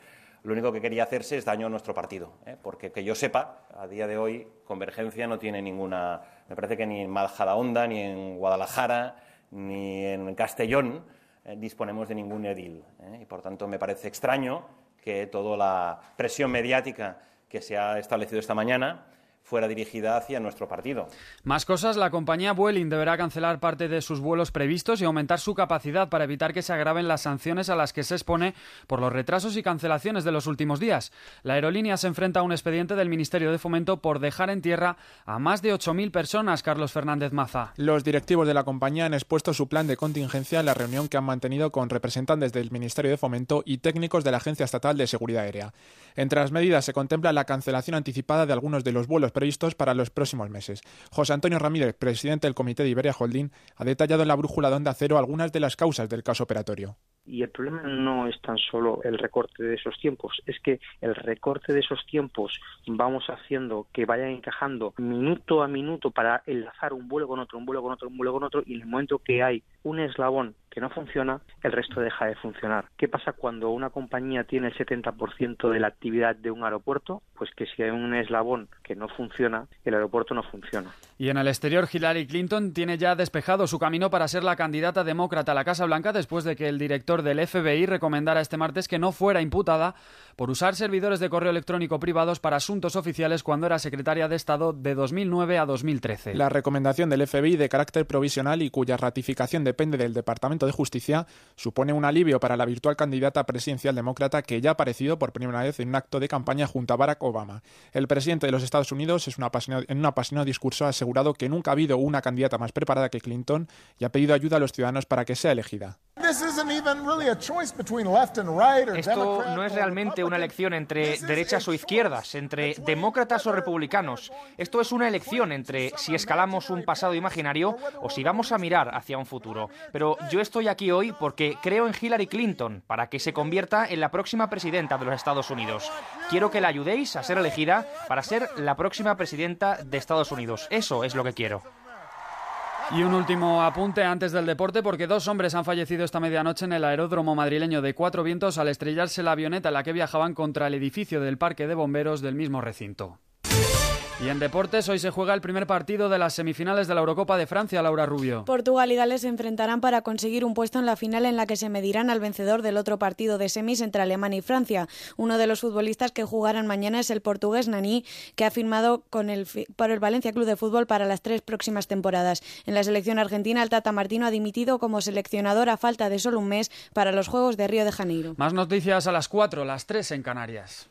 Speaker 14: lo único que quería hacerse es daño a nuestro partido. ¿eh? Porque que yo sepa, a día de hoy Convergencia no tiene ninguna, me parece que ni en Majadahonda, ni en Guadalajara, ni en Castellón eh, disponemos de ningún edil. ¿eh? Y por tanto me parece extraño que toda la presión mediática que se ha establecido esta mañana fuera dirigida hacia nuestro partido.
Speaker 12: Más cosas, la compañía Vueling deberá cancelar parte de sus vuelos previstos y aumentar su capacidad para evitar que se agraven las sanciones a las que se expone por los retrasos y cancelaciones de los últimos días. La aerolínea se enfrenta a un expediente del Ministerio de Fomento por dejar en tierra a más de 8.000 personas, Carlos Fernández Maza.
Speaker 15: Los directivos de la compañía han expuesto su plan de contingencia en la reunión que han mantenido con representantes del Ministerio de Fomento y técnicos de la Agencia Estatal de Seguridad Aérea. Entre las medidas se contempla la cancelación anticipada de algunos de los vuelos previstos para los próximos meses. José Antonio Ramírez, presidente del Comité de Iberia Holding, ha detallado en la brújula de Onda Cero algunas de las causas del caso operatorio.
Speaker 16: Y el problema no es tan solo el recorte de esos tiempos, es que el recorte de esos tiempos vamos haciendo que vayan encajando minuto a minuto para enlazar un vuelo con otro, un vuelo con otro, un vuelo con otro, y en el momento que hay un eslabón que no funciona, el resto deja de funcionar. ¿Qué pasa cuando una compañía tiene el 70% de la actividad de un aeropuerto? Pues que si hay un eslabón que no funciona, el aeropuerto no funciona.
Speaker 12: Y en el exterior, Hillary Clinton tiene ya despejado su camino para ser la candidata demócrata a la Casa Blanca después de que el director del FBI recomendara este martes que no fuera imputada por usar servidores de correo electrónico privados para asuntos oficiales cuando era secretaria de Estado de 2009 a 2013.
Speaker 15: La recomendación del FBI de carácter provisional y cuya ratificación depende del Departamento de Justicia supone un alivio para la virtual candidata presidencial demócrata que ya ha aparecido por primera vez en un acto de campaña junto a Barack Obama. El presidente de los Estados Unidos es un apasionado- en un apasionado discurso ha asegurado que nunca ha habido una candidata más preparada que Clinton y ha pedido ayuda a los ciudadanos para que sea elegida.
Speaker 17: Esto no es realmente una elección entre derechas o izquierdas, entre demócratas o republicanos. Esto es una elección entre si escalamos un pasado imaginario o si vamos a mirar hacia un futuro. Pero yo estoy aquí hoy porque creo en Hillary Clinton para que se convierta en la próxima presidenta de los Estados Unidos. Quiero que la ayudéis a ser elegida para ser la próxima presidenta de Estados Unidos. Eso es lo que quiero.
Speaker 12: Y un último apunte antes del deporte, porque dos hombres han fallecido esta medianoche en el aeródromo madrileño de Cuatro Vientos al estrellarse la avioneta en la que viajaban contra el edificio del Parque de Bomberos del mismo recinto. Y en deportes, hoy se juega el primer partido de las semifinales de la Eurocopa de Francia, Laura Rubio.
Speaker 18: Portugal y Gales se enfrentarán para conseguir un puesto en la final en la que se medirán al vencedor del otro partido de semis entre Alemania y Francia. Uno de los futbolistas que jugarán mañana es el portugués Nani, que ha firmado con el, fi- por el Valencia Club de Fútbol para las tres próximas temporadas. En la selección argentina, el Tata Martino ha dimitido como seleccionador a falta de solo un mes para los Juegos de Río de Janeiro.
Speaker 12: Más noticias a las 4, las 3 en Canarias.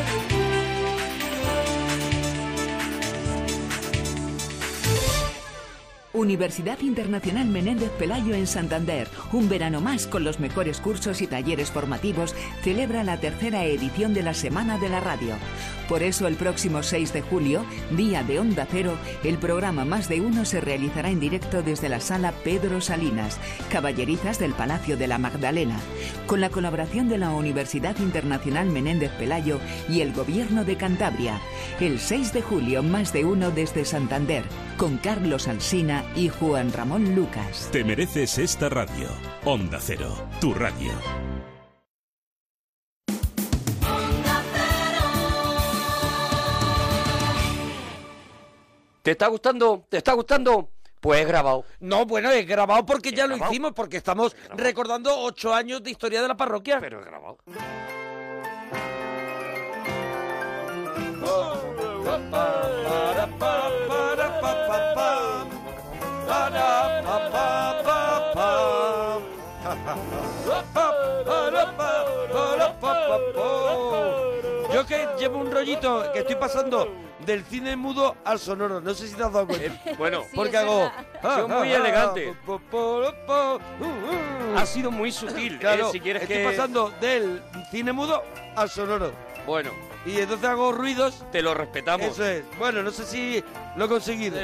Speaker 19: Universidad Internacional Menéndez Pelayo en Santander. Un verano más con los mejores cursos y talleres formativos celebra la tercera edición de la Semana de la Radio. Por eso el próximo 6 de julio, día de Onda Cero, el programa Más de Uno se realizará en directo desde la sala Pedro Salinas, Caballerizas del Palacio de la Magdalena, con la colaboración de la Universidad Internacional Menéndez Pelayo y el Gobierno de Cantabria. El 6 de julio, Más de Uno desde Santander, con Carlos Alsina y Juan Ramón Lucas.
Speaker 20: Te mereces esta radio. Onda Cero, tu radio.
Speaker 3: ¿Te está gustando? ¿Te está gustando? Pues es grabado.
Speaker 2: No, bueno, es grabado porque ya lo hicimos, porque estamos recordando ocho años de historia de la parroquia.
Speaker 3: Pero es grabado.
Speaker 2: Yo que llevo un rollito que estoy pasando del cine mudo al sonoro. No sé si te has dado cuenta.
Speaker 3: Eh, bueno.
Speaker 2: porque
Speaker 3: Sí, es
Speaker 2: hago.
Speaker 3: verdad. Ha sido muy elegante.
Speaker 2: Uh,
Speaker 3: Ha sido muy sutil, ¿eh?
Speaker 2: Claro,
Speaker 3: Si quieres
Speaker 2: estoy
Speaker 3: que-
Speaker 2: pasando del cine mudo al sonoro.
Speaker 3: Bueno.
Speaker 2: Y entonces hago ruidos.
Speaker 3: Te lo respetamos.
Speaker 2: Eso es. Bueno, no sé si lo he conseguido.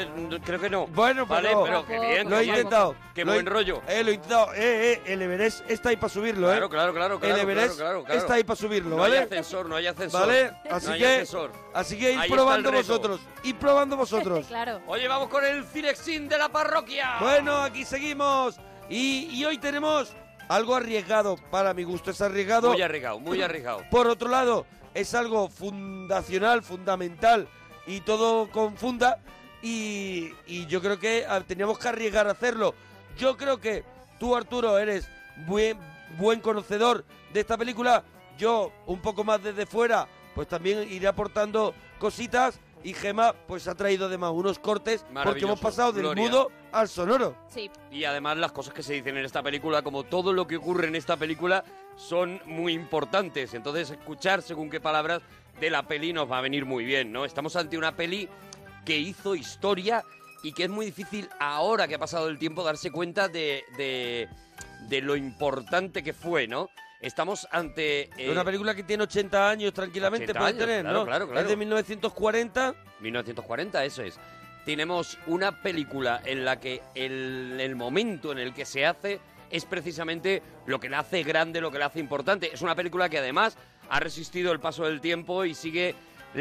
Speaker 3: creo que no.
Speaker 2: Bueno, pero,
Speaker 3: Vale, pero qué bien,
Speaker 2: Lo
Speaker 3: qué
Speaker 2: he
Speaker 3: bien.
Speaker 2: intentado.
Speaker 3: Qué
Speaker 2: Lo he-
Speaker 3: buen rollo.
Speaker 2: Eh, lo he intentado. Eh, eh, el Everest está ahí para subirlo, ¿eh?
Speaker 3: Claro, claro, claro, claro,
Speaker 2: El Everest
Speaker 3: claro, claro, claro.
Speaker 2: está ahí para subirlo,
Speaker 3: No
Speaker 2: ¿vale?
Speaker 3: hay ascensor, no hay ascensor.
Speaker 2: ¿Vale?
Speaker 3: No
Speaker 2: Así
Speaker 3: hay
Speaker 2: que,
Speaker 3: ascensor.
Speaker 2: Así que ir
Speaker 3: Ahí está
Speaker 2: probando
Speaker 3: el reto.
Speaker 2: vosotros. Ir probando vosotros.
Speaker 6: Claro.
Speaker 3: Oye, vamos con el Cinexin de la parroquia.
Speaker 2: Bueno, aquí seguimos. Y, y hoy tenemos algo arriesgado. Para mi gusto es arriesgado.
Speaker 3: Muy arriesgado, muy arriesgado.
Speaker 2: Por otro lado, es algo fundacional, fundamental y todo confunda. Y, y yo creo que ah, teníamos que arriesgar a hacerlo. Yo creo que tú, Arturo, eres buen, buen conocedor de esta película. Yo, un poco más desde fuera, pues también iré aportando cositas. Y Gema, pues ha traído además unos cortes porque
Speaker 3: Maravilloso,
Speaker 2: hemos pasado del
Speaker 3: Gloria.
Speaker 2: mudo al sonoro.
Speaker 6: Sí.
Speaker 3: Y además las cosas que se dicen en esta película, como todo lo que ocurre en esta película, son muy importantes. Entonces escuchar según qué palabras de la peli nos va a venir muy bien, ¿no? Estamos ante una peli que hizo historia y que es muy difícil ahora que ha pasado el tiempo darse cuenta de, de, de lo importante que fue, ¿no? Estamos ante... eh,
Speaker 2: Una película que tiene 80 años tranquilamente,
Speaker 3: 80
Speaker 2: puede
Speaker 3: años,
Speaker 2: tener,
Speaker 3: claro,
Speaker 2: ¿no?
Speaker 3: claro, claro.
Speaker 2: Es de 1940.
Speaker 3: 1940, eso es. Tenemos una película en la que el, el momento en el que se hace es precisamente lo que la hace grande, lo que la hace importante. Es una película que además ha resistido el paso del tiempo y sigue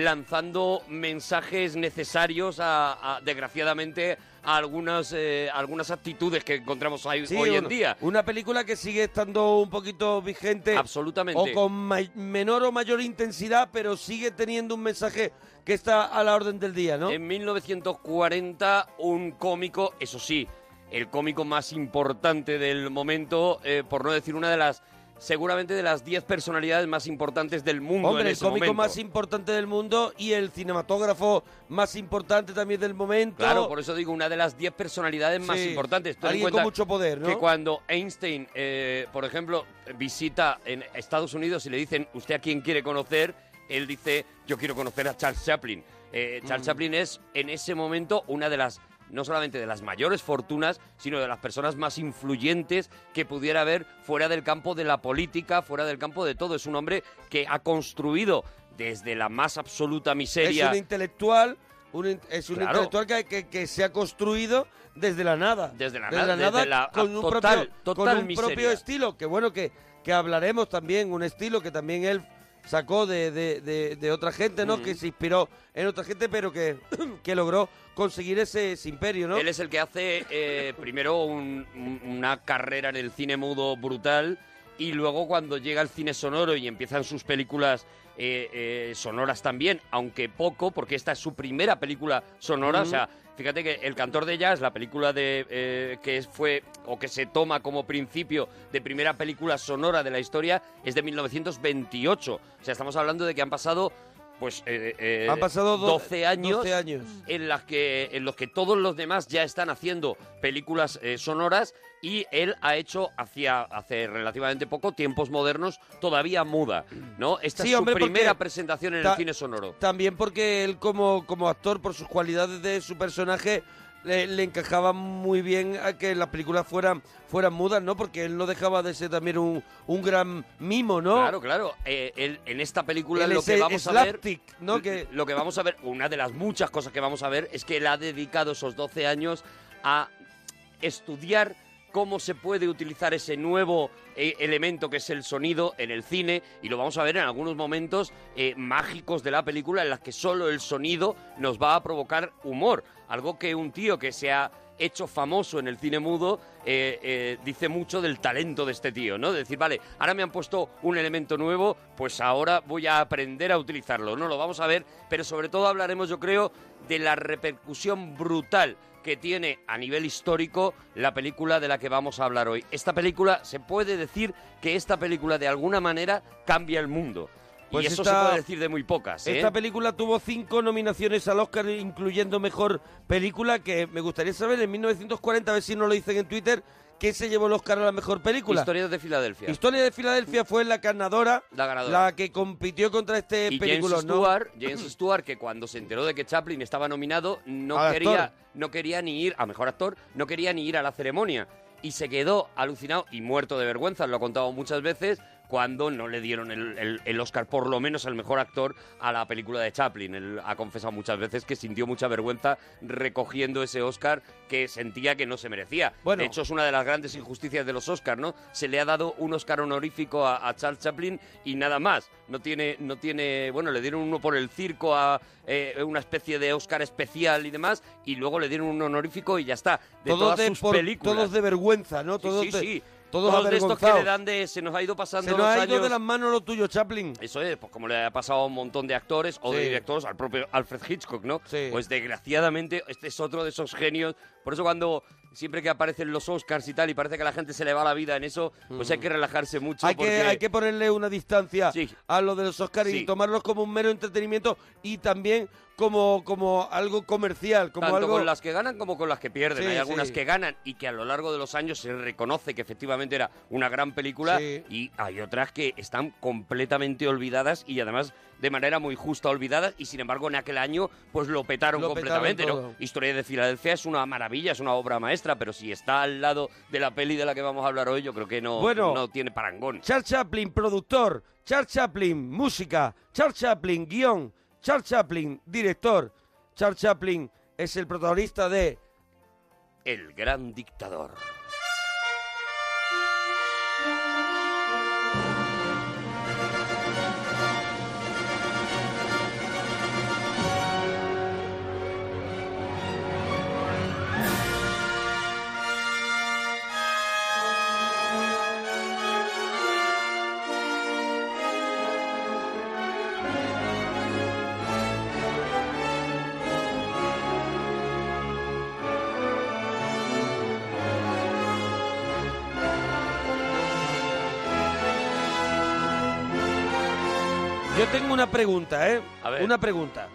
Speaker 3: lanzando mensajes necesarios, a, a- desgraciadamente, a algunas, eh, algunas actitudes que encontramos ahí
Speaker 2: Sí,
Speaker 3: hoy en
Speaker 2: un-
Speaker 3: día.
Speaker 2: Una película que sigue estando un poquito vigente.
Speaker 3: Absolutamente.
Speaker 2: O con may- menor o mayor intensidad, pero sigue teniendo un mensaje que está a la orden del día, ¿no?
Speaker 3: En 1940, un cómico, eso sí, el cómico más importante del momento, eh, por no decir una de las, seguramente de las 10 personalidades más importantes del mundo en
Speaker 2: Hombre, el
Speaker 3: ese
Speaker 2: cómico
Speaker 3: momento.
Speaker 2: más importante del mundo y el cinematógrafo más importante también del momento.
Speaker 3: Claro, por eso digo, una de las 10 personalidades más
Speaker 2: Sí,
Speaker 3: importantes. Ten en
Speaker 2: alguien con
Speaker 3: cuenta
Speaker 2: mucho poder, ¿no?
Speaker 3: Que cuando Einstein, eh, por ejemplo, visita en Estados Unidos y le dicen, ¿usted a quién quiere conocer? Él dice, yo quiero conocer a Charles Chaplin. Eh, Charles
Speaker 2: Mm.
Speaker 3: Chaplin es, en ese momento, una de las no solamente de las mayores fortunas, sino de las personas más influyentes que pudiera haber fuera del campo de la política, fuera del campo de todo. Es un hombre que ha construido desde la más absoluta miseria.
Speaker 2: Es un intelectual, un in- es un
Speaker 3: Claro.
Speaker 2: intelectual que, que- que se ha construido desde la nada. Desde
Speaker 3: la nada, desde la
Speaker 2: con un,
Speaker 3: total-
Speaker 2: propio, con
Speaker 3: total
Speaker 2: un
Speaker 3: miseria.
Speaker 2: propio estilo, que bueno, que, que hablaremos también, un estilo que también él sacó de, de- de- de otra gente, ¿no?
Speaker 3: Mm.
Speaker 2: Que se inspiró en otra gente, pero que, que logró conseguir ese, ese imperio, ¿no?
Speaker 3: Él es el que hace eh, primero un- un- una carrera en el cine mudo brutal y luego cuando llega al cine sonoro y empiezan sus películas eh, eh, sonoras también, aunque poco, porque esta es su primera película sonora, o
Speaker 2: Ujú.
Speaker 3: sea, Fíjate que El Cantor de Jazz, la película de eh, que es- fue o que se toma como principio de primera película sonora de la historia, es de 1928. O sea, estamos hablando de que han pasado, pues, eh, eh,
Speaker 2: Han pasado do-
Speaker 3: 12 años,
Speaker 2: 12 años.
Speaker 3: En, las que, en los que todos los demás ya están haciendo películas eh, sonoras y él ha hecho hacia, hace relativamente poco, tiempos modernos, todavía muda. ¿no? Esta
Speaker 2: Sí,
Speaker 3: es su
Speaker 2: hombre, porque
Speaker 3: primera presentación en el
Speaker 2: ta-
Speaker 3: cine sonoro.
Speaker 2: También porque él como, como actor, por sus cualidades de su personaje, le, le encajaba muy bien a que las películas fueran, fueran mudas, ¿no? Porque él no dejaba de ser también un, un gran mimo, ¿no?
Speaker 3: Claro, claro. Eh, él- en esta película
Speaker 2: Él
Speaker 3: lo
Speaker 2: es
Speaker 3: que
Speaker 2: el
Speaker 3: vamos
Speaker 2: slapstick,
Speaker 3: a ver, lo que vamos a ver, una de las muchas cosas que vamos a ver es que él ha dedicado esos 12 años a estudiar cómo se puede utilizar ese nuevo eh, elemento que es el sonido en el cine y lo vamos a ver en algunos momentos eh, mágicos de la película en las que solo el sonido nos va a provocar humor, algo que un tío que se ha hecho famoso en el cine mudo eh, eh, dice mucho del talento de este tío, ¿no? De decir, vale, ahora me han puesto un elemento nuevo, pues ahora voy a aprender a utilizarlo, ¿no? Lo vamos a ver, pero sobre todo hablaremos, yo creo, de la repercusión brutal que tiene a nivel histórico la película de la que vamos a hablar hoy. Esta película, se puede decir que esta película de alguna manera cambia el mundo.
Speaker 2: Pues
Speaker 3: y eso
Speaker 2: esta-
Speaker 3: se puede decir de muy pocas. ¿eh?
Speaker 2: Esta película tuvo cinco nominaciones al Oscar, incluyendo Mejor Película, que me gustaría saber en 1940, a ver si no lo dicen en Twitter, ¿quién se llevó el Oscar a la Mejor Película?
Speaker 3: Historias de Filadelfia.
Speaker 2: Historia de Filadelfia fue la ganadora,
Speaker 3: La ganadora.
Speaker 2: que compitió contra este
Speaker 3: Y
Speaker 2: película,
Speaker 3: James Stewart, James Stewart, que cuando se enteró de que Chaplin estaba nominado, no
Speaker 2: Al
Speaker 3: quería,
Speaker 2: actor.
Speaker 3: no quería ni ir, a mejor actor, no quería ni ir a la ceremonia. Y se quedó alucinado y muerto de vergüenza, lo ha contado muchas veces, cuando no le dieron el, el- el Oscar, por lo menos al mejor actor, a la película de Chaplin. Él ha confesado muchas veces que sintió mucha vergüenza recogiendo ese Oscar que sentía que no se merecía.
Speaker 2: Bueno.
Speaker 3: De hecho, es una de las grandes injusticias de los Oscars, ¿no? Se le ha dado un Oscar honorífico a, a Charles Chaplin y nada más. No tiene, no tiene, bueno, le dieron uno por el circo a eh, una especie de Oscar especial y demás, y luego le dieron un honorífico y ya está. De
Speaker 2: Todos
Speaker 3: todas
Speaker 2: de-
Speaker 3: sus
Speaker 2: por-
Speaker 3: películas.
Speaker 2: todos de vergüenza, ¿no?
Speaker 3: Sí,
Speaker 2: Todos
Speaker 3: sí,
Speaker 2: de-
Speaker 3: sí.
Speaker 2: todos
Speaker 3: de estos que
Speaker 2: avergonzados.
Speaker 3: le dan de se nos ha ido pasando
Speaker 2: Se nos
Speaker 3: los
Speaker 2: ha ido
Speaker 3: años.
Speaker 2: de las manos lo tuyo, Chaplin.
Speaker 3: Eso es, pues como le ha pasado a un montón de actores o de
Speaker 2: Sí.
Speaker 3: directores, al propio Alfred Hitchcock, ¿no? Pues desgraciadamente este es otro de esos genios. Por eso cuando siempre que aparecen los Oscars y tal y parece que a la gente se le va la vida en eso, pues
Speaker 2: Mm.
Speaker 3: hay que relajarse mucho.
Speaker 2: Hay
Speaker 3: porque...
Speaker 2: que, hay que ponerle una distancia a lo de los Oscars y
Speaker 3: Sí.
Speaker 2: tomarlos como un mero entretenimiento y también como, como algo comercial, como
Speaker 3: Tanto
Speaker 2: algo...
Speaker 3: con las que ganan como con las que pierden.
Speaker 2: Sí,
Speaker 3: Hay algunas
Speaker 2: sí.
Speaker 3: que ganan y que a lo largo de los años se reconoce que efectivamente era una gran película
Speaker 2: Sí.
Speaker 3: y hay otras que están completamente olvidadas y además de manera muy justa olvidadas y sin embargo en aquel año pues lo petaron
Speaker 2: Lo petaron
Speaker 3: completamente.
Speaker 2: todo.
Speaker 3: ¿no? Historia de Filadelfia es una maravilla, es una obra maestra, pero si está al lado de la peli de la que vamos a hablar hoy yo creo que no,
Speaker 2: Bueno.
Speaker 3: no tiene parangón.
Speaker 2: Charles Chaplin, productor. Charles Chaplin, música. Charles Chaplin, guión. Charles Chaplin, director. Charles Chaplin es el protagonista de...
Speaker 3: El gran dictador.
Speaker 2: Yo tengo una pregunta, ¿eh?
Speaker 3: A ver.
Speaker 2: Una pregunta.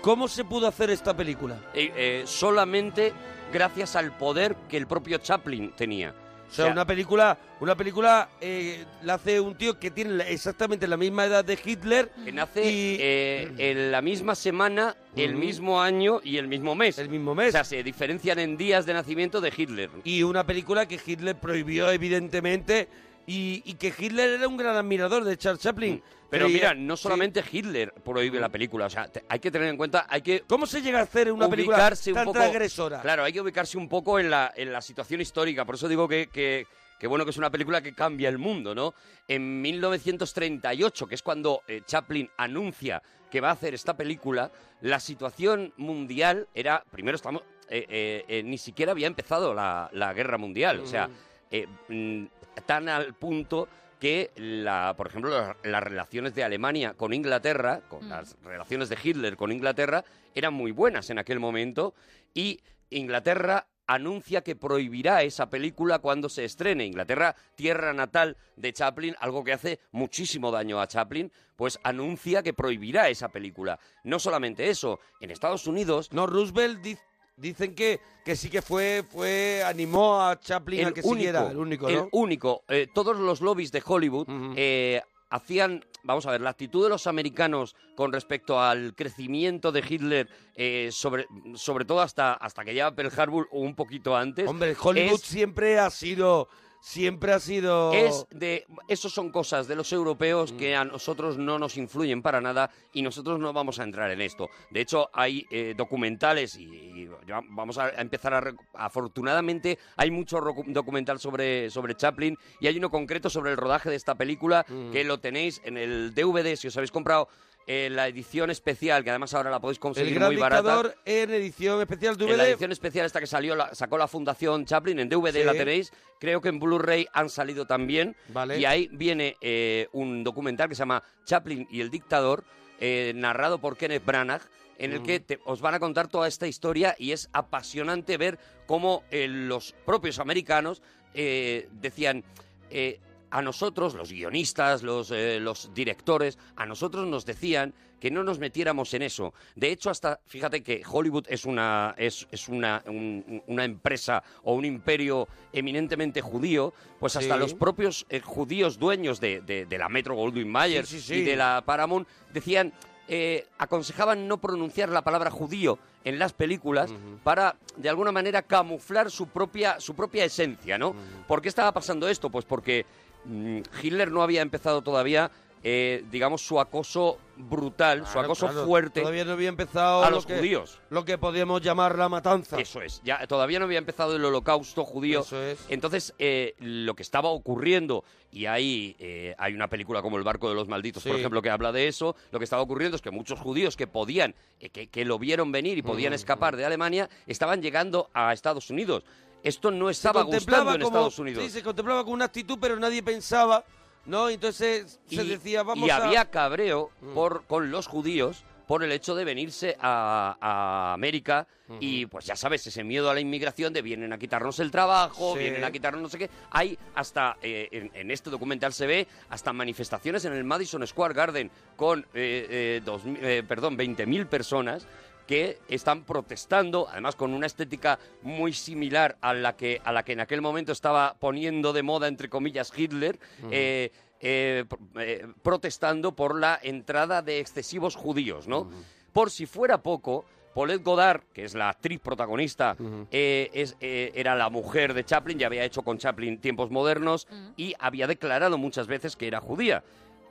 Speaker 2: ¿Cómo se pudo hacer esta película?
Speaker 3: Eh, eh, solamente gracias al poder que el propio Chaplin tenía.
Speaker 2: O sea, una película, una película eh, la hace un tío que tiene la- exactamente la misma edad de Hitler.
Speaker 3: Que nace eh, en la misma semana, el
Speaker 2: Ujú.
Speaker 3: mismo año y el mismo mes. El
Speaker 2: mismo mes.
Speaker 3: O sea, se diferencian en días de nacimiento de Hitler.
Speaker 2: Y una película que Hitler prohibió, evidentemente, y, y que Hitler era un gran admirador de Charles Chaplin.
Speaker 3: Mm.
Speaker 2: Eh,
Speaker 3: Pero
Speaker 2: Creía-
Speaker 3: mira, no solamente Hitler prohíbe la película, o sea, te- hay que tener en cuenta, hay que
Speaker 2: ¿Cómo se llega a hacer una película
Speaker 3: ubicarse
Speaker 2: tan
Speaker 3: un poco,
Speaker 2: transgresora?
Speaker 3: Claro, hay que ubicarse un poco en la, en la situación histórica. Por eso digo que, que, que bueno que es una película que cambia el mundo, ¿no? En 1938, que es cuando eh, Chaplin anuncia que va a hacer esta película, la situación mundial era. Primero estamos. eh, eh, eh, ni siquiera había empezado la, la guerra mundial. O sea,
Speaker 2: Mm.
Speaker 3: eh, mm, tan al punto que, la, por ejemplo, la- las relaciones de Alemania con Inglaterra, con
Speaker 2: Mm.
Speaker 3: las relaciones de Hitler con Inglaterra, eran muy buenas en aquel momento y Inglaterra anuncia que prohibirá esa película cuando se estrene. Inglaterra, tierra natal de Chaplin, algo que hace muchísimo daño a Chaplin, pues anuncia que prohibirá esa película. No solamente eso, en Estados Unidos...
Speaker 2: No, Roosevelt dice... Dicen que, que sí que fue, fue animó a Chaplin a que siguiera, el único, ¿no?
Speaker 3: único. Eh, todos los lobbies de Hollywood eh, hacían, vamos a ver, la actitud de los americanos con respecto al crecimiento de Hitler, eh, sobre, sobre todo hasta, hasta que ya Pearl Harbor o un poquito antes.
Speaker 2: Hombre, Hollywood
Speaker 3: es-
Speaker 2: siempre ha sido. Siempre ha sido.
Speaker 3: es de esos son cosas de los europeos que a nosotros no nos influyen para nada y nosotros no vamos a entrar en esto. De hecho, hay eh, documentales y, y ya vamos a empezar a rec- afortunadamente hay mucho rocu- documental sobre sobre Chaplin y hay uno concreto sobre el rodaje de esta película
Speaker 2: Mm.
Speaker 3: que lo tenéis en el DVD si os habéis comprado eh, la edición especial que además ahora la podéis conseguir
Speaker 2: el gran
Speaker 3: muy barata.
Speaker 2: dictador en edición especial
Speaker 3: En la
Speaker 2: DVD.
Speaker 3: edición especial esta que salió, la- sacó la Fundación Chaplin, en DVD la
Speaker 2: Sí.
Speaker 3: tenéis. Creo que en Blu-ray han salido también.
Speaker 2: Vale.
Speaker 3: Y ahí viene eh, un documental que se llama Chaplin y el dictador, eh, narrado por Kenneth Branagh, en el
Speaker 2: Mm.
Speaker 3: que te- os van a contar toda esta historia y es apasionante ver cómo eh, los propios americanos eh, decían... eh, a nosotros, los guionistas, los, eh, los directores, a nosotros nos decían que no nos metiéramos en eso. De hecho, hasta, fíjate que Hollywood es una, es, es una, un- una empresa o un imperio eminentemente judío, pues hasta
Speaker 2: Sí.
Speaker 3: los propios eh, judíos dueños de, de- de la Metro Goldwyn Mayer
Speaker 2: Sí, sí, sí.
Speaker 3: y de la Paramount decían... eh, aconsejaban no pronunciar la palabra judío en las películas para de alguna manera camuflar su propia su propia esencia, ¿no? ¿Por qué estaba pasando esto? Pues porque mm, Hitler no había empezado todavía, eh, digamos, su acoso brutal, su
Speaker 2: Claro,
Speaker 3: acoso
Speaker 2: claro,
Speaker 3: fuerte.
Speaker 2: Todavía no había empezado.
Speaker 3: a
Speaker 2: lo
Speaker 3: los
Speaker 2: que-
Speaker 3: judíos.
Speaker 2: Lo que podíamos llamar la matanza.
Speaker 3: Eso es, ya todavía no había empezado el holocausto judío. Entonces, eh, lo que estaba ocurriendo, y ahí eh, hay una película como El barco de los malditos, por
Speaker 2: Sí.
Speaker 3: ejemplo, que habla de eso, lo que estaba ocurriendo es que muchos judíos que podían, eh, que, que lo vieron venir y podían
Speaker 2: Mm,
Speaker 3: escapar de Alemania, estaban llegando a Estados Unidos. Esto no
Speaker 2: Se
Speaker 3: estaba
Speaker 2: contemplaba
Speaker 3: gustando en
Speaker 2: como-
Speaker 3: Estados Unidos.
Speaker 2: Sí, se contemplaba con una actitud, pero nadie pensaba, ¿no? Entonces se
Speaker 3: Y-
Speaker 2: decía, vamos
Speaker 3: y
Speaker 2: a. Mm.
Speaker 3: había cabreo por, con los judíos por el hecho de venirse a, a América y pues ya sabes, ese miedo a la inmigración de vienen a quitarnos el trabajo,
Speaker 2: Sí.
Speaker 3: vienen a quitarnos no sé qué. Hay hasta, eh, en, en este documental se ve, hasta manifestaciones en el Madison Square Garden con, eh, eh, dos mi- eh, perdón, 20.000 personas que están protestando, además con una estética muy similar a la que, a la que en aquel momento estaba poniendo de moda, entre comillas, Hitler,
Speaker 2: Ujú.
Speaker 3: eh, eh, pr- eh, protestando por la entrada de excesivos judíos, ¿no? Por si fuera poco, Paulette Godard, que es la actriz protagonista, eh, es, eh, era la mujer de Chaplin, ya había hecho con Chaplin tiempos modernos y había declarado muchas veces que era judía.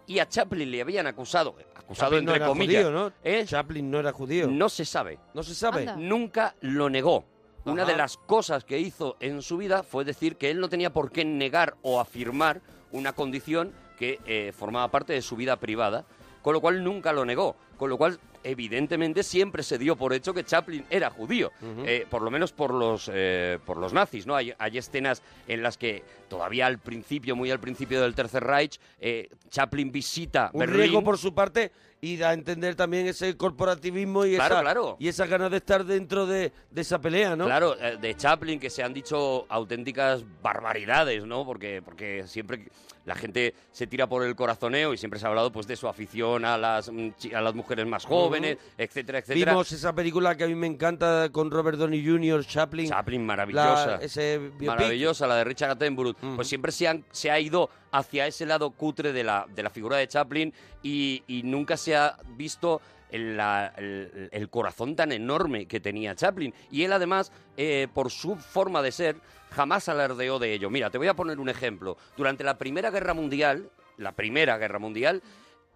Speaker 3: Y a Chaplin le habían acusado, acusado
Speaker 2: Chaplin no
Speaker 3: entre
Speaker 2: era
Speaker 3: comillas, ¿eh?
Speaker 2: judío, ¿no? Chaplin no era judío.
Speaker 3: no se sabe.
Speaker 2: No se sabe.
Speaker 3: Anda. Nunca lo negó. Una
Speaker 2: Ajá.
Speaker 3: de las cosas que hizo en su vida fue decir que él no tenía por qué negar o afirmar una condición que eh, formaba parte de su vida privada, con lo cual nunca lo negó. Con lo cual, evidentemente, siempre se dio por hecho que Chaplin era judío, eh, por lo menos por los, eh, por los nazis. ¿no? Hay, hay escenas en las que todavía al principio, muy al principio del Tercer Reich, eh, Chaplin visita
Speaker 2: Un
Speaker 3: Berlín.
Speaker 2: riesgo por su parte y da a entender también ese corporativismo y,
Speaker 3: Claro,
Speaker 2: esa,
Speaker 3: claro.
Speaker 2: y esas ganas de estar dentro de, de esa pelea, ¿no?
Speaker 3: Claro, eh, de Chaplin que se han dicho auténticas barbaridades, ¿no? Porque, porque siempre la gente se tira por el corazoneo y siempre se ha hablado pues de su afición a las, mm, chi- a las mujeres más jóvenes,
Speaker 2: Ujú.
Speaker 3: etcétera, etcétera.
Speaker 2: Vimos esa película que a mí me encanta con Robert Downey Jr., Chaplin.
Speaker 3: Chaplin, maravillosa.
Speaker 2: ese biopic.
Speaker 3: maravillosa, la de Richard Attenborough. Pues siempre se, han- se ha ido hacia ese lado cutre de la, de la figura de Chaplin y, y nunca se ha visto el, la- el- el corazón tan enorme que tenía Chaplin. Y él además, eh, por su forma de ser, jamás alardeó de ello. Mira, te voy a poner un ejemplo. Durante la Primera Guerra Mundial, la Primera Guerra Mundial,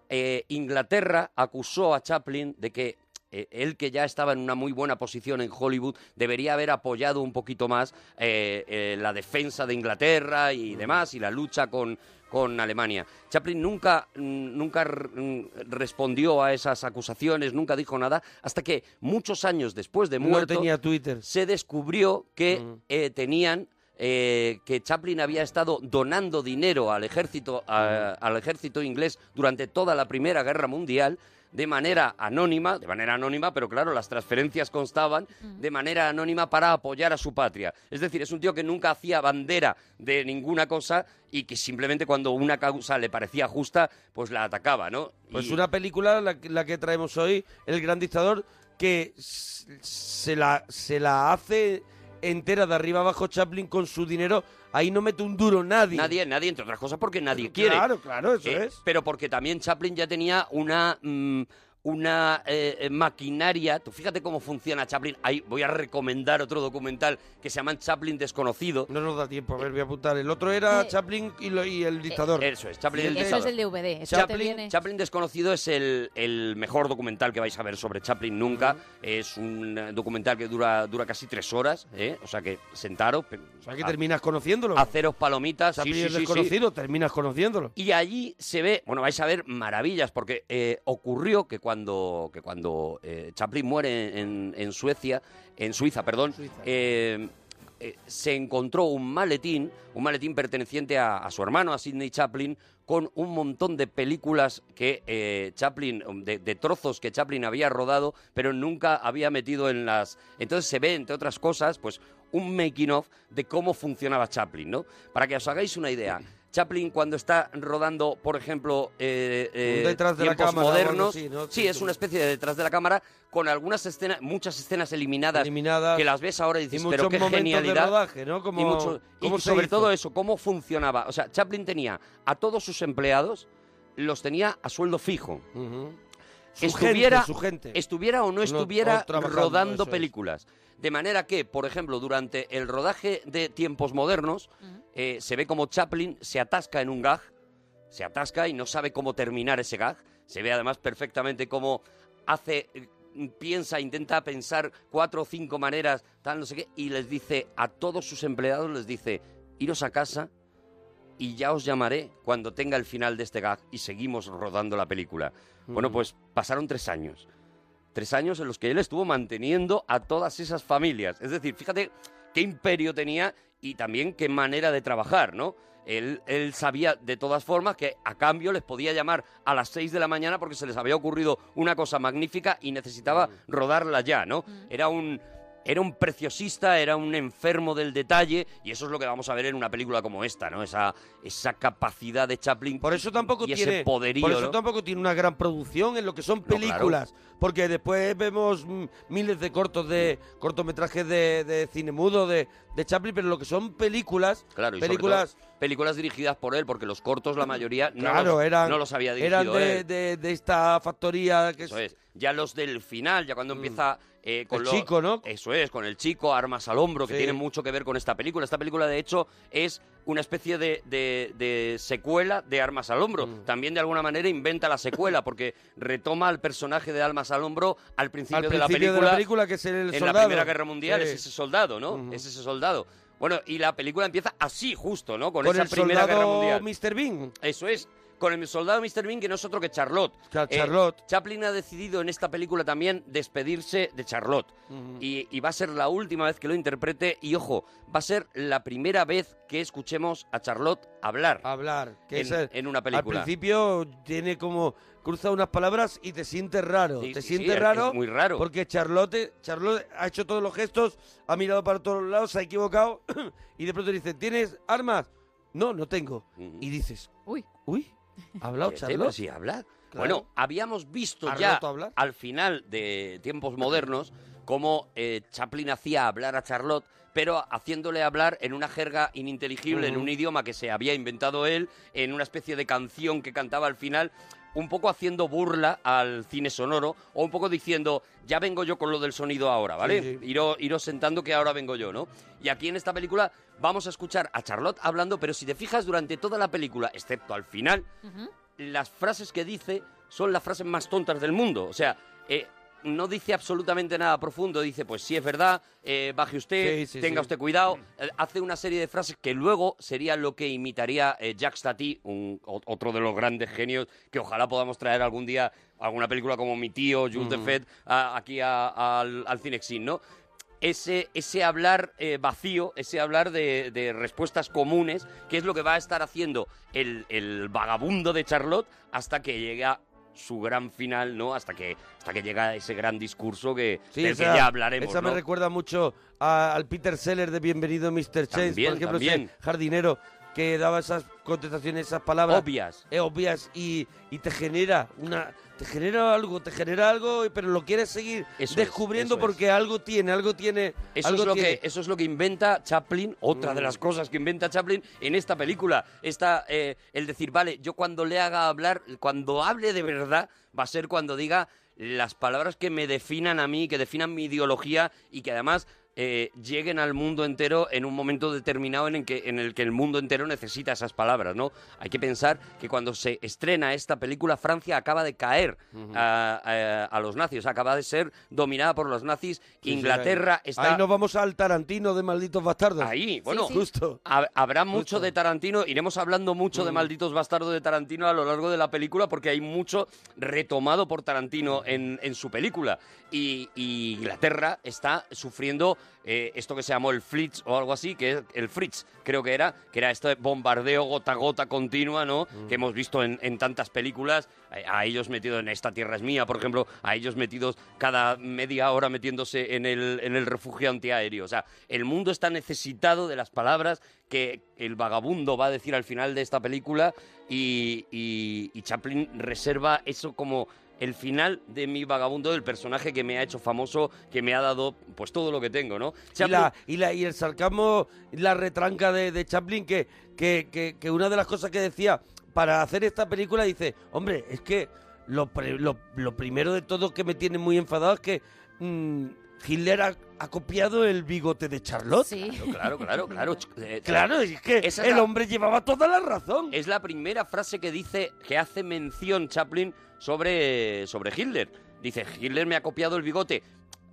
Speaker 3: eh, Inglaterra acusó a Chaplin de que eh, él, que ya estaba en una muy buena posición en Hollywood, debería haber apoyado un poquito más eh, eh, la defensa de Inglaterra y demás, y la lucha con, con Alemania. Chaplin nunca, mm, nunca r- mm, respondió a esas acusaciones, nunca dijo nada, hasta que muchos años después de
Speaker 2: No
Speaker 3: muerto
Speaker 2: tenía Twitter.
Speaker 3: se descubrió que
Speaker 2: Mm.
Speaker 3: eh, tenían eh, que Chaplin había estado donando dinero al ejército a-
Speaker 2: Mm.
Speaker 3: al ejército inglés durante toda la Primera Guerra Mundial de manera anónima, de manera anónima, pero claro, las transferencias constaban de manera anónima para apoyar a su patria. Es decir, es un tío que nunca hacía bandera de ninguna cosa y que simplemente cuando una causa le parecía justa, pues la atacaba, ¿no?
Speaker 2: Pues
Speaker 3: Y-
Speaker 2: una película, la, que- la que traemos hoy, El Gran Dictador, que s- se la, se la hace entera de arriba abajo Chaplin con su dinero. Ahí no mete un duro nadie.
Speaker 3: Nadie, nadie, entre otras cosas porque nadie quiere.
Speaker 2: Claro, claro, eso
Speaker 3: Eh,
Speaker 2: es.
Speaker 3: Pero porque también Chaplin ya tenía una. mm, una eh, eh, maquinaria, tú fíjate cómo funciona Chaplin, ahí voy a recomendar otro documental que se llama Chaplin desconocido. Eh,
Speaker 2: No nos da tiempo, a ver, voy a apuntar. El otro era Chaplin y, lo- y el dictador.
Speaker 3: Eso es, Chaplin y el
Speaker 6: Eso es
Speaker 3: dictador.
Speaker 6: el DVD. Eso te viene.
Speaker 3: Chaplin, Chaplin Desconocido es el, el mejor documental que vais a ver sobre Chaplin nunca. Es un eh, documental que dura, dura casi tres horas, ¿eh? o sea que sentaros. O
Speaker 2: sea que terminas conociéndolo.
Speaker 3: Haceros palomitas. Ah, sí,
Speaker 2: Chaplin
Speaker 3: sí,
Speaker 2: es
Speaker 3: sí, sí.
Speaker 2: desconocido, terminas conociéndolo.
Speaker 3: Y allí se ve, bueno, vais a ver maravillas, porque eh, ocurrió que cuando, que cuando eh, Chaplin muere en, en Suecia, en Suiza, perdón, eh, eh, se encontró un maletín, un maletín perteneciente a, a su hermano, a Sidney Chaplin, con un montón de películas que eh, Chaplin, de, de trozos que Chaplin había rodado, pero nunca había metido en las. Entonces se ve, entre otras cosas, pues un making of de cómo funcionaba Chaplin, ¿no? Para que os hagáis una idea. Chaplin cuando está rodando, por ejemplo, eh, eh,
Speaker 2: Un detrás de la
Speaker 3: tiempos
Speaker 2: cámara o algo
Speaker 3: modernos,
Speaker 2: así, ¿no?
Speaker 3: sí, es una especie de detrás de la cámara con algunas escenas, muchas escenas eliminadas, que las ves ahora y dices,
Speaker 2: y
Speaker 3: pero
Speaker 2: muchos
Speaker 3: qué
Speaker 2: momentos de
Speaker 3: genialidad.
Speaker 2: rodaje, ¿no? Como-
Speaker 3: y mucho- y
Speaker 2: ¿cómo se
Speaker 3: sobre
Speaker 2: hizo?
Speaker 3: todo eso, cómo funcionaba. O sea, Chaplin tenía a todos sus empleados, los tenía a sueldo fijo.
Speaker 2: Su
Speaker 3: estuviera,
Speaker 2: gente, su gente.
Speaker 3: estuviera o no
Speaker 2: No,
Speaker 3: estuviera
Speaker 2: o trabajando,
Speaker 3: rodando
Speaker 2: eso es.
Speaker 3: películas. De manera que, por ejemplo, durante el rodaje de Tiempos Modernos, eh, se ve como Chaplin se atasca en un gag, se atasca y no sabe cómo terminar ese gag. Se ve además perfectamente cómo hace, eh, piensa, intenta pensar cuatro o cinco maneras, tal, no sé qué, y les dice a todos sus empleados, les dice, iros a casa y ya os llamaré cuando tenga el final de este gag y seguimos rodando la película. Bueno, pues pasaron tres años. Tres años en los que él estuvo manteniendo a todas esas familias. Es decir, fíjate qué imperio tenía y también qué manera de trabajar, ¿no? Él, él sabía de todas formas que a cambio les podía llamar a las seis de la mañana porque se les había ocurrido una cosa magnífica y
Speaker 2: Mm.
Speaker 3: necesitaba rodarla ya, ¿no? Era un, era un preciosista, era un enfermo del detalle, y eso es lo que vamos a ver en una película como esta, ¿no? Esa, esa capacidad de Chaplin. Por eso
Speaker 2: tampoco
Speaker 3: y
Speaker 2: tiene-
Speaker 3: ese poderío.
Speaker 2: por eso
Speaker 3: ¿no?
Speaker 2: tampoco tiene una gran producción en lo que son
Speaker 3: claro.
Speaker 2: películas. Porque después vemos mm, miles de cortos de cortometrajes de, de cine mudo de, de Chaplin, pero lo que son películas,
Speaker 3: Claro, y sobre
Speaker 2: películas
Speaker 3: todo, películas dirigidas por él, porque los cortos la mayoría no,
Speaker 2: Claro,
Speaker 3: los,
Speaker 2: eran,
Speaker 3: no los había dirigido
Speaker 2: eran de,
Speaker 3: él.
Speaker 2: de- de esta factoría que
Speaker 3: Eso es. Ya los del final, ya cuando empieza eh, con
Speaker 2: Mm. El
Speaker 3: lo-
Speaker 2: chico, ¿no?
Speaker 3: Eso es, con el chico, armas al hombro, que
Speaker 2: Sí.
Speaker 3: tiene mucho que ver con esta película. Esta película, de hecho, es una especie de, de- de secuela de Armas al Hombro.
Speaker 2: Mm.
Speaker 3: También, de alguna manera, inventa la secuela, porque retoma al personaje de Armas al Hombro al principio,
Speaker 2: al principio de la película que es el
Speaker 3: en
Speaker 2: soldado.
Speaker 3: la Primera Guerra Mundial
Speaker 2: Sí.
Speaker 3: es ese soldado, ¿no? Es ese soldado. Bueno, y la película empieza así, justo, ¿no? Con,
Speaker 2: Con
Speaker 3: esa
Speaker 2: el
Speaker 3: Primera Guerra
Speaker 2: soldado
Speaker 3: Mundial.
Speaker 2: Mr. Bean.
Speaker 3: Eso es. Con el soldado Mr. Bean, que no es otro que Charlotte. Eh,
Speaker 2: Claro, Charlotte.
Speaker 3: Chaplin ha decidido en esta película también despedirse de Charlotte. y, y va a ser la última vez que lo interprete. Y ojo, va a ser la primera vez que escuchemos a Charlotte hablar.
Speaker 2: Hablar, que
Speaker 3: en,
Speaker 2: es el-
Speaker 3: en una película.
Speaker 2: Al principio tiene como cruza unas palabras y te sientes raro.
Speaker 3: Sí,
Speaker 2: te
Speaker 3: sí,
Speaker 2: sientes
Speaker 3: sí, es-
Speaker 2: raro.
Speaker 3: es muy raro.
Speaker 2: Porque Charlotte, Charlotte ha hecho todos los gestos, ha mirado para todos lados, se ha equivocado y de pronto dice, ¿tienes armas? No, no tengo. Y dices,
Speaker 6: uy,
Speaker 2: uy, ¿ha hablado
Speaker 3: Pero,
Speaker 2: Charlotte?
Speaker 3: pero sí, habla.
Speaker 2: Claro.
Speaker 3: Bueno, habíamos visto
Speaker 2: ¿Ha
Speaker 3: ya
Speaker 2: roto a hablar?
Speaker 3: al final de tiempos modernos cómo eh, Chaplin hacía hablar a Charlotte, pero haciéndole hablar en una jerga ininteligible, en
Speaker 2: Ujú.
Speaker 3: un idioma que se había inventado él, en una especie de canción que cantaba al final, un poco haciendo burla al cine sonoro o un poco diciendo, ya vengo yo con lo del sonido ahora, ¿vale?
Speaker 2: Sí, sí.
Speaker 3: Iros, iros sentando que ahora vengo yo, ¿no? Y aquí en esta película vamos a escuchar a Charlotte hablando, pero si te fijas durante toda la película, excepto al final, las frases que dice son las frases más tontas del mundo. O sea, eh, no dice absolutamente nada profundo. Dice, pues sí es verdad, eh, baje usted,
Speaker 2: Sí, sí,
Speaker 3: tenga
Speaker 2: sí.
Speaker 3: usted cuidado. Eh, hace una serie de frases que luego sería lo que imitaría eh, Jacques Tati, un- o- otro de los grandes genios que ojalá podamos traer algún día alguna película como Mi tío, Jules
Speaker 2: Ujú.
Speaker 3: de Fed, a- aquí a- al, al Cinexin, ¿no? ese, ese hablar eh, vacío, ese hablar de, de respuestas comunes, que es lo que va a estar haciendo el, el vagabundo de Charlotte hasta que llega su gran final, ¿no? Hasta que, hasta que llega ese gran discurso que,
Speaker 2: Sí,
Speaker 3: del
Speaker 2: esa-
Speaker 3: que ya hablaremos,
Speaker 2: Esa
Speaker 3: ¿no?
Speaker 2: me recuerda mucho a- al Peter Seller de Bienvenido Mr. Chase,
Speaker 3: También,
Speaker 2: por ejemplo, ese
Speaker 3: también.
Speaker 2: jardinero que daba esas contestaciones, esas palabras
Speaker 3: Obvias.
Speaker 2: eh, obvias y, y te genera una te genera algo, te genera algo, y- pero lo quieres seguir
Speaker 3: Eso es,
Speaker 2: descubriendo
Speaker 3: eso es.
Speaker 2: porque algo tiene, algo tiene,
Speaker 3: Eso
Speaker 2: algo
Speaker 3: es, lo
Speaker 2: tiene. Mm.
Speaker 3: que, eso es lo que inventa Chaplin, otra de las cosas que inventa Chaplin en esta película. Está eh, el decir, vale, yo cuando le haga hablar, cuando hable de verdad, va a ser cuando diga las palabras que me definan a mí, que definan mi ideología y que además eh, lleguen al mundo entero en un momento determinado en el, que, en el que el mundo entero necesita esas palabras, ¿no? Hay que pensar que cuando se estrena esta película, Francia acaba de caer
Speaker 2: Ujú.
Speaker 3: a, a- a los nazis, acaba de ser dominada por los nazis.
Speaker 2: Sí, sí,
Speaker 3: Inglaterra
Speaker 2: ahí.
Speaker 3: está...
Speaker 2: Ahí nos vamos al Tarantino de malditos bastardos.
Speaker 3: Ahí, bueno,
Speaker 2: justo. Mm.
Speaker 3: hab- habrá mucho de Tarantino, iremos hablando mucho de Malditos Bastardos de Tarantino a lo largo de la película porque hay mucho retomado por Tarantino en, en su película. Y, y Inglaterra está sufriendo eh, esto que se llamó el Fritz o algo así, que es el Fritz, creo que era, que era este bombardeo gota a gota continua, ¿no?
Speaker 2: Mm.
Speaker 3: Que hemos visto en, en tantas películas, eh, a, a ellos metidos en Esta Tierra es Mía, por ejemplo, a ellos metidos cada media hora metiéndose en el, en el refugio antiaéreo. O sea, el mundo está necesitado de las palabras que el vagabundo va a decir al final de esta película y, y- y Chaplin reserva eso como el final de mi vagabundo, del personaje que me ha hecho famoso, que me ha dado pues todo lo que tengo, ¿no?
Speaker 2: Y,
Speaker 3: Chaplin-
Speaker 2: la, y, la- y el sarcasmo, la retranca de, de Chaplin, que, que, que- que una de las cosas que decía para hacer esta película, dice, hombre, es que lo, pre- lo- lo primero de todo que me tiene muy enfadado es que mm, Hitler ha, ha copiado el bigote de Charlotte.
Speaker 3: Claro, claro, claro. ch- eh,
Speaker 2: Claro, es que
Speaker 3: Esa
Speaker 2: el
Speaker 3: la-
Speaker 2: hombre llevaba toda la razón.
Speaker 3: Es la primera frase que dice, que hace mención Chaplin sobre, sobre Hitler. Dice, Hitler me ha copiado el bigote.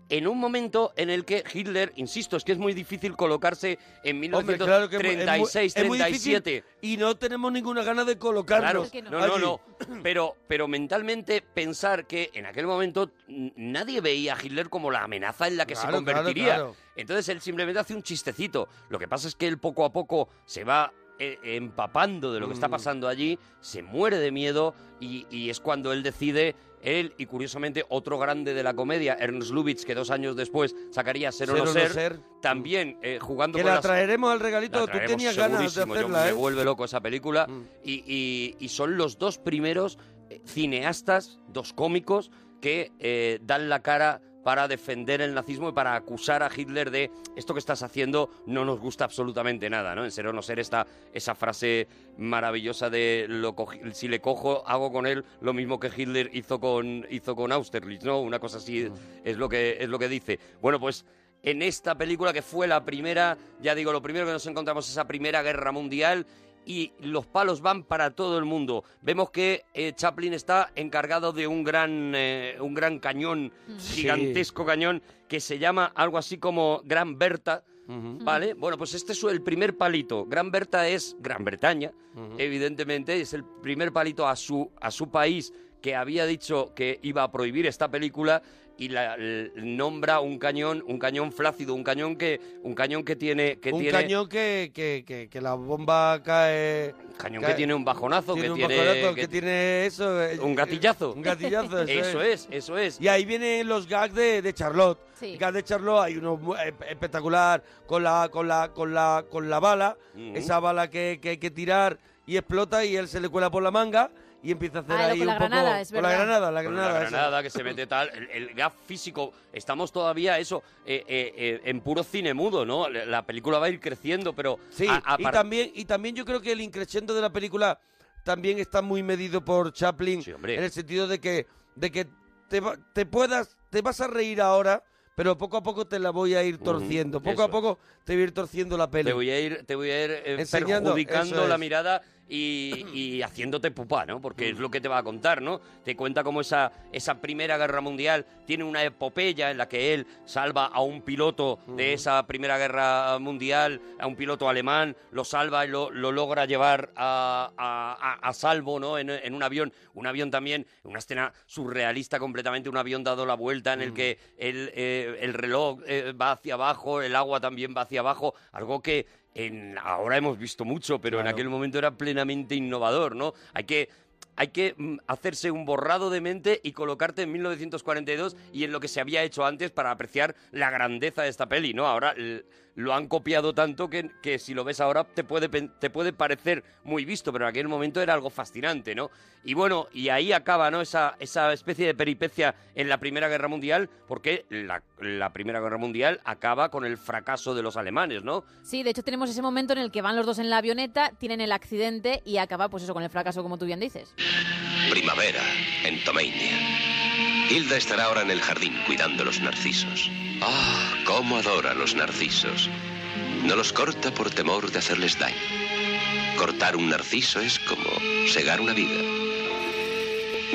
Speaker 3: En un momento en el que Hitler, insisto, es que es muy difícil colocarse en
Speaker 2: Hombre, claro que es muy- es muy-
Speaker 3: 1936,
Speaker 2: es muy difícil
Speaker 3: 37.
Speaker 2: y no tenemos ninguna gana de colocarnos.
Speaker 3: Claro, no, no,
Speaker 2: allí.
Speaker 3: no. Pero, pero mentalmente pensar que en aquel momento n- nadie veía a Hitler como la amenaza en la que se
Speaker 2: Claro, claro,
Speaker 3: convertiría.
Speaker 2: claro.
Speaker 3: Entonces él simplemente hace un chistecito. Lo que pasa es que él poco a poco se va eh, empapando de lo que está
Speaker 2: Mm.
Speaker 3: pasando allí, se muere de miedo y, y es cuando él decide. Él y curiosamente otro grande de la comedia, Ernst Lubitsch, que dos años después sacaría Ser o
Speaker 2: Ser
Speaker 3: no
Speaker 2: o no
Speaker 3: ser,
Speaker 2: ser.
Speaker 3: también eh, jugando
Speaker 2: Que
Speaker 3: con
Speaker 2: la
Speaker 3: las-
Speaker 2: traeremos al regalito.
Speaker 3: la
Speaker 2: Tú
Speaker 3: traeremos
Speaker 2: tenías ganas de
Speaker 3: segurísimo. Yo
Speaker 2: hacerla,
Speaker 3: me
Speaker 2: ¿eh? Mm.
Speaker 3: vuelve loco esa película. Y, y- y son los dos primeros eh, cineastas, dos cómicos, que eh, dan la cara para defender el nazismo y para acusar a Hitler de esto que estás haciendo no nos gusta absolutamente nada, ¿no? En ser o no ser esta, esa frase maravillosa de lo cogi- si le cojo, hago con él lo mismo que Hitler hizo con, hizo con Austerlitz, ¿no? Una cosa así
Speaker 2: Mm.
Speaker 3: es, lo que, es lo que dice. Bueno, pues en esta película que fue la primera, ya digo, lo primero que nos encontramos es esa primera guerra mundial y los palos van para todo el mundo. Vemos que eh, Chaplin está encargado de un gran, eh, un gran cañón,
Speaker 2: Sí.
Speaker 3: gigantesco cañón, que se llama algo así como Gran Berta. ¿Vale? Bueno, pues este es el primer palito. Gran Berta es Gran Bretaña,
Speaker 2: Ujú.
Speaker 3: evidentemente, es el primer palito a su, a su país que había dicho que iba a prohibir esta película y la, l- nombra un cañón, un cañón flácido, un cañón que, un cañón que tiene, que
Speaker 2: un
Speaker 3: tiene,
Speaker 2: cañón que, que, que, que la bomba cae.
Speaker 3: cañón
Speaker 2: cae-
Speaker 3: que tiene un bajonazo,
Speaker 2: tiene
Speaker 3: que
Speaker 2: un
Speaker 3: tiene,
Speaker 2: bajonazo,
Speaker 3: que
Speaker 2: que tiene eso. eh,
Speaker 3: un gatillazo,
Speaker 2: Un gatillazo, eso,
Speaker 3: es, eso es.
Speaker 2: Y ahí vienen los gags de, de Charlotte.
Speaker 3: Sí.
Speaker 2: Gags de Charlotte, hay uno mu- eh, espectacular con la, con la, con la, con la bala,
Speaker 3: Ujú.
Speaker 2: esa bala que, que hay que tirar y explota y él se le cuela por la manga y empieza a hacer
Speaker 6: Ah, lo
Speaker 2: ahí
Speaker 6: con
Speaker 2: un
Speaker 6: la
Speaker 2: poco
Speaker 6: granada, es
Speaker 2: con la
Speaker 6: verdad.
Speaker 2: granada, la
Speaker 3: Con
Speaker 2: granada,
Speaker 3: la
Speaker 2: esa.
Speaker 3: granada que se mete tal, el, el gag físico, estamos todavía eso, eh, eh, eh, en puro cine mudo, ¿no? La la película va a ir creciendo, pero
Speaker 2: Sí,
Speaker 3: a- a
Speaker 2: y
Speaker 3: par-
Speaker 2: también y también yo creo que el increciendo de la película también está muy medido por Chaplin en el sentido de que de que te, va- te puedas te vas a reír ahora, pero poco a poco te la voy a ir torciendo, poco a
Speaker 3: eso
Speaker 2: poco te voy a ir torciendo la peli.
Speaker 3: Te voy a ir, te voy a ir eh,
Speaker 2: Enseñando,
Speaker 3: perjudicando
Speaker 2: eso
Speaker 3: la
Speaker 2: es.
Speaker 3: mirada y, y haciéndote pupa, ¿no? Porque es lo que te va a contar, ¿no? Te cuenta cómo esa, esa Primera Guerra Mundial tiene una epopeya en la que él salva a un piloto de esa Primera Guerra Mundial, a un piloto alemán, lo salva y lo, lo logra llevar a, a- a- a salvo, ¿no? En, en un avión, un avión también, una escena surrealista completamente, un avión dado la vuelta en el que el, eh, el reloj eh, va hacia abajo, el agua también va hacia abajo, algo que en- ahora hemos visto mucho, pero en
Speaker 2: Claro.
Speaker 3: aquel momento era plenamente innovador, ¿no? Hay que, hay que mm, hacerse un borrado de mente y colocarte en 1942 y en lo que se había hecho antes para apreciar la grandeza de esta peli, ¿no? Ahora l- lo han copiado tanto que, que si lo ves ahora te puede, pen- te puede parecer muy visto, pero en aquel momento era algo fascinante, ¿no? Y bueno, y ahí acaba, ¿no? Esa, esa especie de peripecia en la Primera Guerra Mundial, porque la, la Primera Guerra Mundial acaba con el fracaso de los alemanes, ¿no?
Speaker 6: Sí, de hecho tenemos ese momento en el que van los dos en la avioneta, tienen el accidente y acaba pues eso con el fracaso como tú bien dices.
Speaker 21: Primavera, en Tomeinia. Hilda estará ahora en el jardín cuidando los narcisos. ¡Ah! ¿Cómo adora los narcisos? No los corta por temor de hacerles daño. Cortar un narciso es como segar una vida.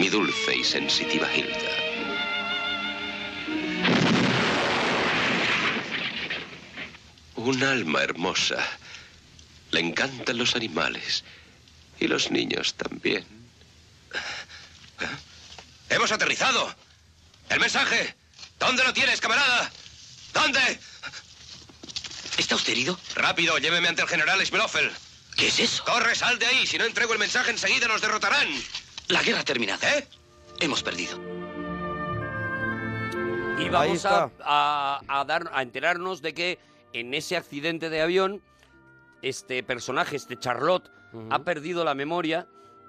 Speaker 21: Mi dulce y sensitiva Hilda. Un alma hermosa. Le encantan los animales. Y los niños también.
Speaker 20: ¡Hemos aterrizado! ¡El mensaje! ¿Dónde lo tienes, camarada? ¿Dónde?
Speaker 21: ¿Está usted herido?
Speaker 20: Rápido, lléveme ante el general Schmelofel.
Speaker 21: ¿Qué es eso?
Speaker 20: Corre, sal de ahí. Si no entrego el mensaje, enseguida nos derrotarán.
Speaker 21: La guerra ha terminado. ¿Eh? Hemos perdido.
Speaker 3: Y
Speaker 21: Ahí
Speaker 3: vamos
Speaker 21: está.
Speaker 3: a, a- a dar, a enterarnos de que en ese accidente de avión, este personaje, este Charlotte, ha perdido la memoria.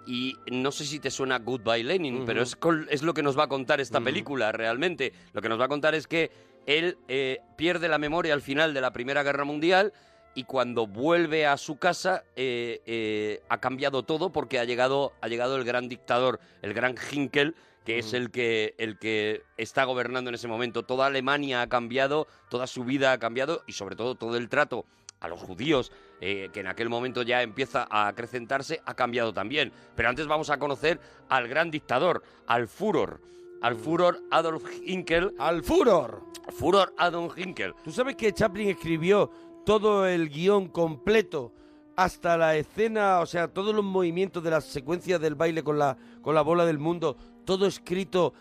Speaker 3: Y no sé si te suena Goodbye Lenin,
Speaker 2: Ujú.
Speaker 3: pero es, col- es lo que nos va a contar esta
Speaker 2: Ujú.
Speaker 3: película realmente. Lo que nos va a contar es que él eh, pierde la memoria al final de la Primera Guerra Mundial y cuando vuelve a su casa eh, eh, ha cambiado todo porque ha llegado, ha llegado el gran dictador, el gran Hinkel, que es el que, el que está gobernando en ese momento. Toda Alemania ha cambiado, toda su vida ha cambiado y sobre todo todo el trato a los judíos, eh, que en aquel momento ya empieza a acrecentarse, ha cambiado también. Pero antes vamos a conocer al gran dictador, al Furor. Al Furor Adolf Hinkel.
Speaker 2: ¡Al Furor!
Speaker 3: Furor Adolf Hinkel.
Speaker 2: ¿Tú sabes que Chaplin escribió todo el guión completo hasta la escena, o sea, todos los movimientos de las secuencias del baile con la, con la bola del mundo, todo escrito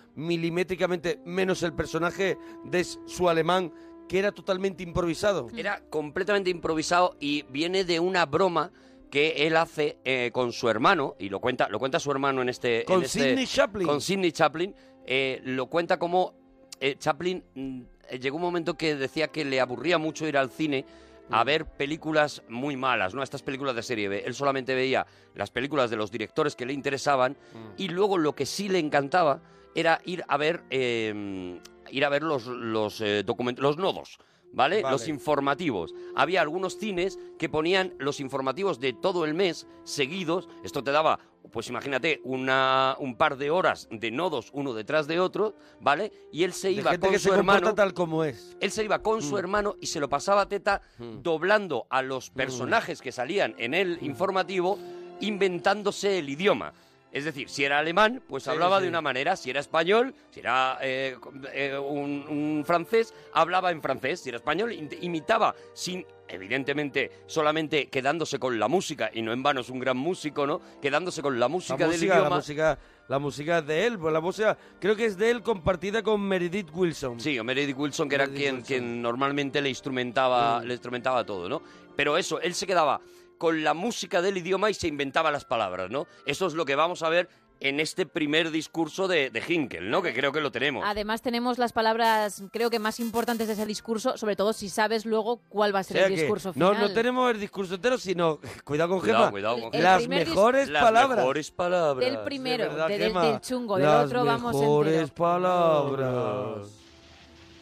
Speaker 2: milimétricamente, menos el personaje de s- su alemán, que era totalmente improvisado?
Speaker 3: Era completamente improvisado y viene de una broma que él hace eh, con su hermano y lo cuenta lo cuenta su hermano en este
Speaker 2: Con
Speaker 3: en este-
Speaker 2: Sidney Chaplin.
Speaker 3: con Sidney Chaplin eh, lo cuenta como eh, Chaplin mm, eh, llegó un momento que decía que le aburría mucho ir al cine a ver películas muy malas, ¿no? Estas películas de serie B. Él solamente veía las películas de los directores que le interesaban
Speaker 2: Mm.
Speaker 3: y luego lo que sí le encantaba era ir a ver eh, ir a ver los los eh, document- los nodos, ¿vale?
Speaker 2: Vale.
Speaker 3: Los informativos. Había algunos cines que ponían los informativos de todo el mes seguidos. Esto te daba, pues imagínate, una, un par de horas de nodos uno detrás de otro, ¿vale? Y él se
Speaker 2: De
Speaker 3: iba
Speaker 2: gente
Speaker 3: con
Speaker 2: que
Speaker 3: su
Speaker 2: se comporta
Speaker 3: hermano.
Speaker 2: tal como es.
Speaker 3: Él se iba con su
Speaker 2: Mm.
Speaker 3: hermano y se lo pasaba a teta
Speaker 2: Mm.
Speaker 3: doblando a los personajes que salían en el informativo, inventándose el idioma. Es decir, si era alemán, pues
Speaker 2: Sí,
Speaker 3: hablaba
Speaker 2: sí.
Speaker 3: de una manera, si era español, si era eh, com- eh, un, un francés, hablaba en francés, si era español, in- imitaba sin, evidentemente, solamente quedándose con la música, y no en vano es un gran músico, ¿no? Quedándose con la música,
Speaker 2: la
Speaker 3: del
Speaker 2: música,
Speaker 3: idioma.
Speaker 2: La música, la música es de él, pues la música creo que es de él compartida con Meredith Wilson.
Speaker 3: Sí, o Meredith Wilson, que era quien, quien normalmente le
Speaker 2: Mm.
Speaker 3: instrumentaba, le instrumentaba todo, ¿no? Pero eso, él se quedaba con la música del idioma y se inventaba las palabras, ¿no? Eso es lo que vamos a ver en este primer discurso de, de Hinkel, ¿no? Que creo que lo tenemos.
Speaker 2: Ah,
Speaker 6: Además tenemos las palabras creo que más importantes de ese discurso, sobre todo si sabes luego cuál va a
Speaker 2: O
Speaker 6: ser
Speaker 2: sea
Speaker 6: el
Speaker 2: que
Speaker 6: discurso
Speaker 2: no,
Speaker 6: final.
Speaker 2: no tenemos el discurso entero, sino cuidado con
Speaker 3: Cuidado,
Speaker 2: Gemma,
Speaker 3: cuidado con El Gemma.
Speaker 2: las
Speaker 3: primer dis-
Speaker 2: mejores
Speaker 3: Las
Speaker 2: palabras,
Speaker 3: mejores palabras.
Speaker 6: Del primero,
Speaker 2: De verdad,
Speaker 6: de- del,
Speaker 2: Gemma,
Speaker 6: del chungo, del
Speaker 2: las
Speaker 6: otro vamos entero.
Speaker 2: mejores palabras.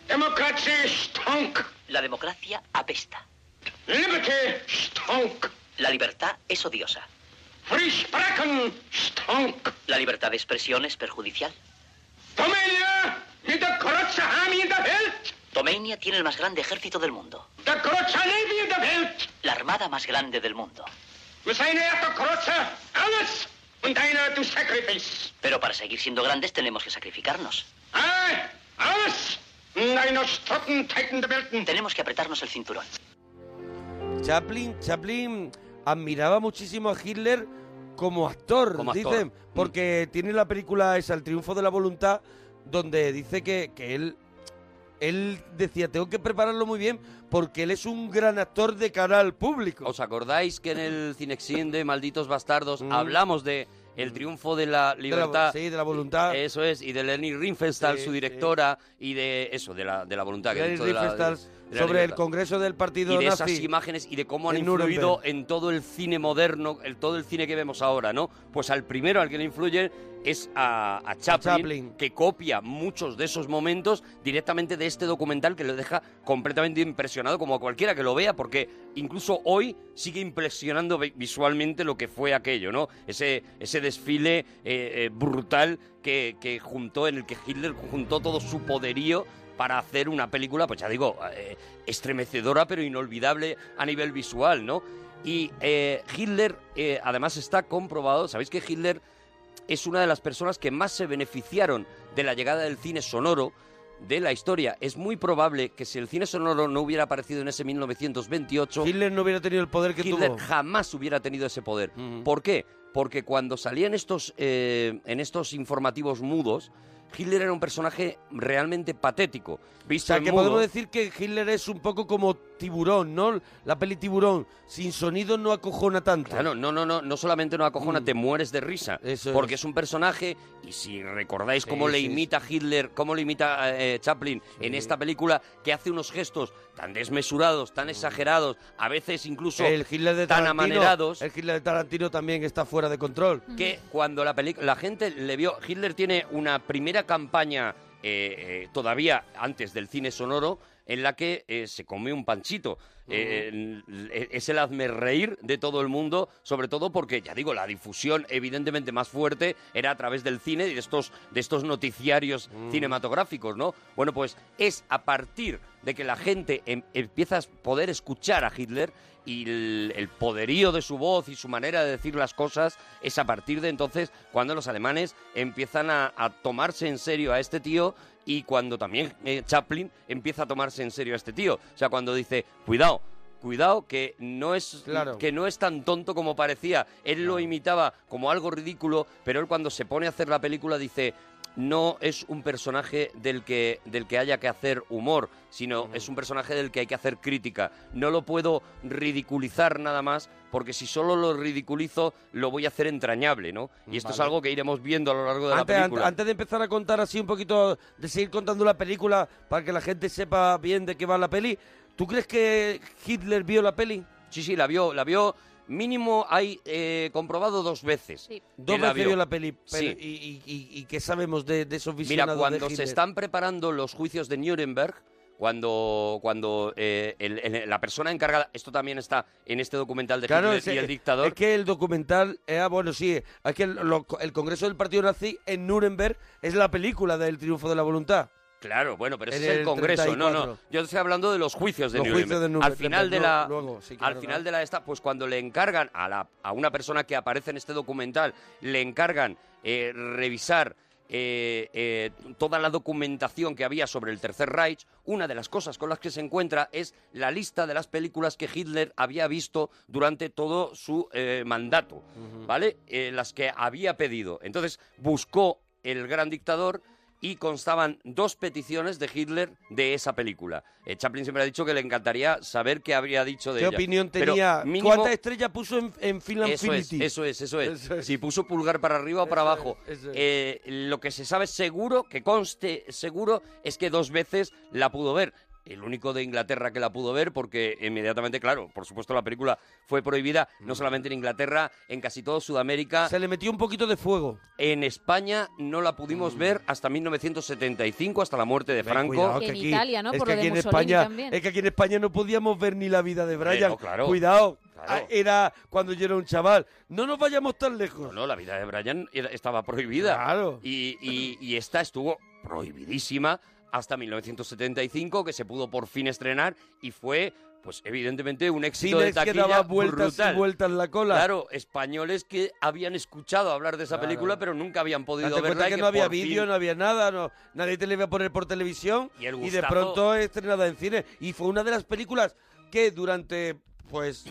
Speaker 22: Democracy stunk. La democracia apesta. Liberty stunk. La libertad es odiosa. Free Sprachen stunk. La libertad de expresión es perjudicial. Domania, mit der Krotze Army in der Welt. Tomenia tiene el más grande ejército del mundo. Der Krotze Navy in der Welt. La armada más grande del mundo. Mit seiner der Krotze alles. Und einer du sacrifice. Pero para seguir siendo grandes tenemos que sacrificarnos. Aye, alles. Und einer Stotten Titan der Welten. Tenemos que apretarnos el cinturón.
Speaker 2: Chaplin, Chaplin admiraba muchísimo a Hitler como actor,
Speaker 3: Como actor. Mm.
Speaker 2: dicen, porque tiene la película esa, El triunfo de la voluntad, donde dice que, que él él decía, tengo que prepararlo muy bien porque él es un gran actor de cara al público.
Speaker 3: ¿Os acordáis que en el Cinexin de Malditos Bastardos hablamos de el triunfo de la libertad? Eh,
Speaker 2: sí, Mm. de la voluntad.
Speaker 3: Eso es, y de Leni Riefenstahl,
Speaker 2: Sí,
Speaker 3: su directora, y de eso, de la, de la voluntad. que he
Speaker 2: Lenny
Speaker 3: dicho, de la-
Speaker 2: Riefenstahl,
Speaker 3: de la
Speaker 2: sobre el
Speaker 3: libertad.
Speaker 2: Congreso del Partido
Speaker 3: y de
Speaker 2: nazi
Speaker 3: esas imágenes y de cómo han
Speaker 2: en
Speaker 3: influido
Speaker 2: Nuremberg.
Speaker 3: en todo el cine moderno, el, todo el cine que vemos ahora, ¿no? Pues al primero al que le influye es a, a Chaplin,
Speaker 2: Chaplin.
Speaker 3: que copia muchos de esos momentos directamente de este documental que lo deja completamente impresionado como a cualquiera que lo vea, porque incluso hoy sigue impresionando vi- visualmente lo que fue aquello, ¿no? Ese, ese desfile eh, eh, brutal que, que juntó, en el que Hitler juntó todo su poderío para hacer una película, pues ya digo, eh, estremecedora pero inolvidable a nivel visual, ¿no? Y eh, Hitler, eh, además está comprobado, ¿sabéis que Hitler es una de las personas que más se beneficiaron de la llegada del cine sonoro de la historia? Es muy probable que si el cine sonoro no hubiera aparecido en ese 1928...
Speaker 2: Hitler no hubiera tenido el poder que
Speaker 3: Hitler
Speaker 2: tuvo.
Speaker 3: jamás hubiera tenido ese poder. ¿Por qué? Porque cuando salían estos, eh, en estos informativos mudos, Hitler era un personaje realmente patético.
Speaker 2: O
Speaker 3: Visto
Speaker 2: sea,
Speaker 3: en
Speaker 2: que
Speaker 3: mudo,
Speaker 2: podemos decir que Hitler es un poco como tiburón, ¿no? La peli tiburón, sin sonido no acojona tanto.
Speaker 3: Claro, no, no, no, no solamente no acojona,
Speaker 2: Mm.
Speaker 3: te mueres de risa.
Speaker 2: Eso
Speaker 3: porque
Speaker 2: es.
Speaker 3: es. un personaje, y si recordáis
Speaker 2: Sí,
Speaker 3: cómo le
Speaker 2: sí,
Speaker 3: imita Hitler, cómo le imita eh, Chaplin en esta película, que hace unos gestos tan desmesurados, tan exagerados, a veces incluso
Speaker 2: Mm. El Hitler de
Speaker 3: tan
Speaker 2: Tarantino,
Speaker 3: amanerados.
Speaker 2: El Hitler de Tarantino también está fuera de control.
Speaker 3: que cuando la película la gente le vio Hitler tiene una primera campaña eh, eh, todavía antes del cine sonoro en la que eh, se comió un panchito Eh, el- el- es el hazme reír de todo el mundo sobre todo porque ya digo la difusión evidentemente más fuerte era a través del cine y de estos de estos noticiarios cinematográficos no bueno pues es a partir de que la gente em- empieza a poder escuchar a Hitler y el, el poderío de su voz y su manera de decir las cosas es a partir de entonces cuando los alemanes empiezan a, a tomarse en serio a este tío y cuando también eh, Chaplin empieza a tomarse en serio a este tío. O sea, cuando dice, cuidado, cuidado, que no es,
Speaker 2: Claro.
Speaker 3: que no es tan tonto como parecía. Él lo imitaba como algo ridículo, pero él cuando se pone a hacer la película dice... No es un personaje del que, del que haya que hacer humor, sino es un personaje del que hay que hacer crítica. No lo puedo ridiculizar nada más, porque si solo lo ridiculizo, lo voy a hacer entrañable, ¿no? Y esto es
Speaker 2: Vale.
Speaker 3: algo que iremos viendo a lo largo de
Speaker 2: Antes,
Speaker 3: la
Speaker 2: an-
Speaker 3: película.
Speaker 2: antes de empezar a contar así un poquito, de seguir contando la película para que la gente sepa bien de qué va la peli, ¿tú crees que Hitler vio la peli?
Speaker 3: Sí, sí, la vio, la vio. Mínimo hay eh, comprobado dos veces. que
Speaker 2: Dos veces vio la peli. pero-
Speaker 3: Sí.
Speaker 2: y, y- y- y qué sabemos de, de esos
Speaker 3: Mira,
Speaker 2: visionados de
Speaker 3: cuando se
Speaker 2: Hitler?
Speaker 3: están preparando los juicios de Nuremberg, cuando, cuando eh, el- el- la persona encargada, esto también está en este documental de
Speaker 2: Claro, eh, es,
Speaker 3: Hitler y el dictador.
Speaker 2: es que el documental, eh, ah, bueno, sí, es que el, lo- el Congreso del Partido Nazi en Nuremberg es la película del triunfo de la voluntad.
Speaker 3: Claro, bueno, pero ese
Speaker 2: En
Speaker 3: es el
Speaker 2: el
Speaker 3: Congreso, no, no.
Speaker 2: 34.
Speaker 3: Yo estoy hablando de los juicios de
Speaker 2: Los
Speaker 3: Nuremberg.
Speaker 2: juicios de
Speaker 3: Al
Speaker 2: Nuremberg,
Speaker 3: final de
Speaker 2: no,
Speaker 3: la,
Speaker 2: luego, sí,
Speaker 3: al
Speaker 2: claro,
Speaker 3: final
Speaker 2: claro.
Speaker 3: de la esta, pues cuando le encargan a la a una persona que aparece en este documental, le encargan eh, revisar eh, eh, toda la documentación que había sobre el Tercer Reich. Una de las cosas con las que se encuentra es la lista de las películas que Hitler había visto durante todo su eh, mandato, ¿vale? Eh, las que había pedido. Entonces buscó el gran dictador y constaban dos peticiones de Hitler de esa película. Eh, Chaplin siempre ha dicho que le encantaría saber qué habría dicho de
Speaker 2: ¿Qué
Speaker 3: ella.
Speaker 2: opinión
Speaker 3: Pero
Speaker 2: tenía?
Speaker 3: mínimo-
Speaker 2: ¿Cuántas estrellas puso en, en Finland
Speaker 3: eso es,
Speaker 2: Finity?
Speaker 3: eso es, eso es. Si puso pulgar para arriba o para abajo. Eh, lo que se sabe seguro, que conste seguro, es que dos veces la pudo ver. El único de Inglaterra que la pudo ver, porque inmediatamente, claro, por supuesto la película fue prohibida, no solamente en Inglaterra, en casi todo Sudamérica.
Speaker 2: Mm. Se le metió un poquito de fuego. Mm.
Speaker 3: En España no la pudimos ver hasta 1975, hasta la muerte de Franco.
Speaker 2: Cuidado,
Speaker 6: En Italia, ¿no?
Speaker 2: Es
Speaker 6: Por lo
Speaker 2: que
Speaker 6: de
Speaker 2: aquí en
Speaker 6: Mussolini
Speaker 2: España,
Speaker 6: también.
Speaker 2: es que aquí en España no podíamos ver ni la vida de
Speaker 3: Hombre,
Speaker 2: Brian.
Speaker 3: no, claro.
Speaker 2: Cuidado,
Speaker 3: Claro.
Speaker 2: Ah, era cuando yo era un chaval. No nos vayamos tan lejos.
Speaker 3: No, la vida de Brian era- estaba prohibida.
Speaker 2: Claro.
Speaker 3: Y, y- y esta estuvo prohibidísima hasta 1975, que se pudo por fin estrenar y fue, pues evidentemente, un éxito de
Speaker 2: Cines que
Speaker 3: taquilla
Speaker 2: daba vueltas
Speaker 3: brutal.
Speaker 2: y vueltas la cola.
Speaker 3: Claro, españoles que habían escuchado hablar de esa
Speaker 2: Claro.
Speaker 3: película, pero nunca habían podido
Speaker 2: Date cuenta
Speaker 3: verla. y
Speaker 2: que no había
Speaker 3: por fin-
Speaker 2: vídeo, no había nada, no, nadie te le iba a poner por televisión
Speaker 3: Y el
Speaker 2: de
Speaker 3: gustazo-
Speaker 2: pronto es estrenada en cine. Y fue una de las películas que durante, pues,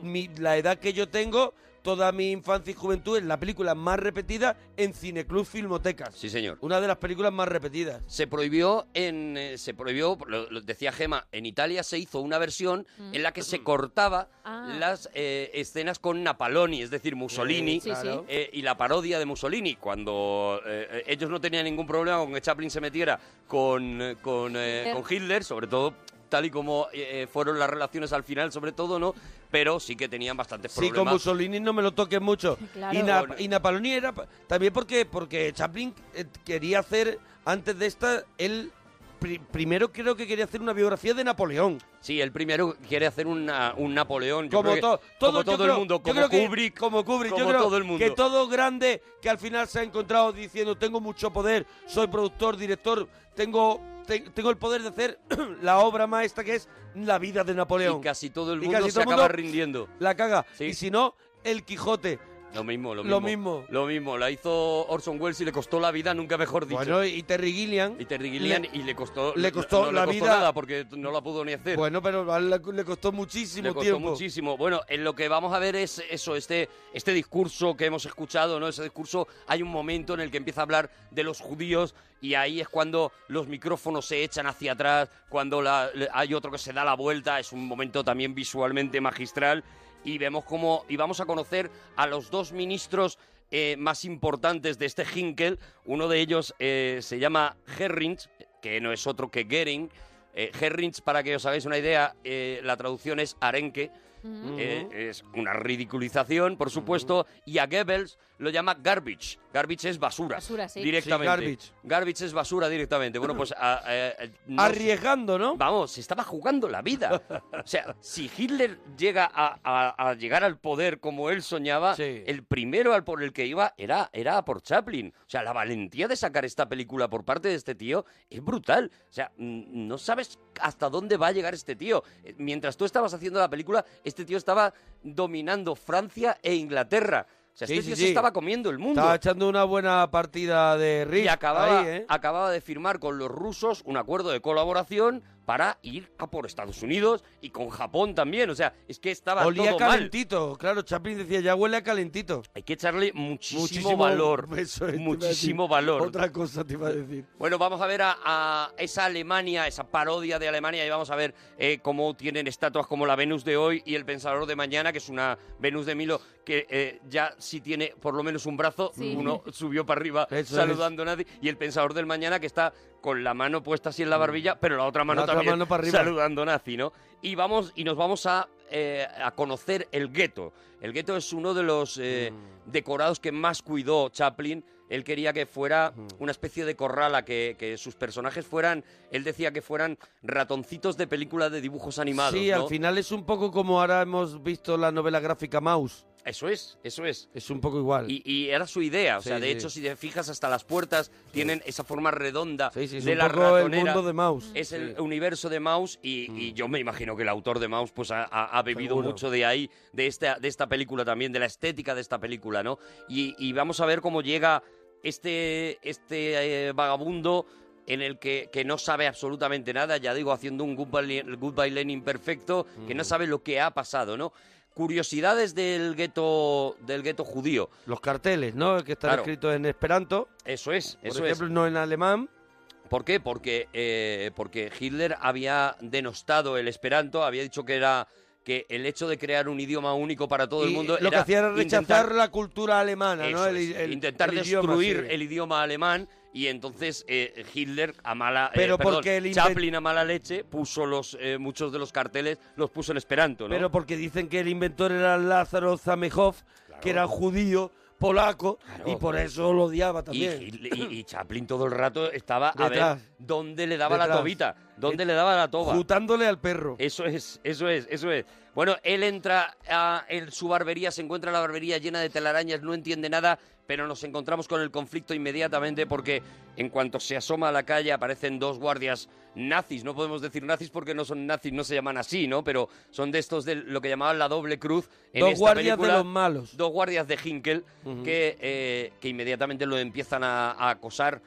Speaker 2: mi- la edad que yo tengo, toda mi infancia y juventud, es la película más repetida en Cineclub Filmotecas.
Speaker 3: Sí, señor.
Speaker 2: Una de las películas más repetidas.
Speaker 3: Se prohibió en eh, se prohibió lo, lo decía Gema en Italia se hizo una versión
Speaker 2: Mm.
Speaker 3: en la que se cortaba
Speaker 2: Ah.
Speaker 3: las eh, escenas con Napaloni es decir Mussolini
Speaker 2: Sí, sí. Claro.
Speaker 3: eh, y la parodia de Mussolini cuando eh, eh, ellos no tenían ningún problema con que Chaplin se metiera con eh, con, eh,
Speaker 2: Hitler.
Speaker 3: con Hitler sobre todo tal y como eh, eh, fueron las relaciones al final, sobre todo, ¿no? Pero sí que tenían bastantes
Speaker 2: Sí,
Speaker 3: problemas.
Speaker 2: con Mussolini no me lo toques mucho.
Speaker 3: Claro.
Speaker 2: Y, Na-
Speaker 3: Con-
Speaker 2: y Napaloni era... pa- También porque, porque Chaplin eh, quería hacer, antes de esta, él pri- primero creo que quería hacer una biografía de Napoleón.
Speaker 3: Sí, el primero quiere hacer una- un Napoleón. yo
Speaker 2: Como,
Speaker 3: creo que-
Speaker 2: to-
Speaker 3: como
Speaker 2: yo
Speaker 3: todo
Speaker 2: creo-
Speaker 3: el mundo,
Speaker 2: yo
Speaker 3: como
Speaker 2: creo que-
Speaker 3: Kubrick.
Speaker 2: como Kubrick, yo
Speaker 3: como
Speaker 2: creo
Speaker 3: todo el mundo.
Speaker 2: que todo grande que al final se ha encontrado diciendo tengo mucho poder, soy productor, director, tengo te- tengo el poder de hacer la obra maestra que es la vida de Napoleón.
Speaker 3: Y casi todo el
Speaker 2: Y
Speaker 3: mundo
Speaker 2: casi
Speaker 3: se
Speaker 2: todo el
Speaker 3: acaba
Speaker 2: mundo
Speaker 3: rindiendo.
Speaker 2: La caga. Y si no, el Quijote.
Speaker 3: Lo mismo, lo mismo.
Speaker 2: Lo mismo.
Speaker 3: Lo mismo, La hizo Orson Welles y le costó la vida, nunca mejor dicho.
Speaker 2: Bueno, y Terry Gilliam.
Speaker 3: Y Terry Gilliam
Speaker 2: le-
Speaker 3: y le costó,
Speaker 2: le costó
Speaker 3: no
Speaker 2: la
Speaker 3: le costó
Speaker 2: vida.
Speaker 3: nada porque no la pudo ni hacer.
Speaker 2: Bueno, pero a él le le costó muchísimo
Speaker 3: Le costó
Speaker 2: tiempo.
Speaker 3: muchísimo. Bueno, en lo que vamos a ver es eso, este, este discurso que hemos escuchado, ¿no? Ese discurso, hay un momento en el que empieza a hablar de los judíos y ahí es cuando los micrófonos se echan hacia atrás, cuando la- le- hay otro que se da la vuelta, es un momento también visualmente magistral y vemos cómo, y vamos a conocer a los dos ministros eh, más importantes de este Hinkel. Uno de ellos eh, se llama Herrings, que no es otro que Gering. Eh, Herrings, para que os hagáis una idea, eh, la traducción es arenque.
Speaker 6: Mm.
Speaker 2: Ujú.
Speaker 3: Eh, es una ridiculización, por supuesto. Y a Goebbels lo llama garbage. Garbage es basura.
Speaker 6: Basura, sí.
Speaker 3: Directamente.
Speaker 2: Sí, garbage.
Speaker 3: Garbage es basura directamente. Bueno, pues... a- a- a- no-
Speaker 2: Arriesgando, ¿no?
Speaker 3: Vamos, se estaba jugando la vida. O sea, si Hitler llega a, a- a llegar al poder como él soñaba, el primero al por el que iba era, era a por Chaplin. O sea, la valentía de sacar esta película por parte de este tío es brutal. O sea, mm, no sabes hasta dónde va a llegar este tío. Eh, Mientras tú estabas haciendo la película, este tío estaba dominando Francia e Inglaterra. O sea,
Speaker 2: Sí,
Speaker 3: este
Speaker 2: sí,
Speaker 3: tío
Speaker 2: sí.
Speaker 3: se estaba comiendo el mundo.
Speaker 2: Estaba echando una buena partida de Rick.
Speaker 3: Y acababa,
Speaker 2: ahí, ¿eh?
Speaker 3: acababa de firmar con los rusos un acuerdo de colaboración para ir a por Estados Unidos y con Japón también. O sea, es que estaba
Speaker 2: Olía
Speaker 3: todo mal.
Speaker 2: calentito, claro, Chaplin decía, ya huele a calentito.
Speaker 3: Hay que echarle muchísimo, valor.
Speaker 2: Eso es, te iba a decir.
Speaker 3: muchísimo valor.
Speaker 2: Otra cosa te iba a decir.
Speaker 3: Bueno, vamos a ver a, a esa Alemania, esa parodia de Alemania, y vamos a ver eh, cómo tienen estatuas como la Venus de hoy y el Pensador de mañana, que es una Venus de Milo que eh, ya si tiene por lo menos un brazo,
Speaker 2: Sí.
Speaker 3: uno subió para arriba
Speaker 2: Eso
Speaker 3: saludando a nadie, y el Pensador del mañana que está con la mano puesta así en la barbilla, pero la otra mano
Speaker 2: La otra
Speaker 3: también
Speaker 2: mano para arriba.
Speaker 3: saludando nazi, ¿no? Y vamos y nos vamos a, eh, a conocer el gueto. El gueto es uno de los eh,
Speaker 2: Mm.
Speaker 3: decorados que más cuidó Chaplin. Él quería que fuera
Speaker 2: Mm.
Speaker 3: una especie de corrala, que, que sus personajes fueran, él decía que fueran ratoncitos de película de dibujos animados.
Speaker 2: sí,
Speaker 3: ¿no?
Speaker 2: al final es un poco como ahora hemos visto la novela gráfica Mouse.
Speaker 3: Eso es, eso es.
Speaker 2: Es un poco igual.
Speaker 3: Y, y era su idea, o
Speaker 2: Sí,
Speaker 3: sea, de
Speaker 2: sí.
Speaker 3: hecho, si te fijas, hasta las puertas tienen esa forma redonda
Speaker 2: sí, es
Speaker 3: de
Speaker 2: un
Speaker 3: la
Speaker 2: poco el
Speaker 3: ratonera.
Speaker 2: mundo de Maus.
Speaker 3: Es el
Speaker 2: Sí.
Speaker 3: universo de Maus y, y yo me imagino que el autor de Maus pues ha, ha- ha bebido
Speaker 2: Mm. Seguro.
Speaker 3: mucho de ahí, de esta, de esta película también, de la estética de esta película, ¿no? Y, y vamos a ver cómo llega este, este eh, vagabundo en el que, que no sabe absolutamente nada, ya digo, haciendo un Goodbye, goodbye Lenin perfecto, que
Speaker 2: Mm.
Speaker 3: no sabe lo que ha pasado, ¿no? Curiosidades del gueto del gueto judío.
Speaker 2: Los carteles, ¿no? Que están
Speaker 3: Claro.
Speaker 2: escritos en esperanto.
Speaker 3: Eso es,
Speaker 2: Por
Speaker 3: eso
Speaker 2: ejemplo,
Speaker 3: es.
Speaker 2: no en alemán.
Speaker 3: ¿Por qué? Porque, eh, porque Hitler había denostado el esperanto, había dicho que era que el hecho de crear un idioma único para todo el
Speaker 2: Y
Speaker 3: mundo
Speaker 2: lo que
Speaker 3: era
Speaker 2: hacía era rechazar
Speaker 3: intentar-
Speaker 2: la cultura alemana, ¿no?
Speaker 3: eso
Speaker 2: El-
Speaker 3: es,
Speaker 2: el-
Speaker 3: intentar
Speaker 2: el idioma,
Speaker 3: destruir
Speaker 2: sí.
Speaker 3: el idioma alemán y entonces eh, Hitler a mala eh,
Speaker 2: Pero
Speaker 3: perdón,
Speaker 2: porque el invent-
Speaker 3: Chaplin a mala leche puso los eh, muchos de los carteles los puso en esperanto, ¿no?
Speaker 2: Pero porque dicen que el inventor era Lázaro Zamejow, que era judío, polaco, y por eso lo odiaba
Speaker 3: Y,
Speaker 2: también.
Speaker 3: Hitler- y- y Chaplin todo el rato estaba a
Speaker 2: Detrás.
Speaker 3: ver dónde le daba la
Speaker 2: Detrás. Eh,
Speaker 3: tobita, dónde le daba la toba.
Speaker 2: Jutándole al perro.
Speaker 3: Eso es, eso es, eso es. Bueno, él entra a en su barbería, se encuentra la barbería llena de telarañas, no entiende nada, pero nos encontramos con el conflicto inmediatamente porque en cuanto se asoma a la calle aparecen dos guardias nazis. No podemos decir nazis porque no son nazis, no se llaman así, ¿no? Pero son de estos de lo que llamaban la doble cruz. En
Speaker 2: Dos
Speaker 3: esta
Speaker 2: guardias
Speaker 3: película,
Speaker 2: de los malos.
Speaker 3: Dos guardias de Hinkel que, eh, que inmediatamente lo empiezan a, a acosar.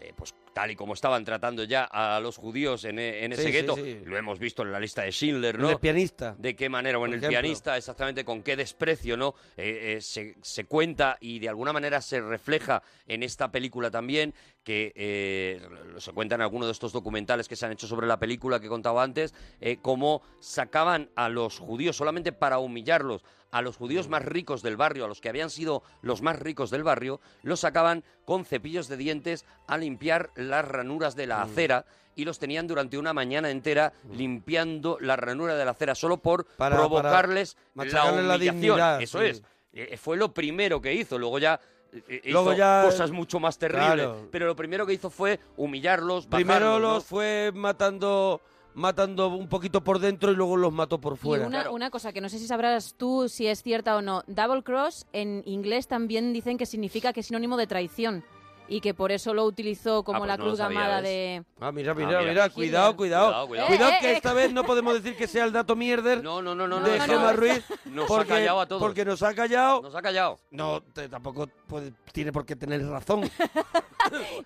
Speaker 3: eh, Pues tal y como estaban tratando ya a los judíos en, e- en
Speaker 2: Sí,
Speaker 3: ese
Speaker 2: sí,
Speaker 3: gueto,
Speaker 2: sí.
Speaker 3: lo hemos visto en la lista de Schindler,
Speaker 2: El
Speaker 3: ¿no?
Speaker 2: del pianista.
Speaker 3: ¿De qué manera? Bueno,
Speaker 2: Por
Speaker 3: el
Speaker 2: ejemplo.
Speaker 3: pianista, exactamente, con qué desprecio, ¿no? Eh, eh, se, se cuenta y de alguna manera se refleja en esta película también, que eh, lo- se cuenta en alguno de estos documentales que se han hecho sobre la película que he contado antes, eh, cómo sacaban a los judíos solamente para humillarlos, a los
Speaker 2: Mm.
Speaker 3: judíos más ricos del barrio, a los que habían sido los más ricos del barrio, los sacaban con cepillos de dientes a limpiar las ranuras de
Speaker 2: Mm.
Speaker 3: la acera y los tenían durante una mañana entera limpiando la ranura de la acera solo por
Speaker 2: Para-
Speaker 3: provocarles
Speaker 2: para
Speaker 3: la
Speaker 2: machacarle la
Speaker 3: humillación.
Speaker 2: dignidad,
Speaker 3: Eso
Speaker 2: sí.
Speaker 3: es. Eh, Fue lo primero que hizo. Luego ya eh, hizo
Speaker 2: Luego ya-
Speaker 3: cosas mucho más terribles.
Speaker 2: Claro.
Speaker 3: Pero lo primero que hizo fue humillarlos,
Speaker 2: Primero
Speaker 3: bajarlos, ¿no?
Speaker 2: los fue matando matando un poquito por dentro y luego los mató por
Speaker 6: Y
Speaker 2: fuera.
Speaker 6: una, una cosa que no sé si sabrás tú si es cierta o no. Double cross en inglés también dicen que significa que es sinónimo de traición y que por eso lo utilizó como
Speaker 2: Ah, pues
Speaker 6: la
Speaker 2: no lo
Speaker 6: cruz
Speaker 2: sabía,
Speaker 6: gamada
Speaker 2: ¿ves?
Speaker 6: de...
Speaker 2: Ah, mira, mira,
Speaker 3: Ah, mira.
Speaker 2: mira, cuidado, cuidado.
Speaker 3: Hitler. Cuidado,
Speaker 2: Cuidado,
Speaker 3: cuidado.
Speaker 2: que
Speaker 3: Eh, eh.
Speaker 2: esta vez no podemos decir que sea el dato mierder
Speaker 3: No, no, no, no,
Speaker 2: de
Speaker 3: no,
Speaker 2: Gemma
Speaker 3: no.
Speaker 2: Ruiz.
Speaker 3: Nos ha
Speaker 2: porque,
Speaker 3: callado a todos.
Speaker 2: Porque nos ha callado.
Speaker 3: Nos ha callado.
Speaker 2: No, te- tampoco puede- tiene por qué tener razón.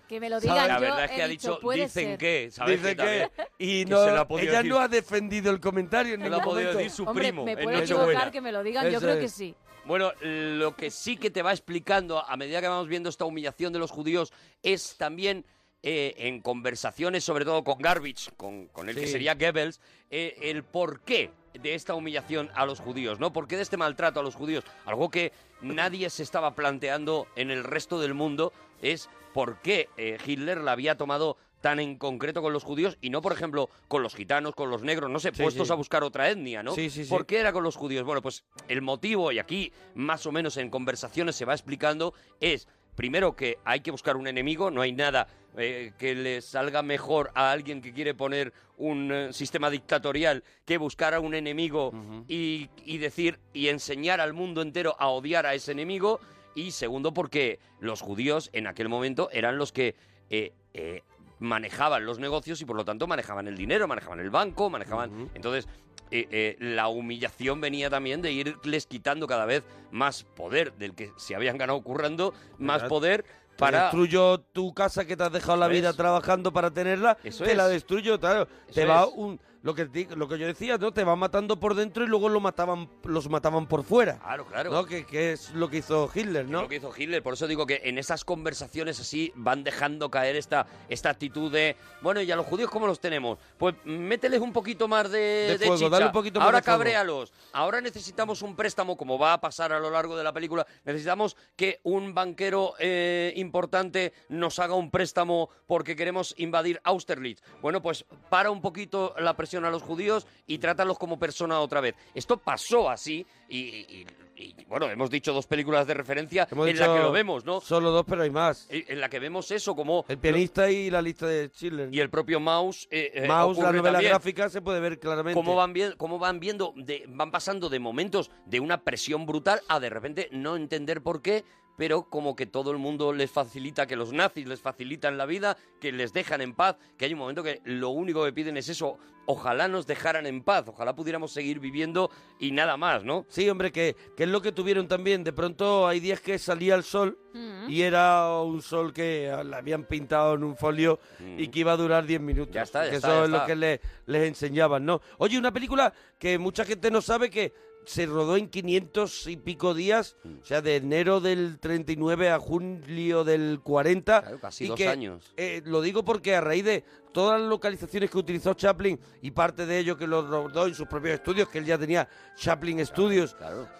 Speaker 6: Que me lo
Speaker 2: ¿sabes?
Speaker 6: digan
Speaker 2: La
Speaker 6: yo,
Speaker 2: verdad es
Speaker 6: he
Speaker 2: que ha
Speaker 6: dicho,
Speaker 2: dicho,
Speaker 6: puede
Speaker 3: dicen
Speaker 6: ser.
Speaker 3: que, ¿sabes?
Speaker 2: Dice
Speaker 3: Que
Speaker 2: que,
Speaker 3: también-
Speaker 2: y
Speaker 3: que
Speaker 2: no,
Speaker 3: se la ha podido
Speaker 2: ella
Speaker 3: decir.
Speaker 2: no ha defendido el comentario.
Speaker 3: Se la ha podido decir su
Speaker 6: Hombre,
Speaker 3: primo.
Speaker 6: me
Speaker 3: en
Speaker 6: puedo
Speaker 3: Nochebuena.
Speaker 6: equivocar, que me lo digan, yo
Speaker 3: Eso
Speaker 6: creo que
Speaker 3: es.
Speaker 6: sí.
Speaker 3: Bueno, lo que sí que te va explicando a medida que vamos viendo esta humillación de los judíos es también eh, en conversaciones, sobre todo con Garbage, con, con el que
Speaker 2: Sí.
Speaker 3: sería Goebbels, eh, el porqué de esta humillación a los judíos, ¿no? ¿Por qué de este maltrato a los judíos? Algo que nadie se estaba planteando en el resto del mundo es por qué eh, Hitler la había tomado tan en concreto con los judíos y no, por ejemplo, con los gitanos, con los negros, no sé,
Speaker 2: Sí,
Speaker 3: puestos
Speaker 2: sí.
Speaker 3: a buscar otra etnia, ¿no?
Speaker 2: Sí, sí, sí.
Speaker 3: ¿Por qué era con los judíos? Bueno, pues el motivo, y aquí más o menos en conversaciones se va explicando, es primero que hay que buscar un enemigo, no hay nada eh, que le salga mejor a alguien que quiere poner un eh, sistema dictatorial que buscar a un enemigo y, y decir y enseñar al mundo entero a odiar a ese enemigo. Y segundo, porque los judíos en aquel momento eran los que eh, eh, manejaban los negocios y por lo tanto manejaban el dinero, manejaban el banco, manejaban... Entonces, eh, eh, la humillación venía también de irles quitando cada vez más poder del que se habían ganado currando, más
Speaker 2: Verdad.
Speaker 3: poder
Speaker 2: Te
Speaker 3: para...
Speaker 2: destruyo tu casa que te has dejado la
Speaker 3: Eso
Speaker 2: vida
Speaker 3: es.
Speaker 2: trabajando para tenerla,
Speaker 3: Eso
Speaker 2: te la
Speaker 3: es.
Speaker 2: destruyo, claro. te va
Speaker 3: es.
Speaker 2: un lo que te- lo que yo decía, ¿no? Te va matando por dentro y luego lo mataban los mataban por fuera.
Speaker 3: Claro, claro.
Speaker 2: ¿No? Que, que es lo que hizo Hitler, ¿no?
Speaker 3: lo que hizo Hitler. Por eso digo que en esas conversaciones así van dejando caer esta, esta actitud de, bueno, ¿y a los judíos cómo los tenemos? Pues mételes un poquito más de,
Speaker 2: De
Speaker 3: de
Speaker 2: fuego,
Speaker 3: chicha.
Speaker 2: dale un poquito más
Speaker 3: Ahora
Speaker 2: de fuego.
Speaker 3: cabréalos. Ahora necesitamos un préstamo, como va a pasar a lo largo de la película. Necesitamos que un banquero eh, importante nos haga un préstamo porque queremos invadir Austerlitz. Bueno, pues para un poquito la presión a los judíos y trátalos como persona otra vez. Esto pasó así y... y- y, bueno, hemos dicho dos películas de referencia
Speaker 2: Hemos
Speaker 3: en
Speaker 2: dicho
Speaker 3: la que lo vemos, ¿no?
Speaker 2: Solo dos, pero hay más.
Speaker 3: Eh, En la que vemos eso, como
Speaker 2: El pianista y la lista de Schiller.
Speaker 3: y el propio Maus. eh, eh,
Speaker 2: Maus, la
Speaker 3: ocurre
Speaker 2: novela
Speaker 3: también.
Speaker 2: gráfica se puede ver claramente.
Speaker 3: Cómo van, bien, cómo van viendo, de- van pasando de momentos de una presión brutal a de repente no entender por qué, pero como que todo el mundo les facilita, que los nazis les facilitan la vida, que les dejan en paz, que hay un momento que lo único que piden es eso, ojalá nos dejaran en paz, ojalá pudiéramos seguir viviendo y nada más, ¿no?
Speaker 2: Sí, hombre, que, que es lo que tuvieron también. De pronto hay días que salía el sol
Speaker 3: Mm.
Speaker 2: y era un sol que ah, le habían pintado en un folio y que iba a durar 10 minutos.
Speaker 3: Mm. Ya está, ya
Speaker 2: que
Speaker 3: está,
Speaker 2: eso
Speaker 3: ya
Speaker 2: es lo
Speaker 3: está.
Speaker 2: que le- les enseñaban, ¿no? Oye, una película que mucha gente no sabe que se rodó en 500 y pico días,
Speaker 3: Mm.
Speaker 2: o sea, de enero del 39 a julio del 40.
Speaker 3: casi
Speaker 2: y
Speaker 3: dos
Speaker 2: que,
Speaker 3: años.
Speaker 2: eh, lo digo porque a raíz de todas las localizaciones que utilizó Chaplin y parte de ello que lo rodó en sus propios estudios, que él ya tenía Chaplin Studios,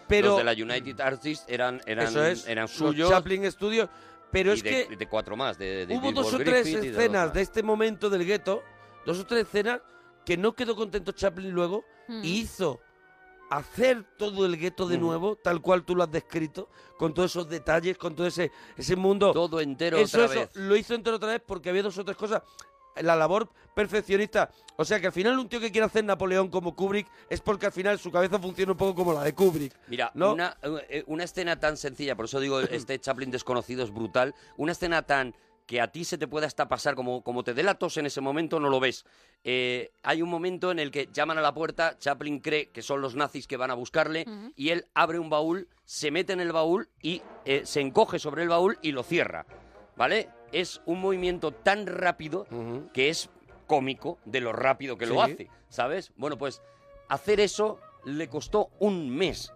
Speaker 2: pero
Speaker 3: los de la United Artists eran, eran,
Speaker 2: eso es,
Speaker 3: eran
Speaker 2: los
Speaker 3: suyos.
Speaker 2: Chaplin Studios, pero
Speaker 3: y
Speaker 2: es
Speaker 3: de,
Speaker 2: que
Speaker 3: de cuatro más, de, de
Speaker 2: hubo
Speaker 3: Billboard
Speaker 2: dos o tres
Speaker 3: Griffith y de
Speaker 2: escenas
Speaker 3: dos
Speaker 2: de este momento del gueto, dos o tres escenas que no quedó contento Chaplin luego
Speaker 3: Mm.
Speaker 2: y hizo hacer todo el gueto
Speaker 3: Hmm.
Speaker 2: de nuevo, tal cual tú lo has descrito, con todos esos detalles, con todo ese, ese mundo.
Speaker 3: Todo entero
Speaker 2: Eso,
Speaker 3: otra
Speaker 2: eso,
Speaker 3: vez.
Speaker 2: Lo hizo entero otra vez porque había dos o tres cosas. La labor perfeccionista. O sea que al final un tío que quiere hacer Napoleón como Kubrick es porque al final su cabeza funciona un poco como la de Kubrick.
Speaker 3: Mira,
Speaker 2: ¿no?
Speaker 3: una, eh, una escena tan sencilla, por eso digo, este Chaplin desconocido es brutal, una escena tan que a ti se te pueda hasta pasar, como, como te dé la tos en ese momento, no lo ves. Eh, hay un momento en el que llaman a la puerta, Chaplin cree que son los nazis que van a buscarle, y él abre un baúl, se mete en el baúl y eh, se encoge sobre el baúl y lo cierra. ¿Vale? Es un movimiento tan rápido que es cómico de lo rápido que
Speaker 2: Sí.
Speaker 3: lo hace, ¿sabes? Bueno, pues hacer eso le costó un mes.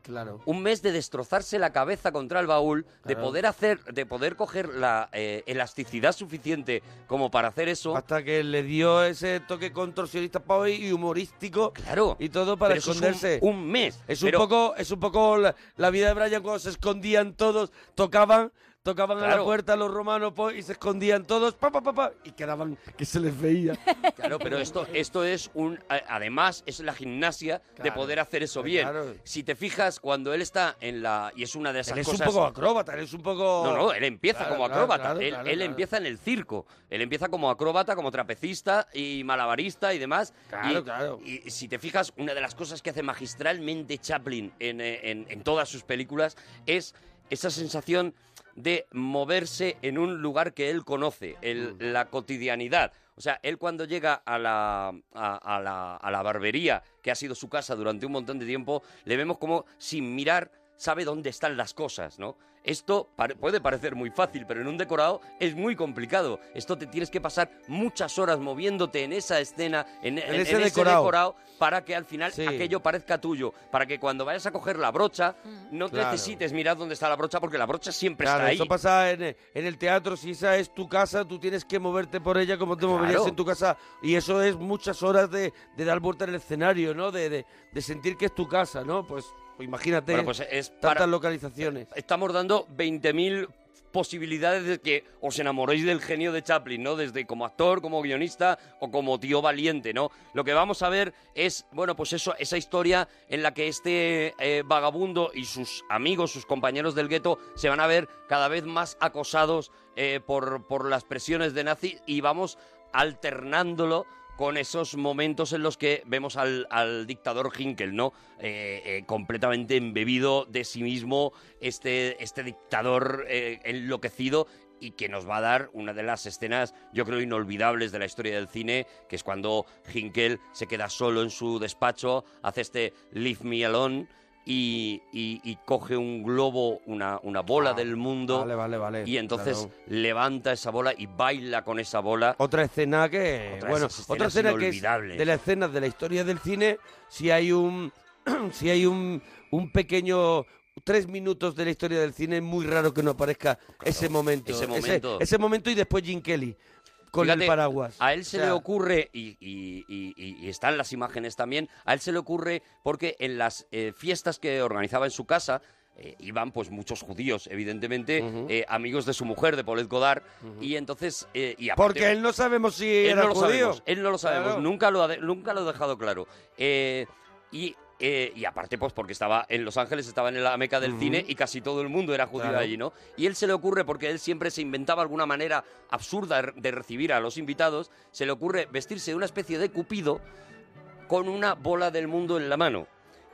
Speaker 2: Claro.
Speaker 3: Un mes de destrozarse la cabeza contra el baúl, de
Speaker 2: Claro.
Speaker 3: poder hacer, de poder coger la eh, elasticidad suficiente como para hacer eso.
Speaker 2: Hasta que le dio ese toque contorsionista pa' hoy y humorístico.
Speaker 3: Claro.
Speaker 2: Y todo para
Speaker 3: Pero eso es un-
Speaker 2: esconderse.
Speaker 3: un, mes.
Speaker 2: Es un
Speaker 3: Pero
Speaker 2: poco, es un poco la, la vida de Brian cuando se escondían todos, tocaban, tocaban a la
Speaker 3: Claro.
Speaker 2: puerta los romanos po, y se escondían todos, pa, pa, pa, pa, y quedaban que se les veía.
Speaker 3: Claro, pero esto, esto es un. a- Además, es la gimnasia de
Speaker 2: Claro,
Speaker 3: poder hacer eso bien.
Speaker 2: claro.
Speaker 3: Si te fijas, cuando él está en la. Y es una de esas
Speaker 2: Él es un
Speaker 3: cosas.
Speaker 2: poco acróbata, él es un poco...
Speaker 3: No, no, él empieza
Speaker 2: Claro,
Speaker 3: como
Speaker 2: claro,
Speaker 3: acróbata.
Speaker 2: claro,
Speaker 3: él
Speaker 2: claro,
Speaker 3: él
Speaker 2: claro.
Speaker 3: empieza en el circo. Él empieza como acróbata, como trapecista y malabarista y demás.
Speaker 2: Claro,
Speaker 3: y,
Speaker 2: claro.
Speaker 3: Y si te fijas, una de las cosas que hace magistralmente Chaplin en, eh, en- en todas sus películas es esa sensación de moverse en un lugar que él conoce, el-
Speaker 2: Mm.
Speaker 3: la cotidianidad. O sea, él cuando llega a la, a- a la- a la barbería, que ha sido su casa durante un montón de tiempo, le vemos como sin mirar sabe dónde están las cosas, ¿no? Esto pare- puede parecer muy fácil, pero en un decorado es muy complicado. Esto te tienes que pasar muchas horas moviéndote en esa escena, en, en- en
Speaker 2: ese
Speaker 3: ese
Speaker 2: decorado.
Speaker 3: decorado. para que al final
Speaker 2: Sí.
Speaker 3: aquello parezca tuyo, para que cuando vayas a coger la brocha no
Speaker 2: Mm. Claro.
Speaker 3: necesites mirar dónde está la brocha porque la brocha siempre
Speaker 2: Claro,
Speaker 3: está ahí.
Speaker 2: eso pasa en, en el teatro. Si esa es tu casa, tú tienes que moverte por ella como te moverías en tu casa. Y eso es muchas horas de, de dar vuelta en el escenario, ¿no? De, de- de sentir que es tu casa, ¿no? Pues, pues imagínate
Speaker 3: Bueno, pues es
Speaker 2: tantas
Speaker 3: para-
Speaker 2: localizaciones.
Speaker 3: Estamos dando 20.000 posibilidades de que os enamoréis del genio de Chaplin, ¿no? Desde como actor, como guionista o como tío valiente, ¿no? Lo que vamos a ver es, bueno, pues eso, esa historia en la que este eh, vagabundo y sus amigos, sus compañeros del gueto, se van a ver cada vez más acosados eh, por, por las presiones de nazi y vamos alternándolo con esos momentos en los que vemos al, al dictador Hinkel, ¿no? Eh, eh, completamente embebido de sí mismo, este, este dictador eh, enloquecido y que nos va a dar una de las escenas, yo creo, inolvidables de la historia del cine, que es cuando Hinkel se queda solo en su despacho, hace este Leave Me Alone y, y- y coge un globo, una, una bola
Speaker 2: Ah,
Speaker 3: del mundo,
Speaker 2: vale, vale, vale,
Speaker 3: y entonces
Speaker 2: claro.
Speaker 3: levanta esa bola y baila con esa bola.
Speaker 2: Otra escena que,
Speaker 3: Otra de
Speaker 2: bueno,
Speaker 3: esas
Speaker 2: otra
Speaker 3: escenas
Speaker 2: escena que es
Speaker 3: inolvidables.
Speaker 2: de las escenas de la historia del cine, si hay un, si hay un, un pequeño tres minutos de la historia del cine, es muy raro que no aparezca ese momento,
Speaker 3: ese momento.
Speaker 2: ese, momento y después Jim Kelly con
Speaker 3: Fíjate,
Speaker 2: el paraguas.
Speaker 3: A él se
Speaker 2: O sea,
Speaker 3: le ocurre, y, y- y- y- y están las imágenes también, a él se le ocurre porque en las eh, fiestas que organizaba en su casa eh, iban pues muchos judíos, evidentemente, eh, amigos de su mujer, de Paulette Godard, y entonces... eh, y aparte-
Speaker 2: Porque él no sabemos si
Speaker 3: él
Speaker 2: era
Speaker 3: no lo
Speaker 2: judío.
Speaker 3: sabemos, él no lo sabemos,
Speaker 2: Claro.
Speaker 3: nunca, lo ha de- nunca lo ha dejado claro. Eh, y, eh, y aparte, pues porque estaba en Los Ángeles, estaba en la meca del
Speaker 2: Ujú.
Speaker 3: cine y casi todo el mundo era judío
Speaker 2: Claro.
Speaker 3: allí, ¿no? Y él se le ocurre, porque él siempre se inventaba alguna manera absurda de recibir a los invitados, se le ocurre vestirse de una especie de cupido con una bola del mundo en la mano.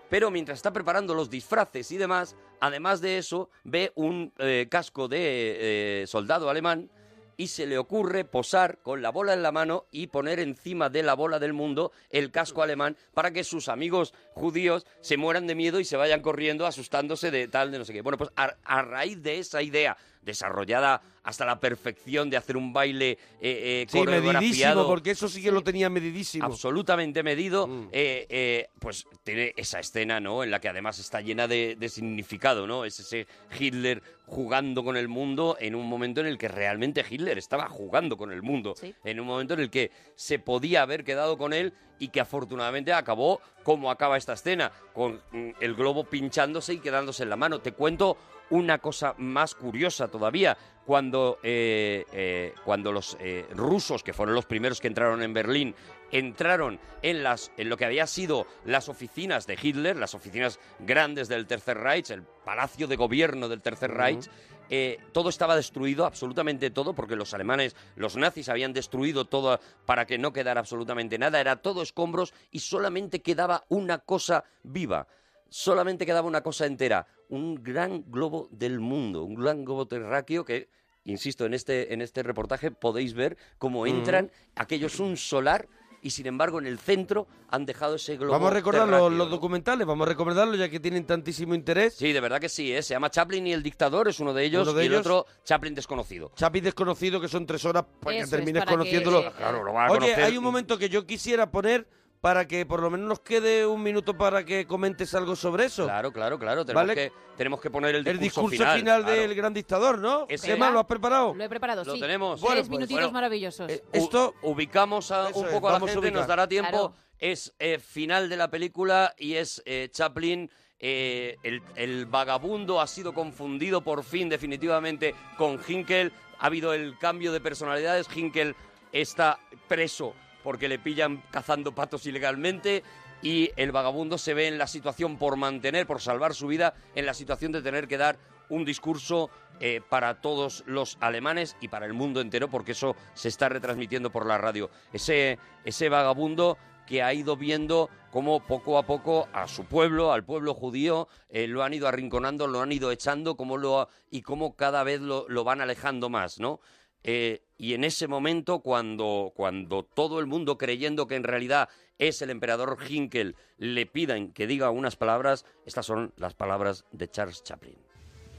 Speaker 3: Pero mientras está preparando los disfraces y demás, además de eso, ve un eh, casco de eh, soldado alemán y se le ocurre posar con la bola en la mano y poner encima de la bola del mundo el casco alemán para que sus amigos judíos se mueran de miedo y se vayan corriendo asustándose de tal, de no sé qué. Bueno, pues a, a raíz de esa idea desarrollada hasta la perfección de hacer un baile eh, eh,
Speaker 2: Sí, medidísimo,
Speaker 3: coreografiado
Speaker 2: porque eso sí que lo tenía medidísimo.
Speaker 3: absolutamente medido, eh, eh, pues tiene esa escena, ¿no? En la que además está llena de, de significado, ¿no? Es ese Hitler jugando con el mundo en un momento en el que realmente Hitler estaba jugando con el mundo, en un momento en el que se podía haber quedado con él y que afortunadamente acabó como acaba esta escena, con mm, el globo pinchándose y quedándose en la mano. Te cuento una cosa más curiosa todavía. Cuando, eh, eh, cuando los eh, rusos, que fueron los primeros que entraron en Berlín, entraron en, las, en lo que había sido las oficinas de Hitler, las oficinas grandes del Tercer Reich, el palacio de gobierno del Tercer
Speaker 2: Ujú.
Speaker 3: Reich, eh, todo estaba destruido, absolutamente todo, porque los alemanes, los nazis habían destruido todo para que no quedara absolutamente nada, era todo escombros y solamente quedaba una cosa viva, solamente quedaba una cosa entera, un gran globo del mundo, un gran globo terráqueo que, insisto, en este, en este reportaje podéis ver cómo entran, aquello es un solar y sin embargo en el centro han dejado ese globo.
Speaker 2: Vamos a recordar
Speaker 3: terráqueo.
Speaker 2: los, los documentales, vamos a recordarlos ya que tienen tantísimo interés.
Speaker 3: Sí, de verdad que sí, ¿eh? se llama Chaplin y el dictador, es uno de ellos,
Speaker 2: Uno de
Speaker 3: y el
Speaker 2: ellos.
Speaker 3: otro Chaplin desconocido.
Speaker 2: Chapi desconocido, que son tres horas para
Speaker 3: Eso
Speaker 2: que
Speaker 3: es,
Speaker 2: termines
Speaker 3: para que-
Speaker 2: conociéndolo.
Speaker 3: Claro, lo vas a
Speaker 2: Oye,
Speaker 3: conocer.
Speaker 2: hay un momento que yo quisiera poner para que por lo menos nos quede un minuto para que comentes algo sobre eso.
Speaker 3: Claro, claro, claro. Tenemos,
Speaker 2: ¿Vale?
Speaker 3: que, tenemos que poner el
Speaker 2: El
Speaker 3: discurso,
Speaker 2: discurso final, del gran dictador, ¿no?
Speaker 3: Ese-
Speaker 2: Gemma, ¿lo has preparado?
Speaker 6: Lo he preparado,
Speaker 3: Lo
Speaker 6: sí.
Speaker 3: tenemos.
Speaker 6: Tres
Speaker 3: Bueno, pues,
Speaker 6: minutitos
Speaker 3: bueno.
Speaker 6: maravillosos.
Speaker 3: Esto ubicamos a,
Speaker 2: Eso
Speaker 3: un
Speaker 2: es,
Speaker 3: poco a la
Speaker 2: vamos a
Speaker 3: gente, nos
Speaker 2: ubicar.
Speaker 3: dará tiempo.
Speaker 6: Claro.
Speaker 3: Es eh, final de la película y es eh, Chaplin eh, el, el vagabundo ha sido confundido por fin definitivamente con Hinkel. Ha habido el cambio de personalidades. Hinkel está preso porque le pillan cazando patos ilegalmente y el vagabundo se ve en la situación por mantener, por salvar su vida, en la situación de tener que dar un discurso eh, para todos los alemanes y para el mundo entero, porque eso se está retransmitiendo por la radio. Ese, ese vagabundo que ha ido viendo cómo poco a poco a su pueblo, al pueblo judío, eh, lo han ido arrinconando, lo han ido echando, cómo lo ha- y cómo cada vez lo, lo van alejando más, ¿no? Eh, y en ese momento, cuando, cuando todo el mundo creyendo que en realidad es el emperador Hinkel, le pidan que diga unas palabras, estas son las palabras de Charles Chaplin.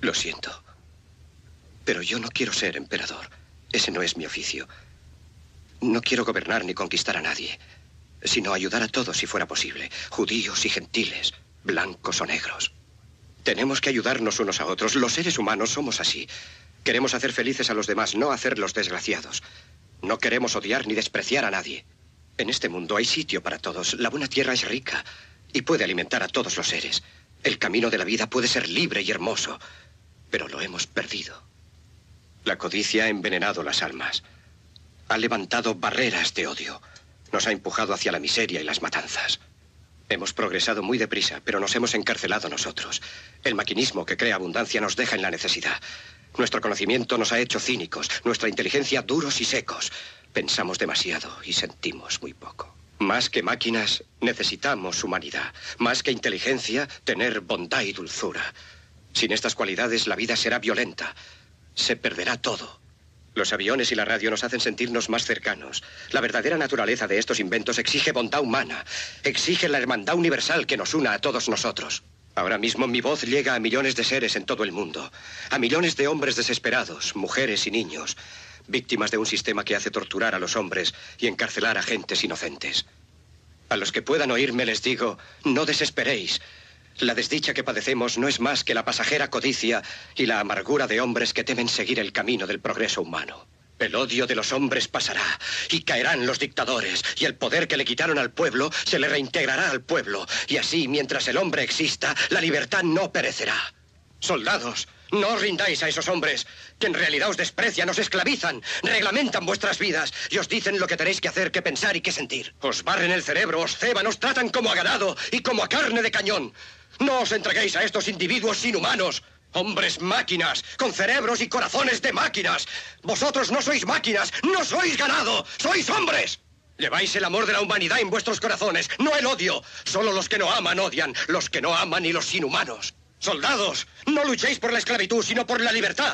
Speaker 21: Lo siento. Pero yo no quiero ser emperador. Ese no es mi oficio. No quiero gobernar ni conquistar a nadie, sino ayudar a todos si fuera posible, judíos y gentiles, blancos o negros. Tenemos que ayudarnos unos a otros. Los seres humanos somos así. Queremos hacer felices a los demás, no hacerlos desgraciados. No queremos odiar ni despreciar a nadie. En este mundo hay sitio para todos. La buena tierra es rica y puede alimentar a todos los seres. El camino de la vida puede ser libre y hermoso, pero lo hemos perdido. La codicia ha envenenado las almas. Ha levantado barreras de odio. Nos ha empujado hacia la miseria y las matanzas. Hemos progresado muy deprisa, pero nos hemos encarcelado nosotros. El maquinismo que crea abundancia nos deja en la necesidad. Nuestro conocimiento nos ha hecho cínicos, nuestra inteligencia duros y secos. Pensamos demasiado y sentimos muy poco. Más que máquinas, necesitamos humanidad. Más que inteligencia, tener bondad y dulzura. Sin estas cualidades, la vida será violenta. Se perderá todo. Los aviones y la radio nos hacen sentirnos más cercanos. La verdadera naturaleza de estos inventos exige bondad humana, exige la hermandad universal que nos una a todos nosotros. Ahora mismo mi voz llega a millones de seres en todo el mundo, a millones de hombres desesperados, mujeres y niños, víctimas de un sistema que hace torturar a los hombres y encarcelar a gentes inocentes. A los que puedan oírme les digo, no desesperéis. La desdicha que padecemos no es más que la pasajera codicia y la amargura de hombres que temen seguir el camino del progreso humano. El odio de los hombres pasará y caerán los dictadores y el poder que le quitaron al pueblo se le reintegrará al pueblo y así mientras el hombre exista la libertad no perecerá. Soldados, no os rindáis a esos hombres que en realidad os desprecian, os esclavizan, reglamentan vuestras vidas y os dicen lo que tenéis que hacer, que pensar y que sentir. Os barren el cerebro, os ceban, os tratan como a ganado y como a carne de cañón. No os entreguéis a estos individuos inhumanos. Hombres máquinas, con cerebros y corazones de máquinas. Vosotros no sois máquinas, no sois ganado, sois hombres. Lleváis el amor de la humanidad en vuestros corazones, no el odio. Solo los que no aman odian, los que no aman y los inhumanos. Soldados, no luchéis por la esclavitud, sino por la libertad.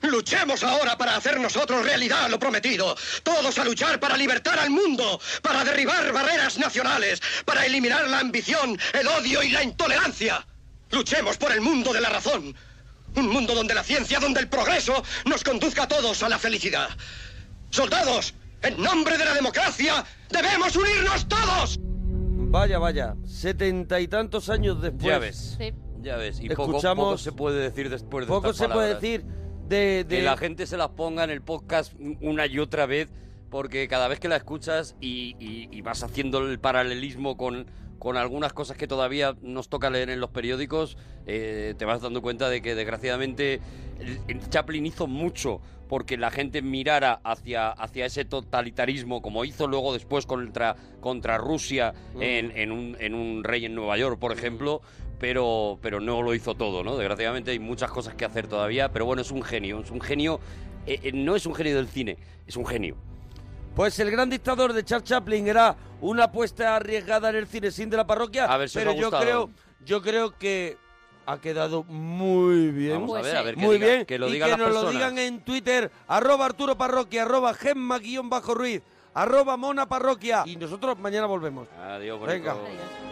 Speaker 21: Luchemos ahora para hacer nosotros realidad lo prometido. Todos a luchar para libertar al mundo, para derribar barreras nacionales, para eliminar la ambición, el odio y la intolerancia. Luchemos por el mundo de la razón. Un mundo donde la ciencia, donde el progreso nos conduzca a todos a la felicidad. Soldados, en nombre de la democracia, debemos unirnos todos.
Speaker 2: Vaya, vaya, setenta y tantos años después.
Speaker 3: Ya ves.
Speaker 6: Sí.
Speaker 3: Ya ves. Y poco,
Speaker 2: Escuchamos-
Speaker 3: poco se puede decir después de
Speaker 2: Poco
Speaker 3: estas
Speaker 2: se puede
Speaker 3: palabras.
Speaker 2: decir de, de-
Speaker 3: Que la gente se las ponga en el podcast una y otra vez, porque cada vez que la escuchas y, y- y vas haciendo el paralelismo con, con algunas cosas que todavía nos toca leer en los periódicos, eh, te vas dando cuenta de que desgraciadamente el- el Chaplin hizo mucho porque la gente mirara hacia, hacia ese totalitarismo, como hizo luego después contra, contra Rusia
Speaker 2: Mm.
Speaker 3: en, en un, en un rey en Nueva York, por ejemplo, pero, pero no lo hizo todo, ¿no? Desgraciadamente hay muchas cosas que hacer todavía, pero bueno, es un genio, es un genio, eh, eh, no es un genio del cine, es un genio.
Speaker 2: Pues el gran dictador de Charles Chaplin era una apuesta arriesgada en el cinesín de la parroquia.
Speaker 3: A ver si os
Speaker 2: pero
Speaker 3: ha
Speaker 2: yo
Speaker 3: gustado.
Speaker 2: creo, yo creo que ha quedado muy bien.
Speaker 3: Vamos a ver, a ver que
Speaker 2: muy
Speaker 3: diga-
Speaker 2: bien.
Speaker 3: que lo
Speaker 2: Y
Speaker 3: digan
Speaker 2: que
Speaker 3: las
Speaker 2: nos lo
Speaker 3: personas.
Speaker 2: digan en Twitter, arroba Arturo Parroquia, arroba Gemma-Ruiz, arroba Mona Parroquia. Y nosotros mañana volvemos.
Speaker 3: Adiós,
Speaker 2: Venga.
Speaker 3: bonito.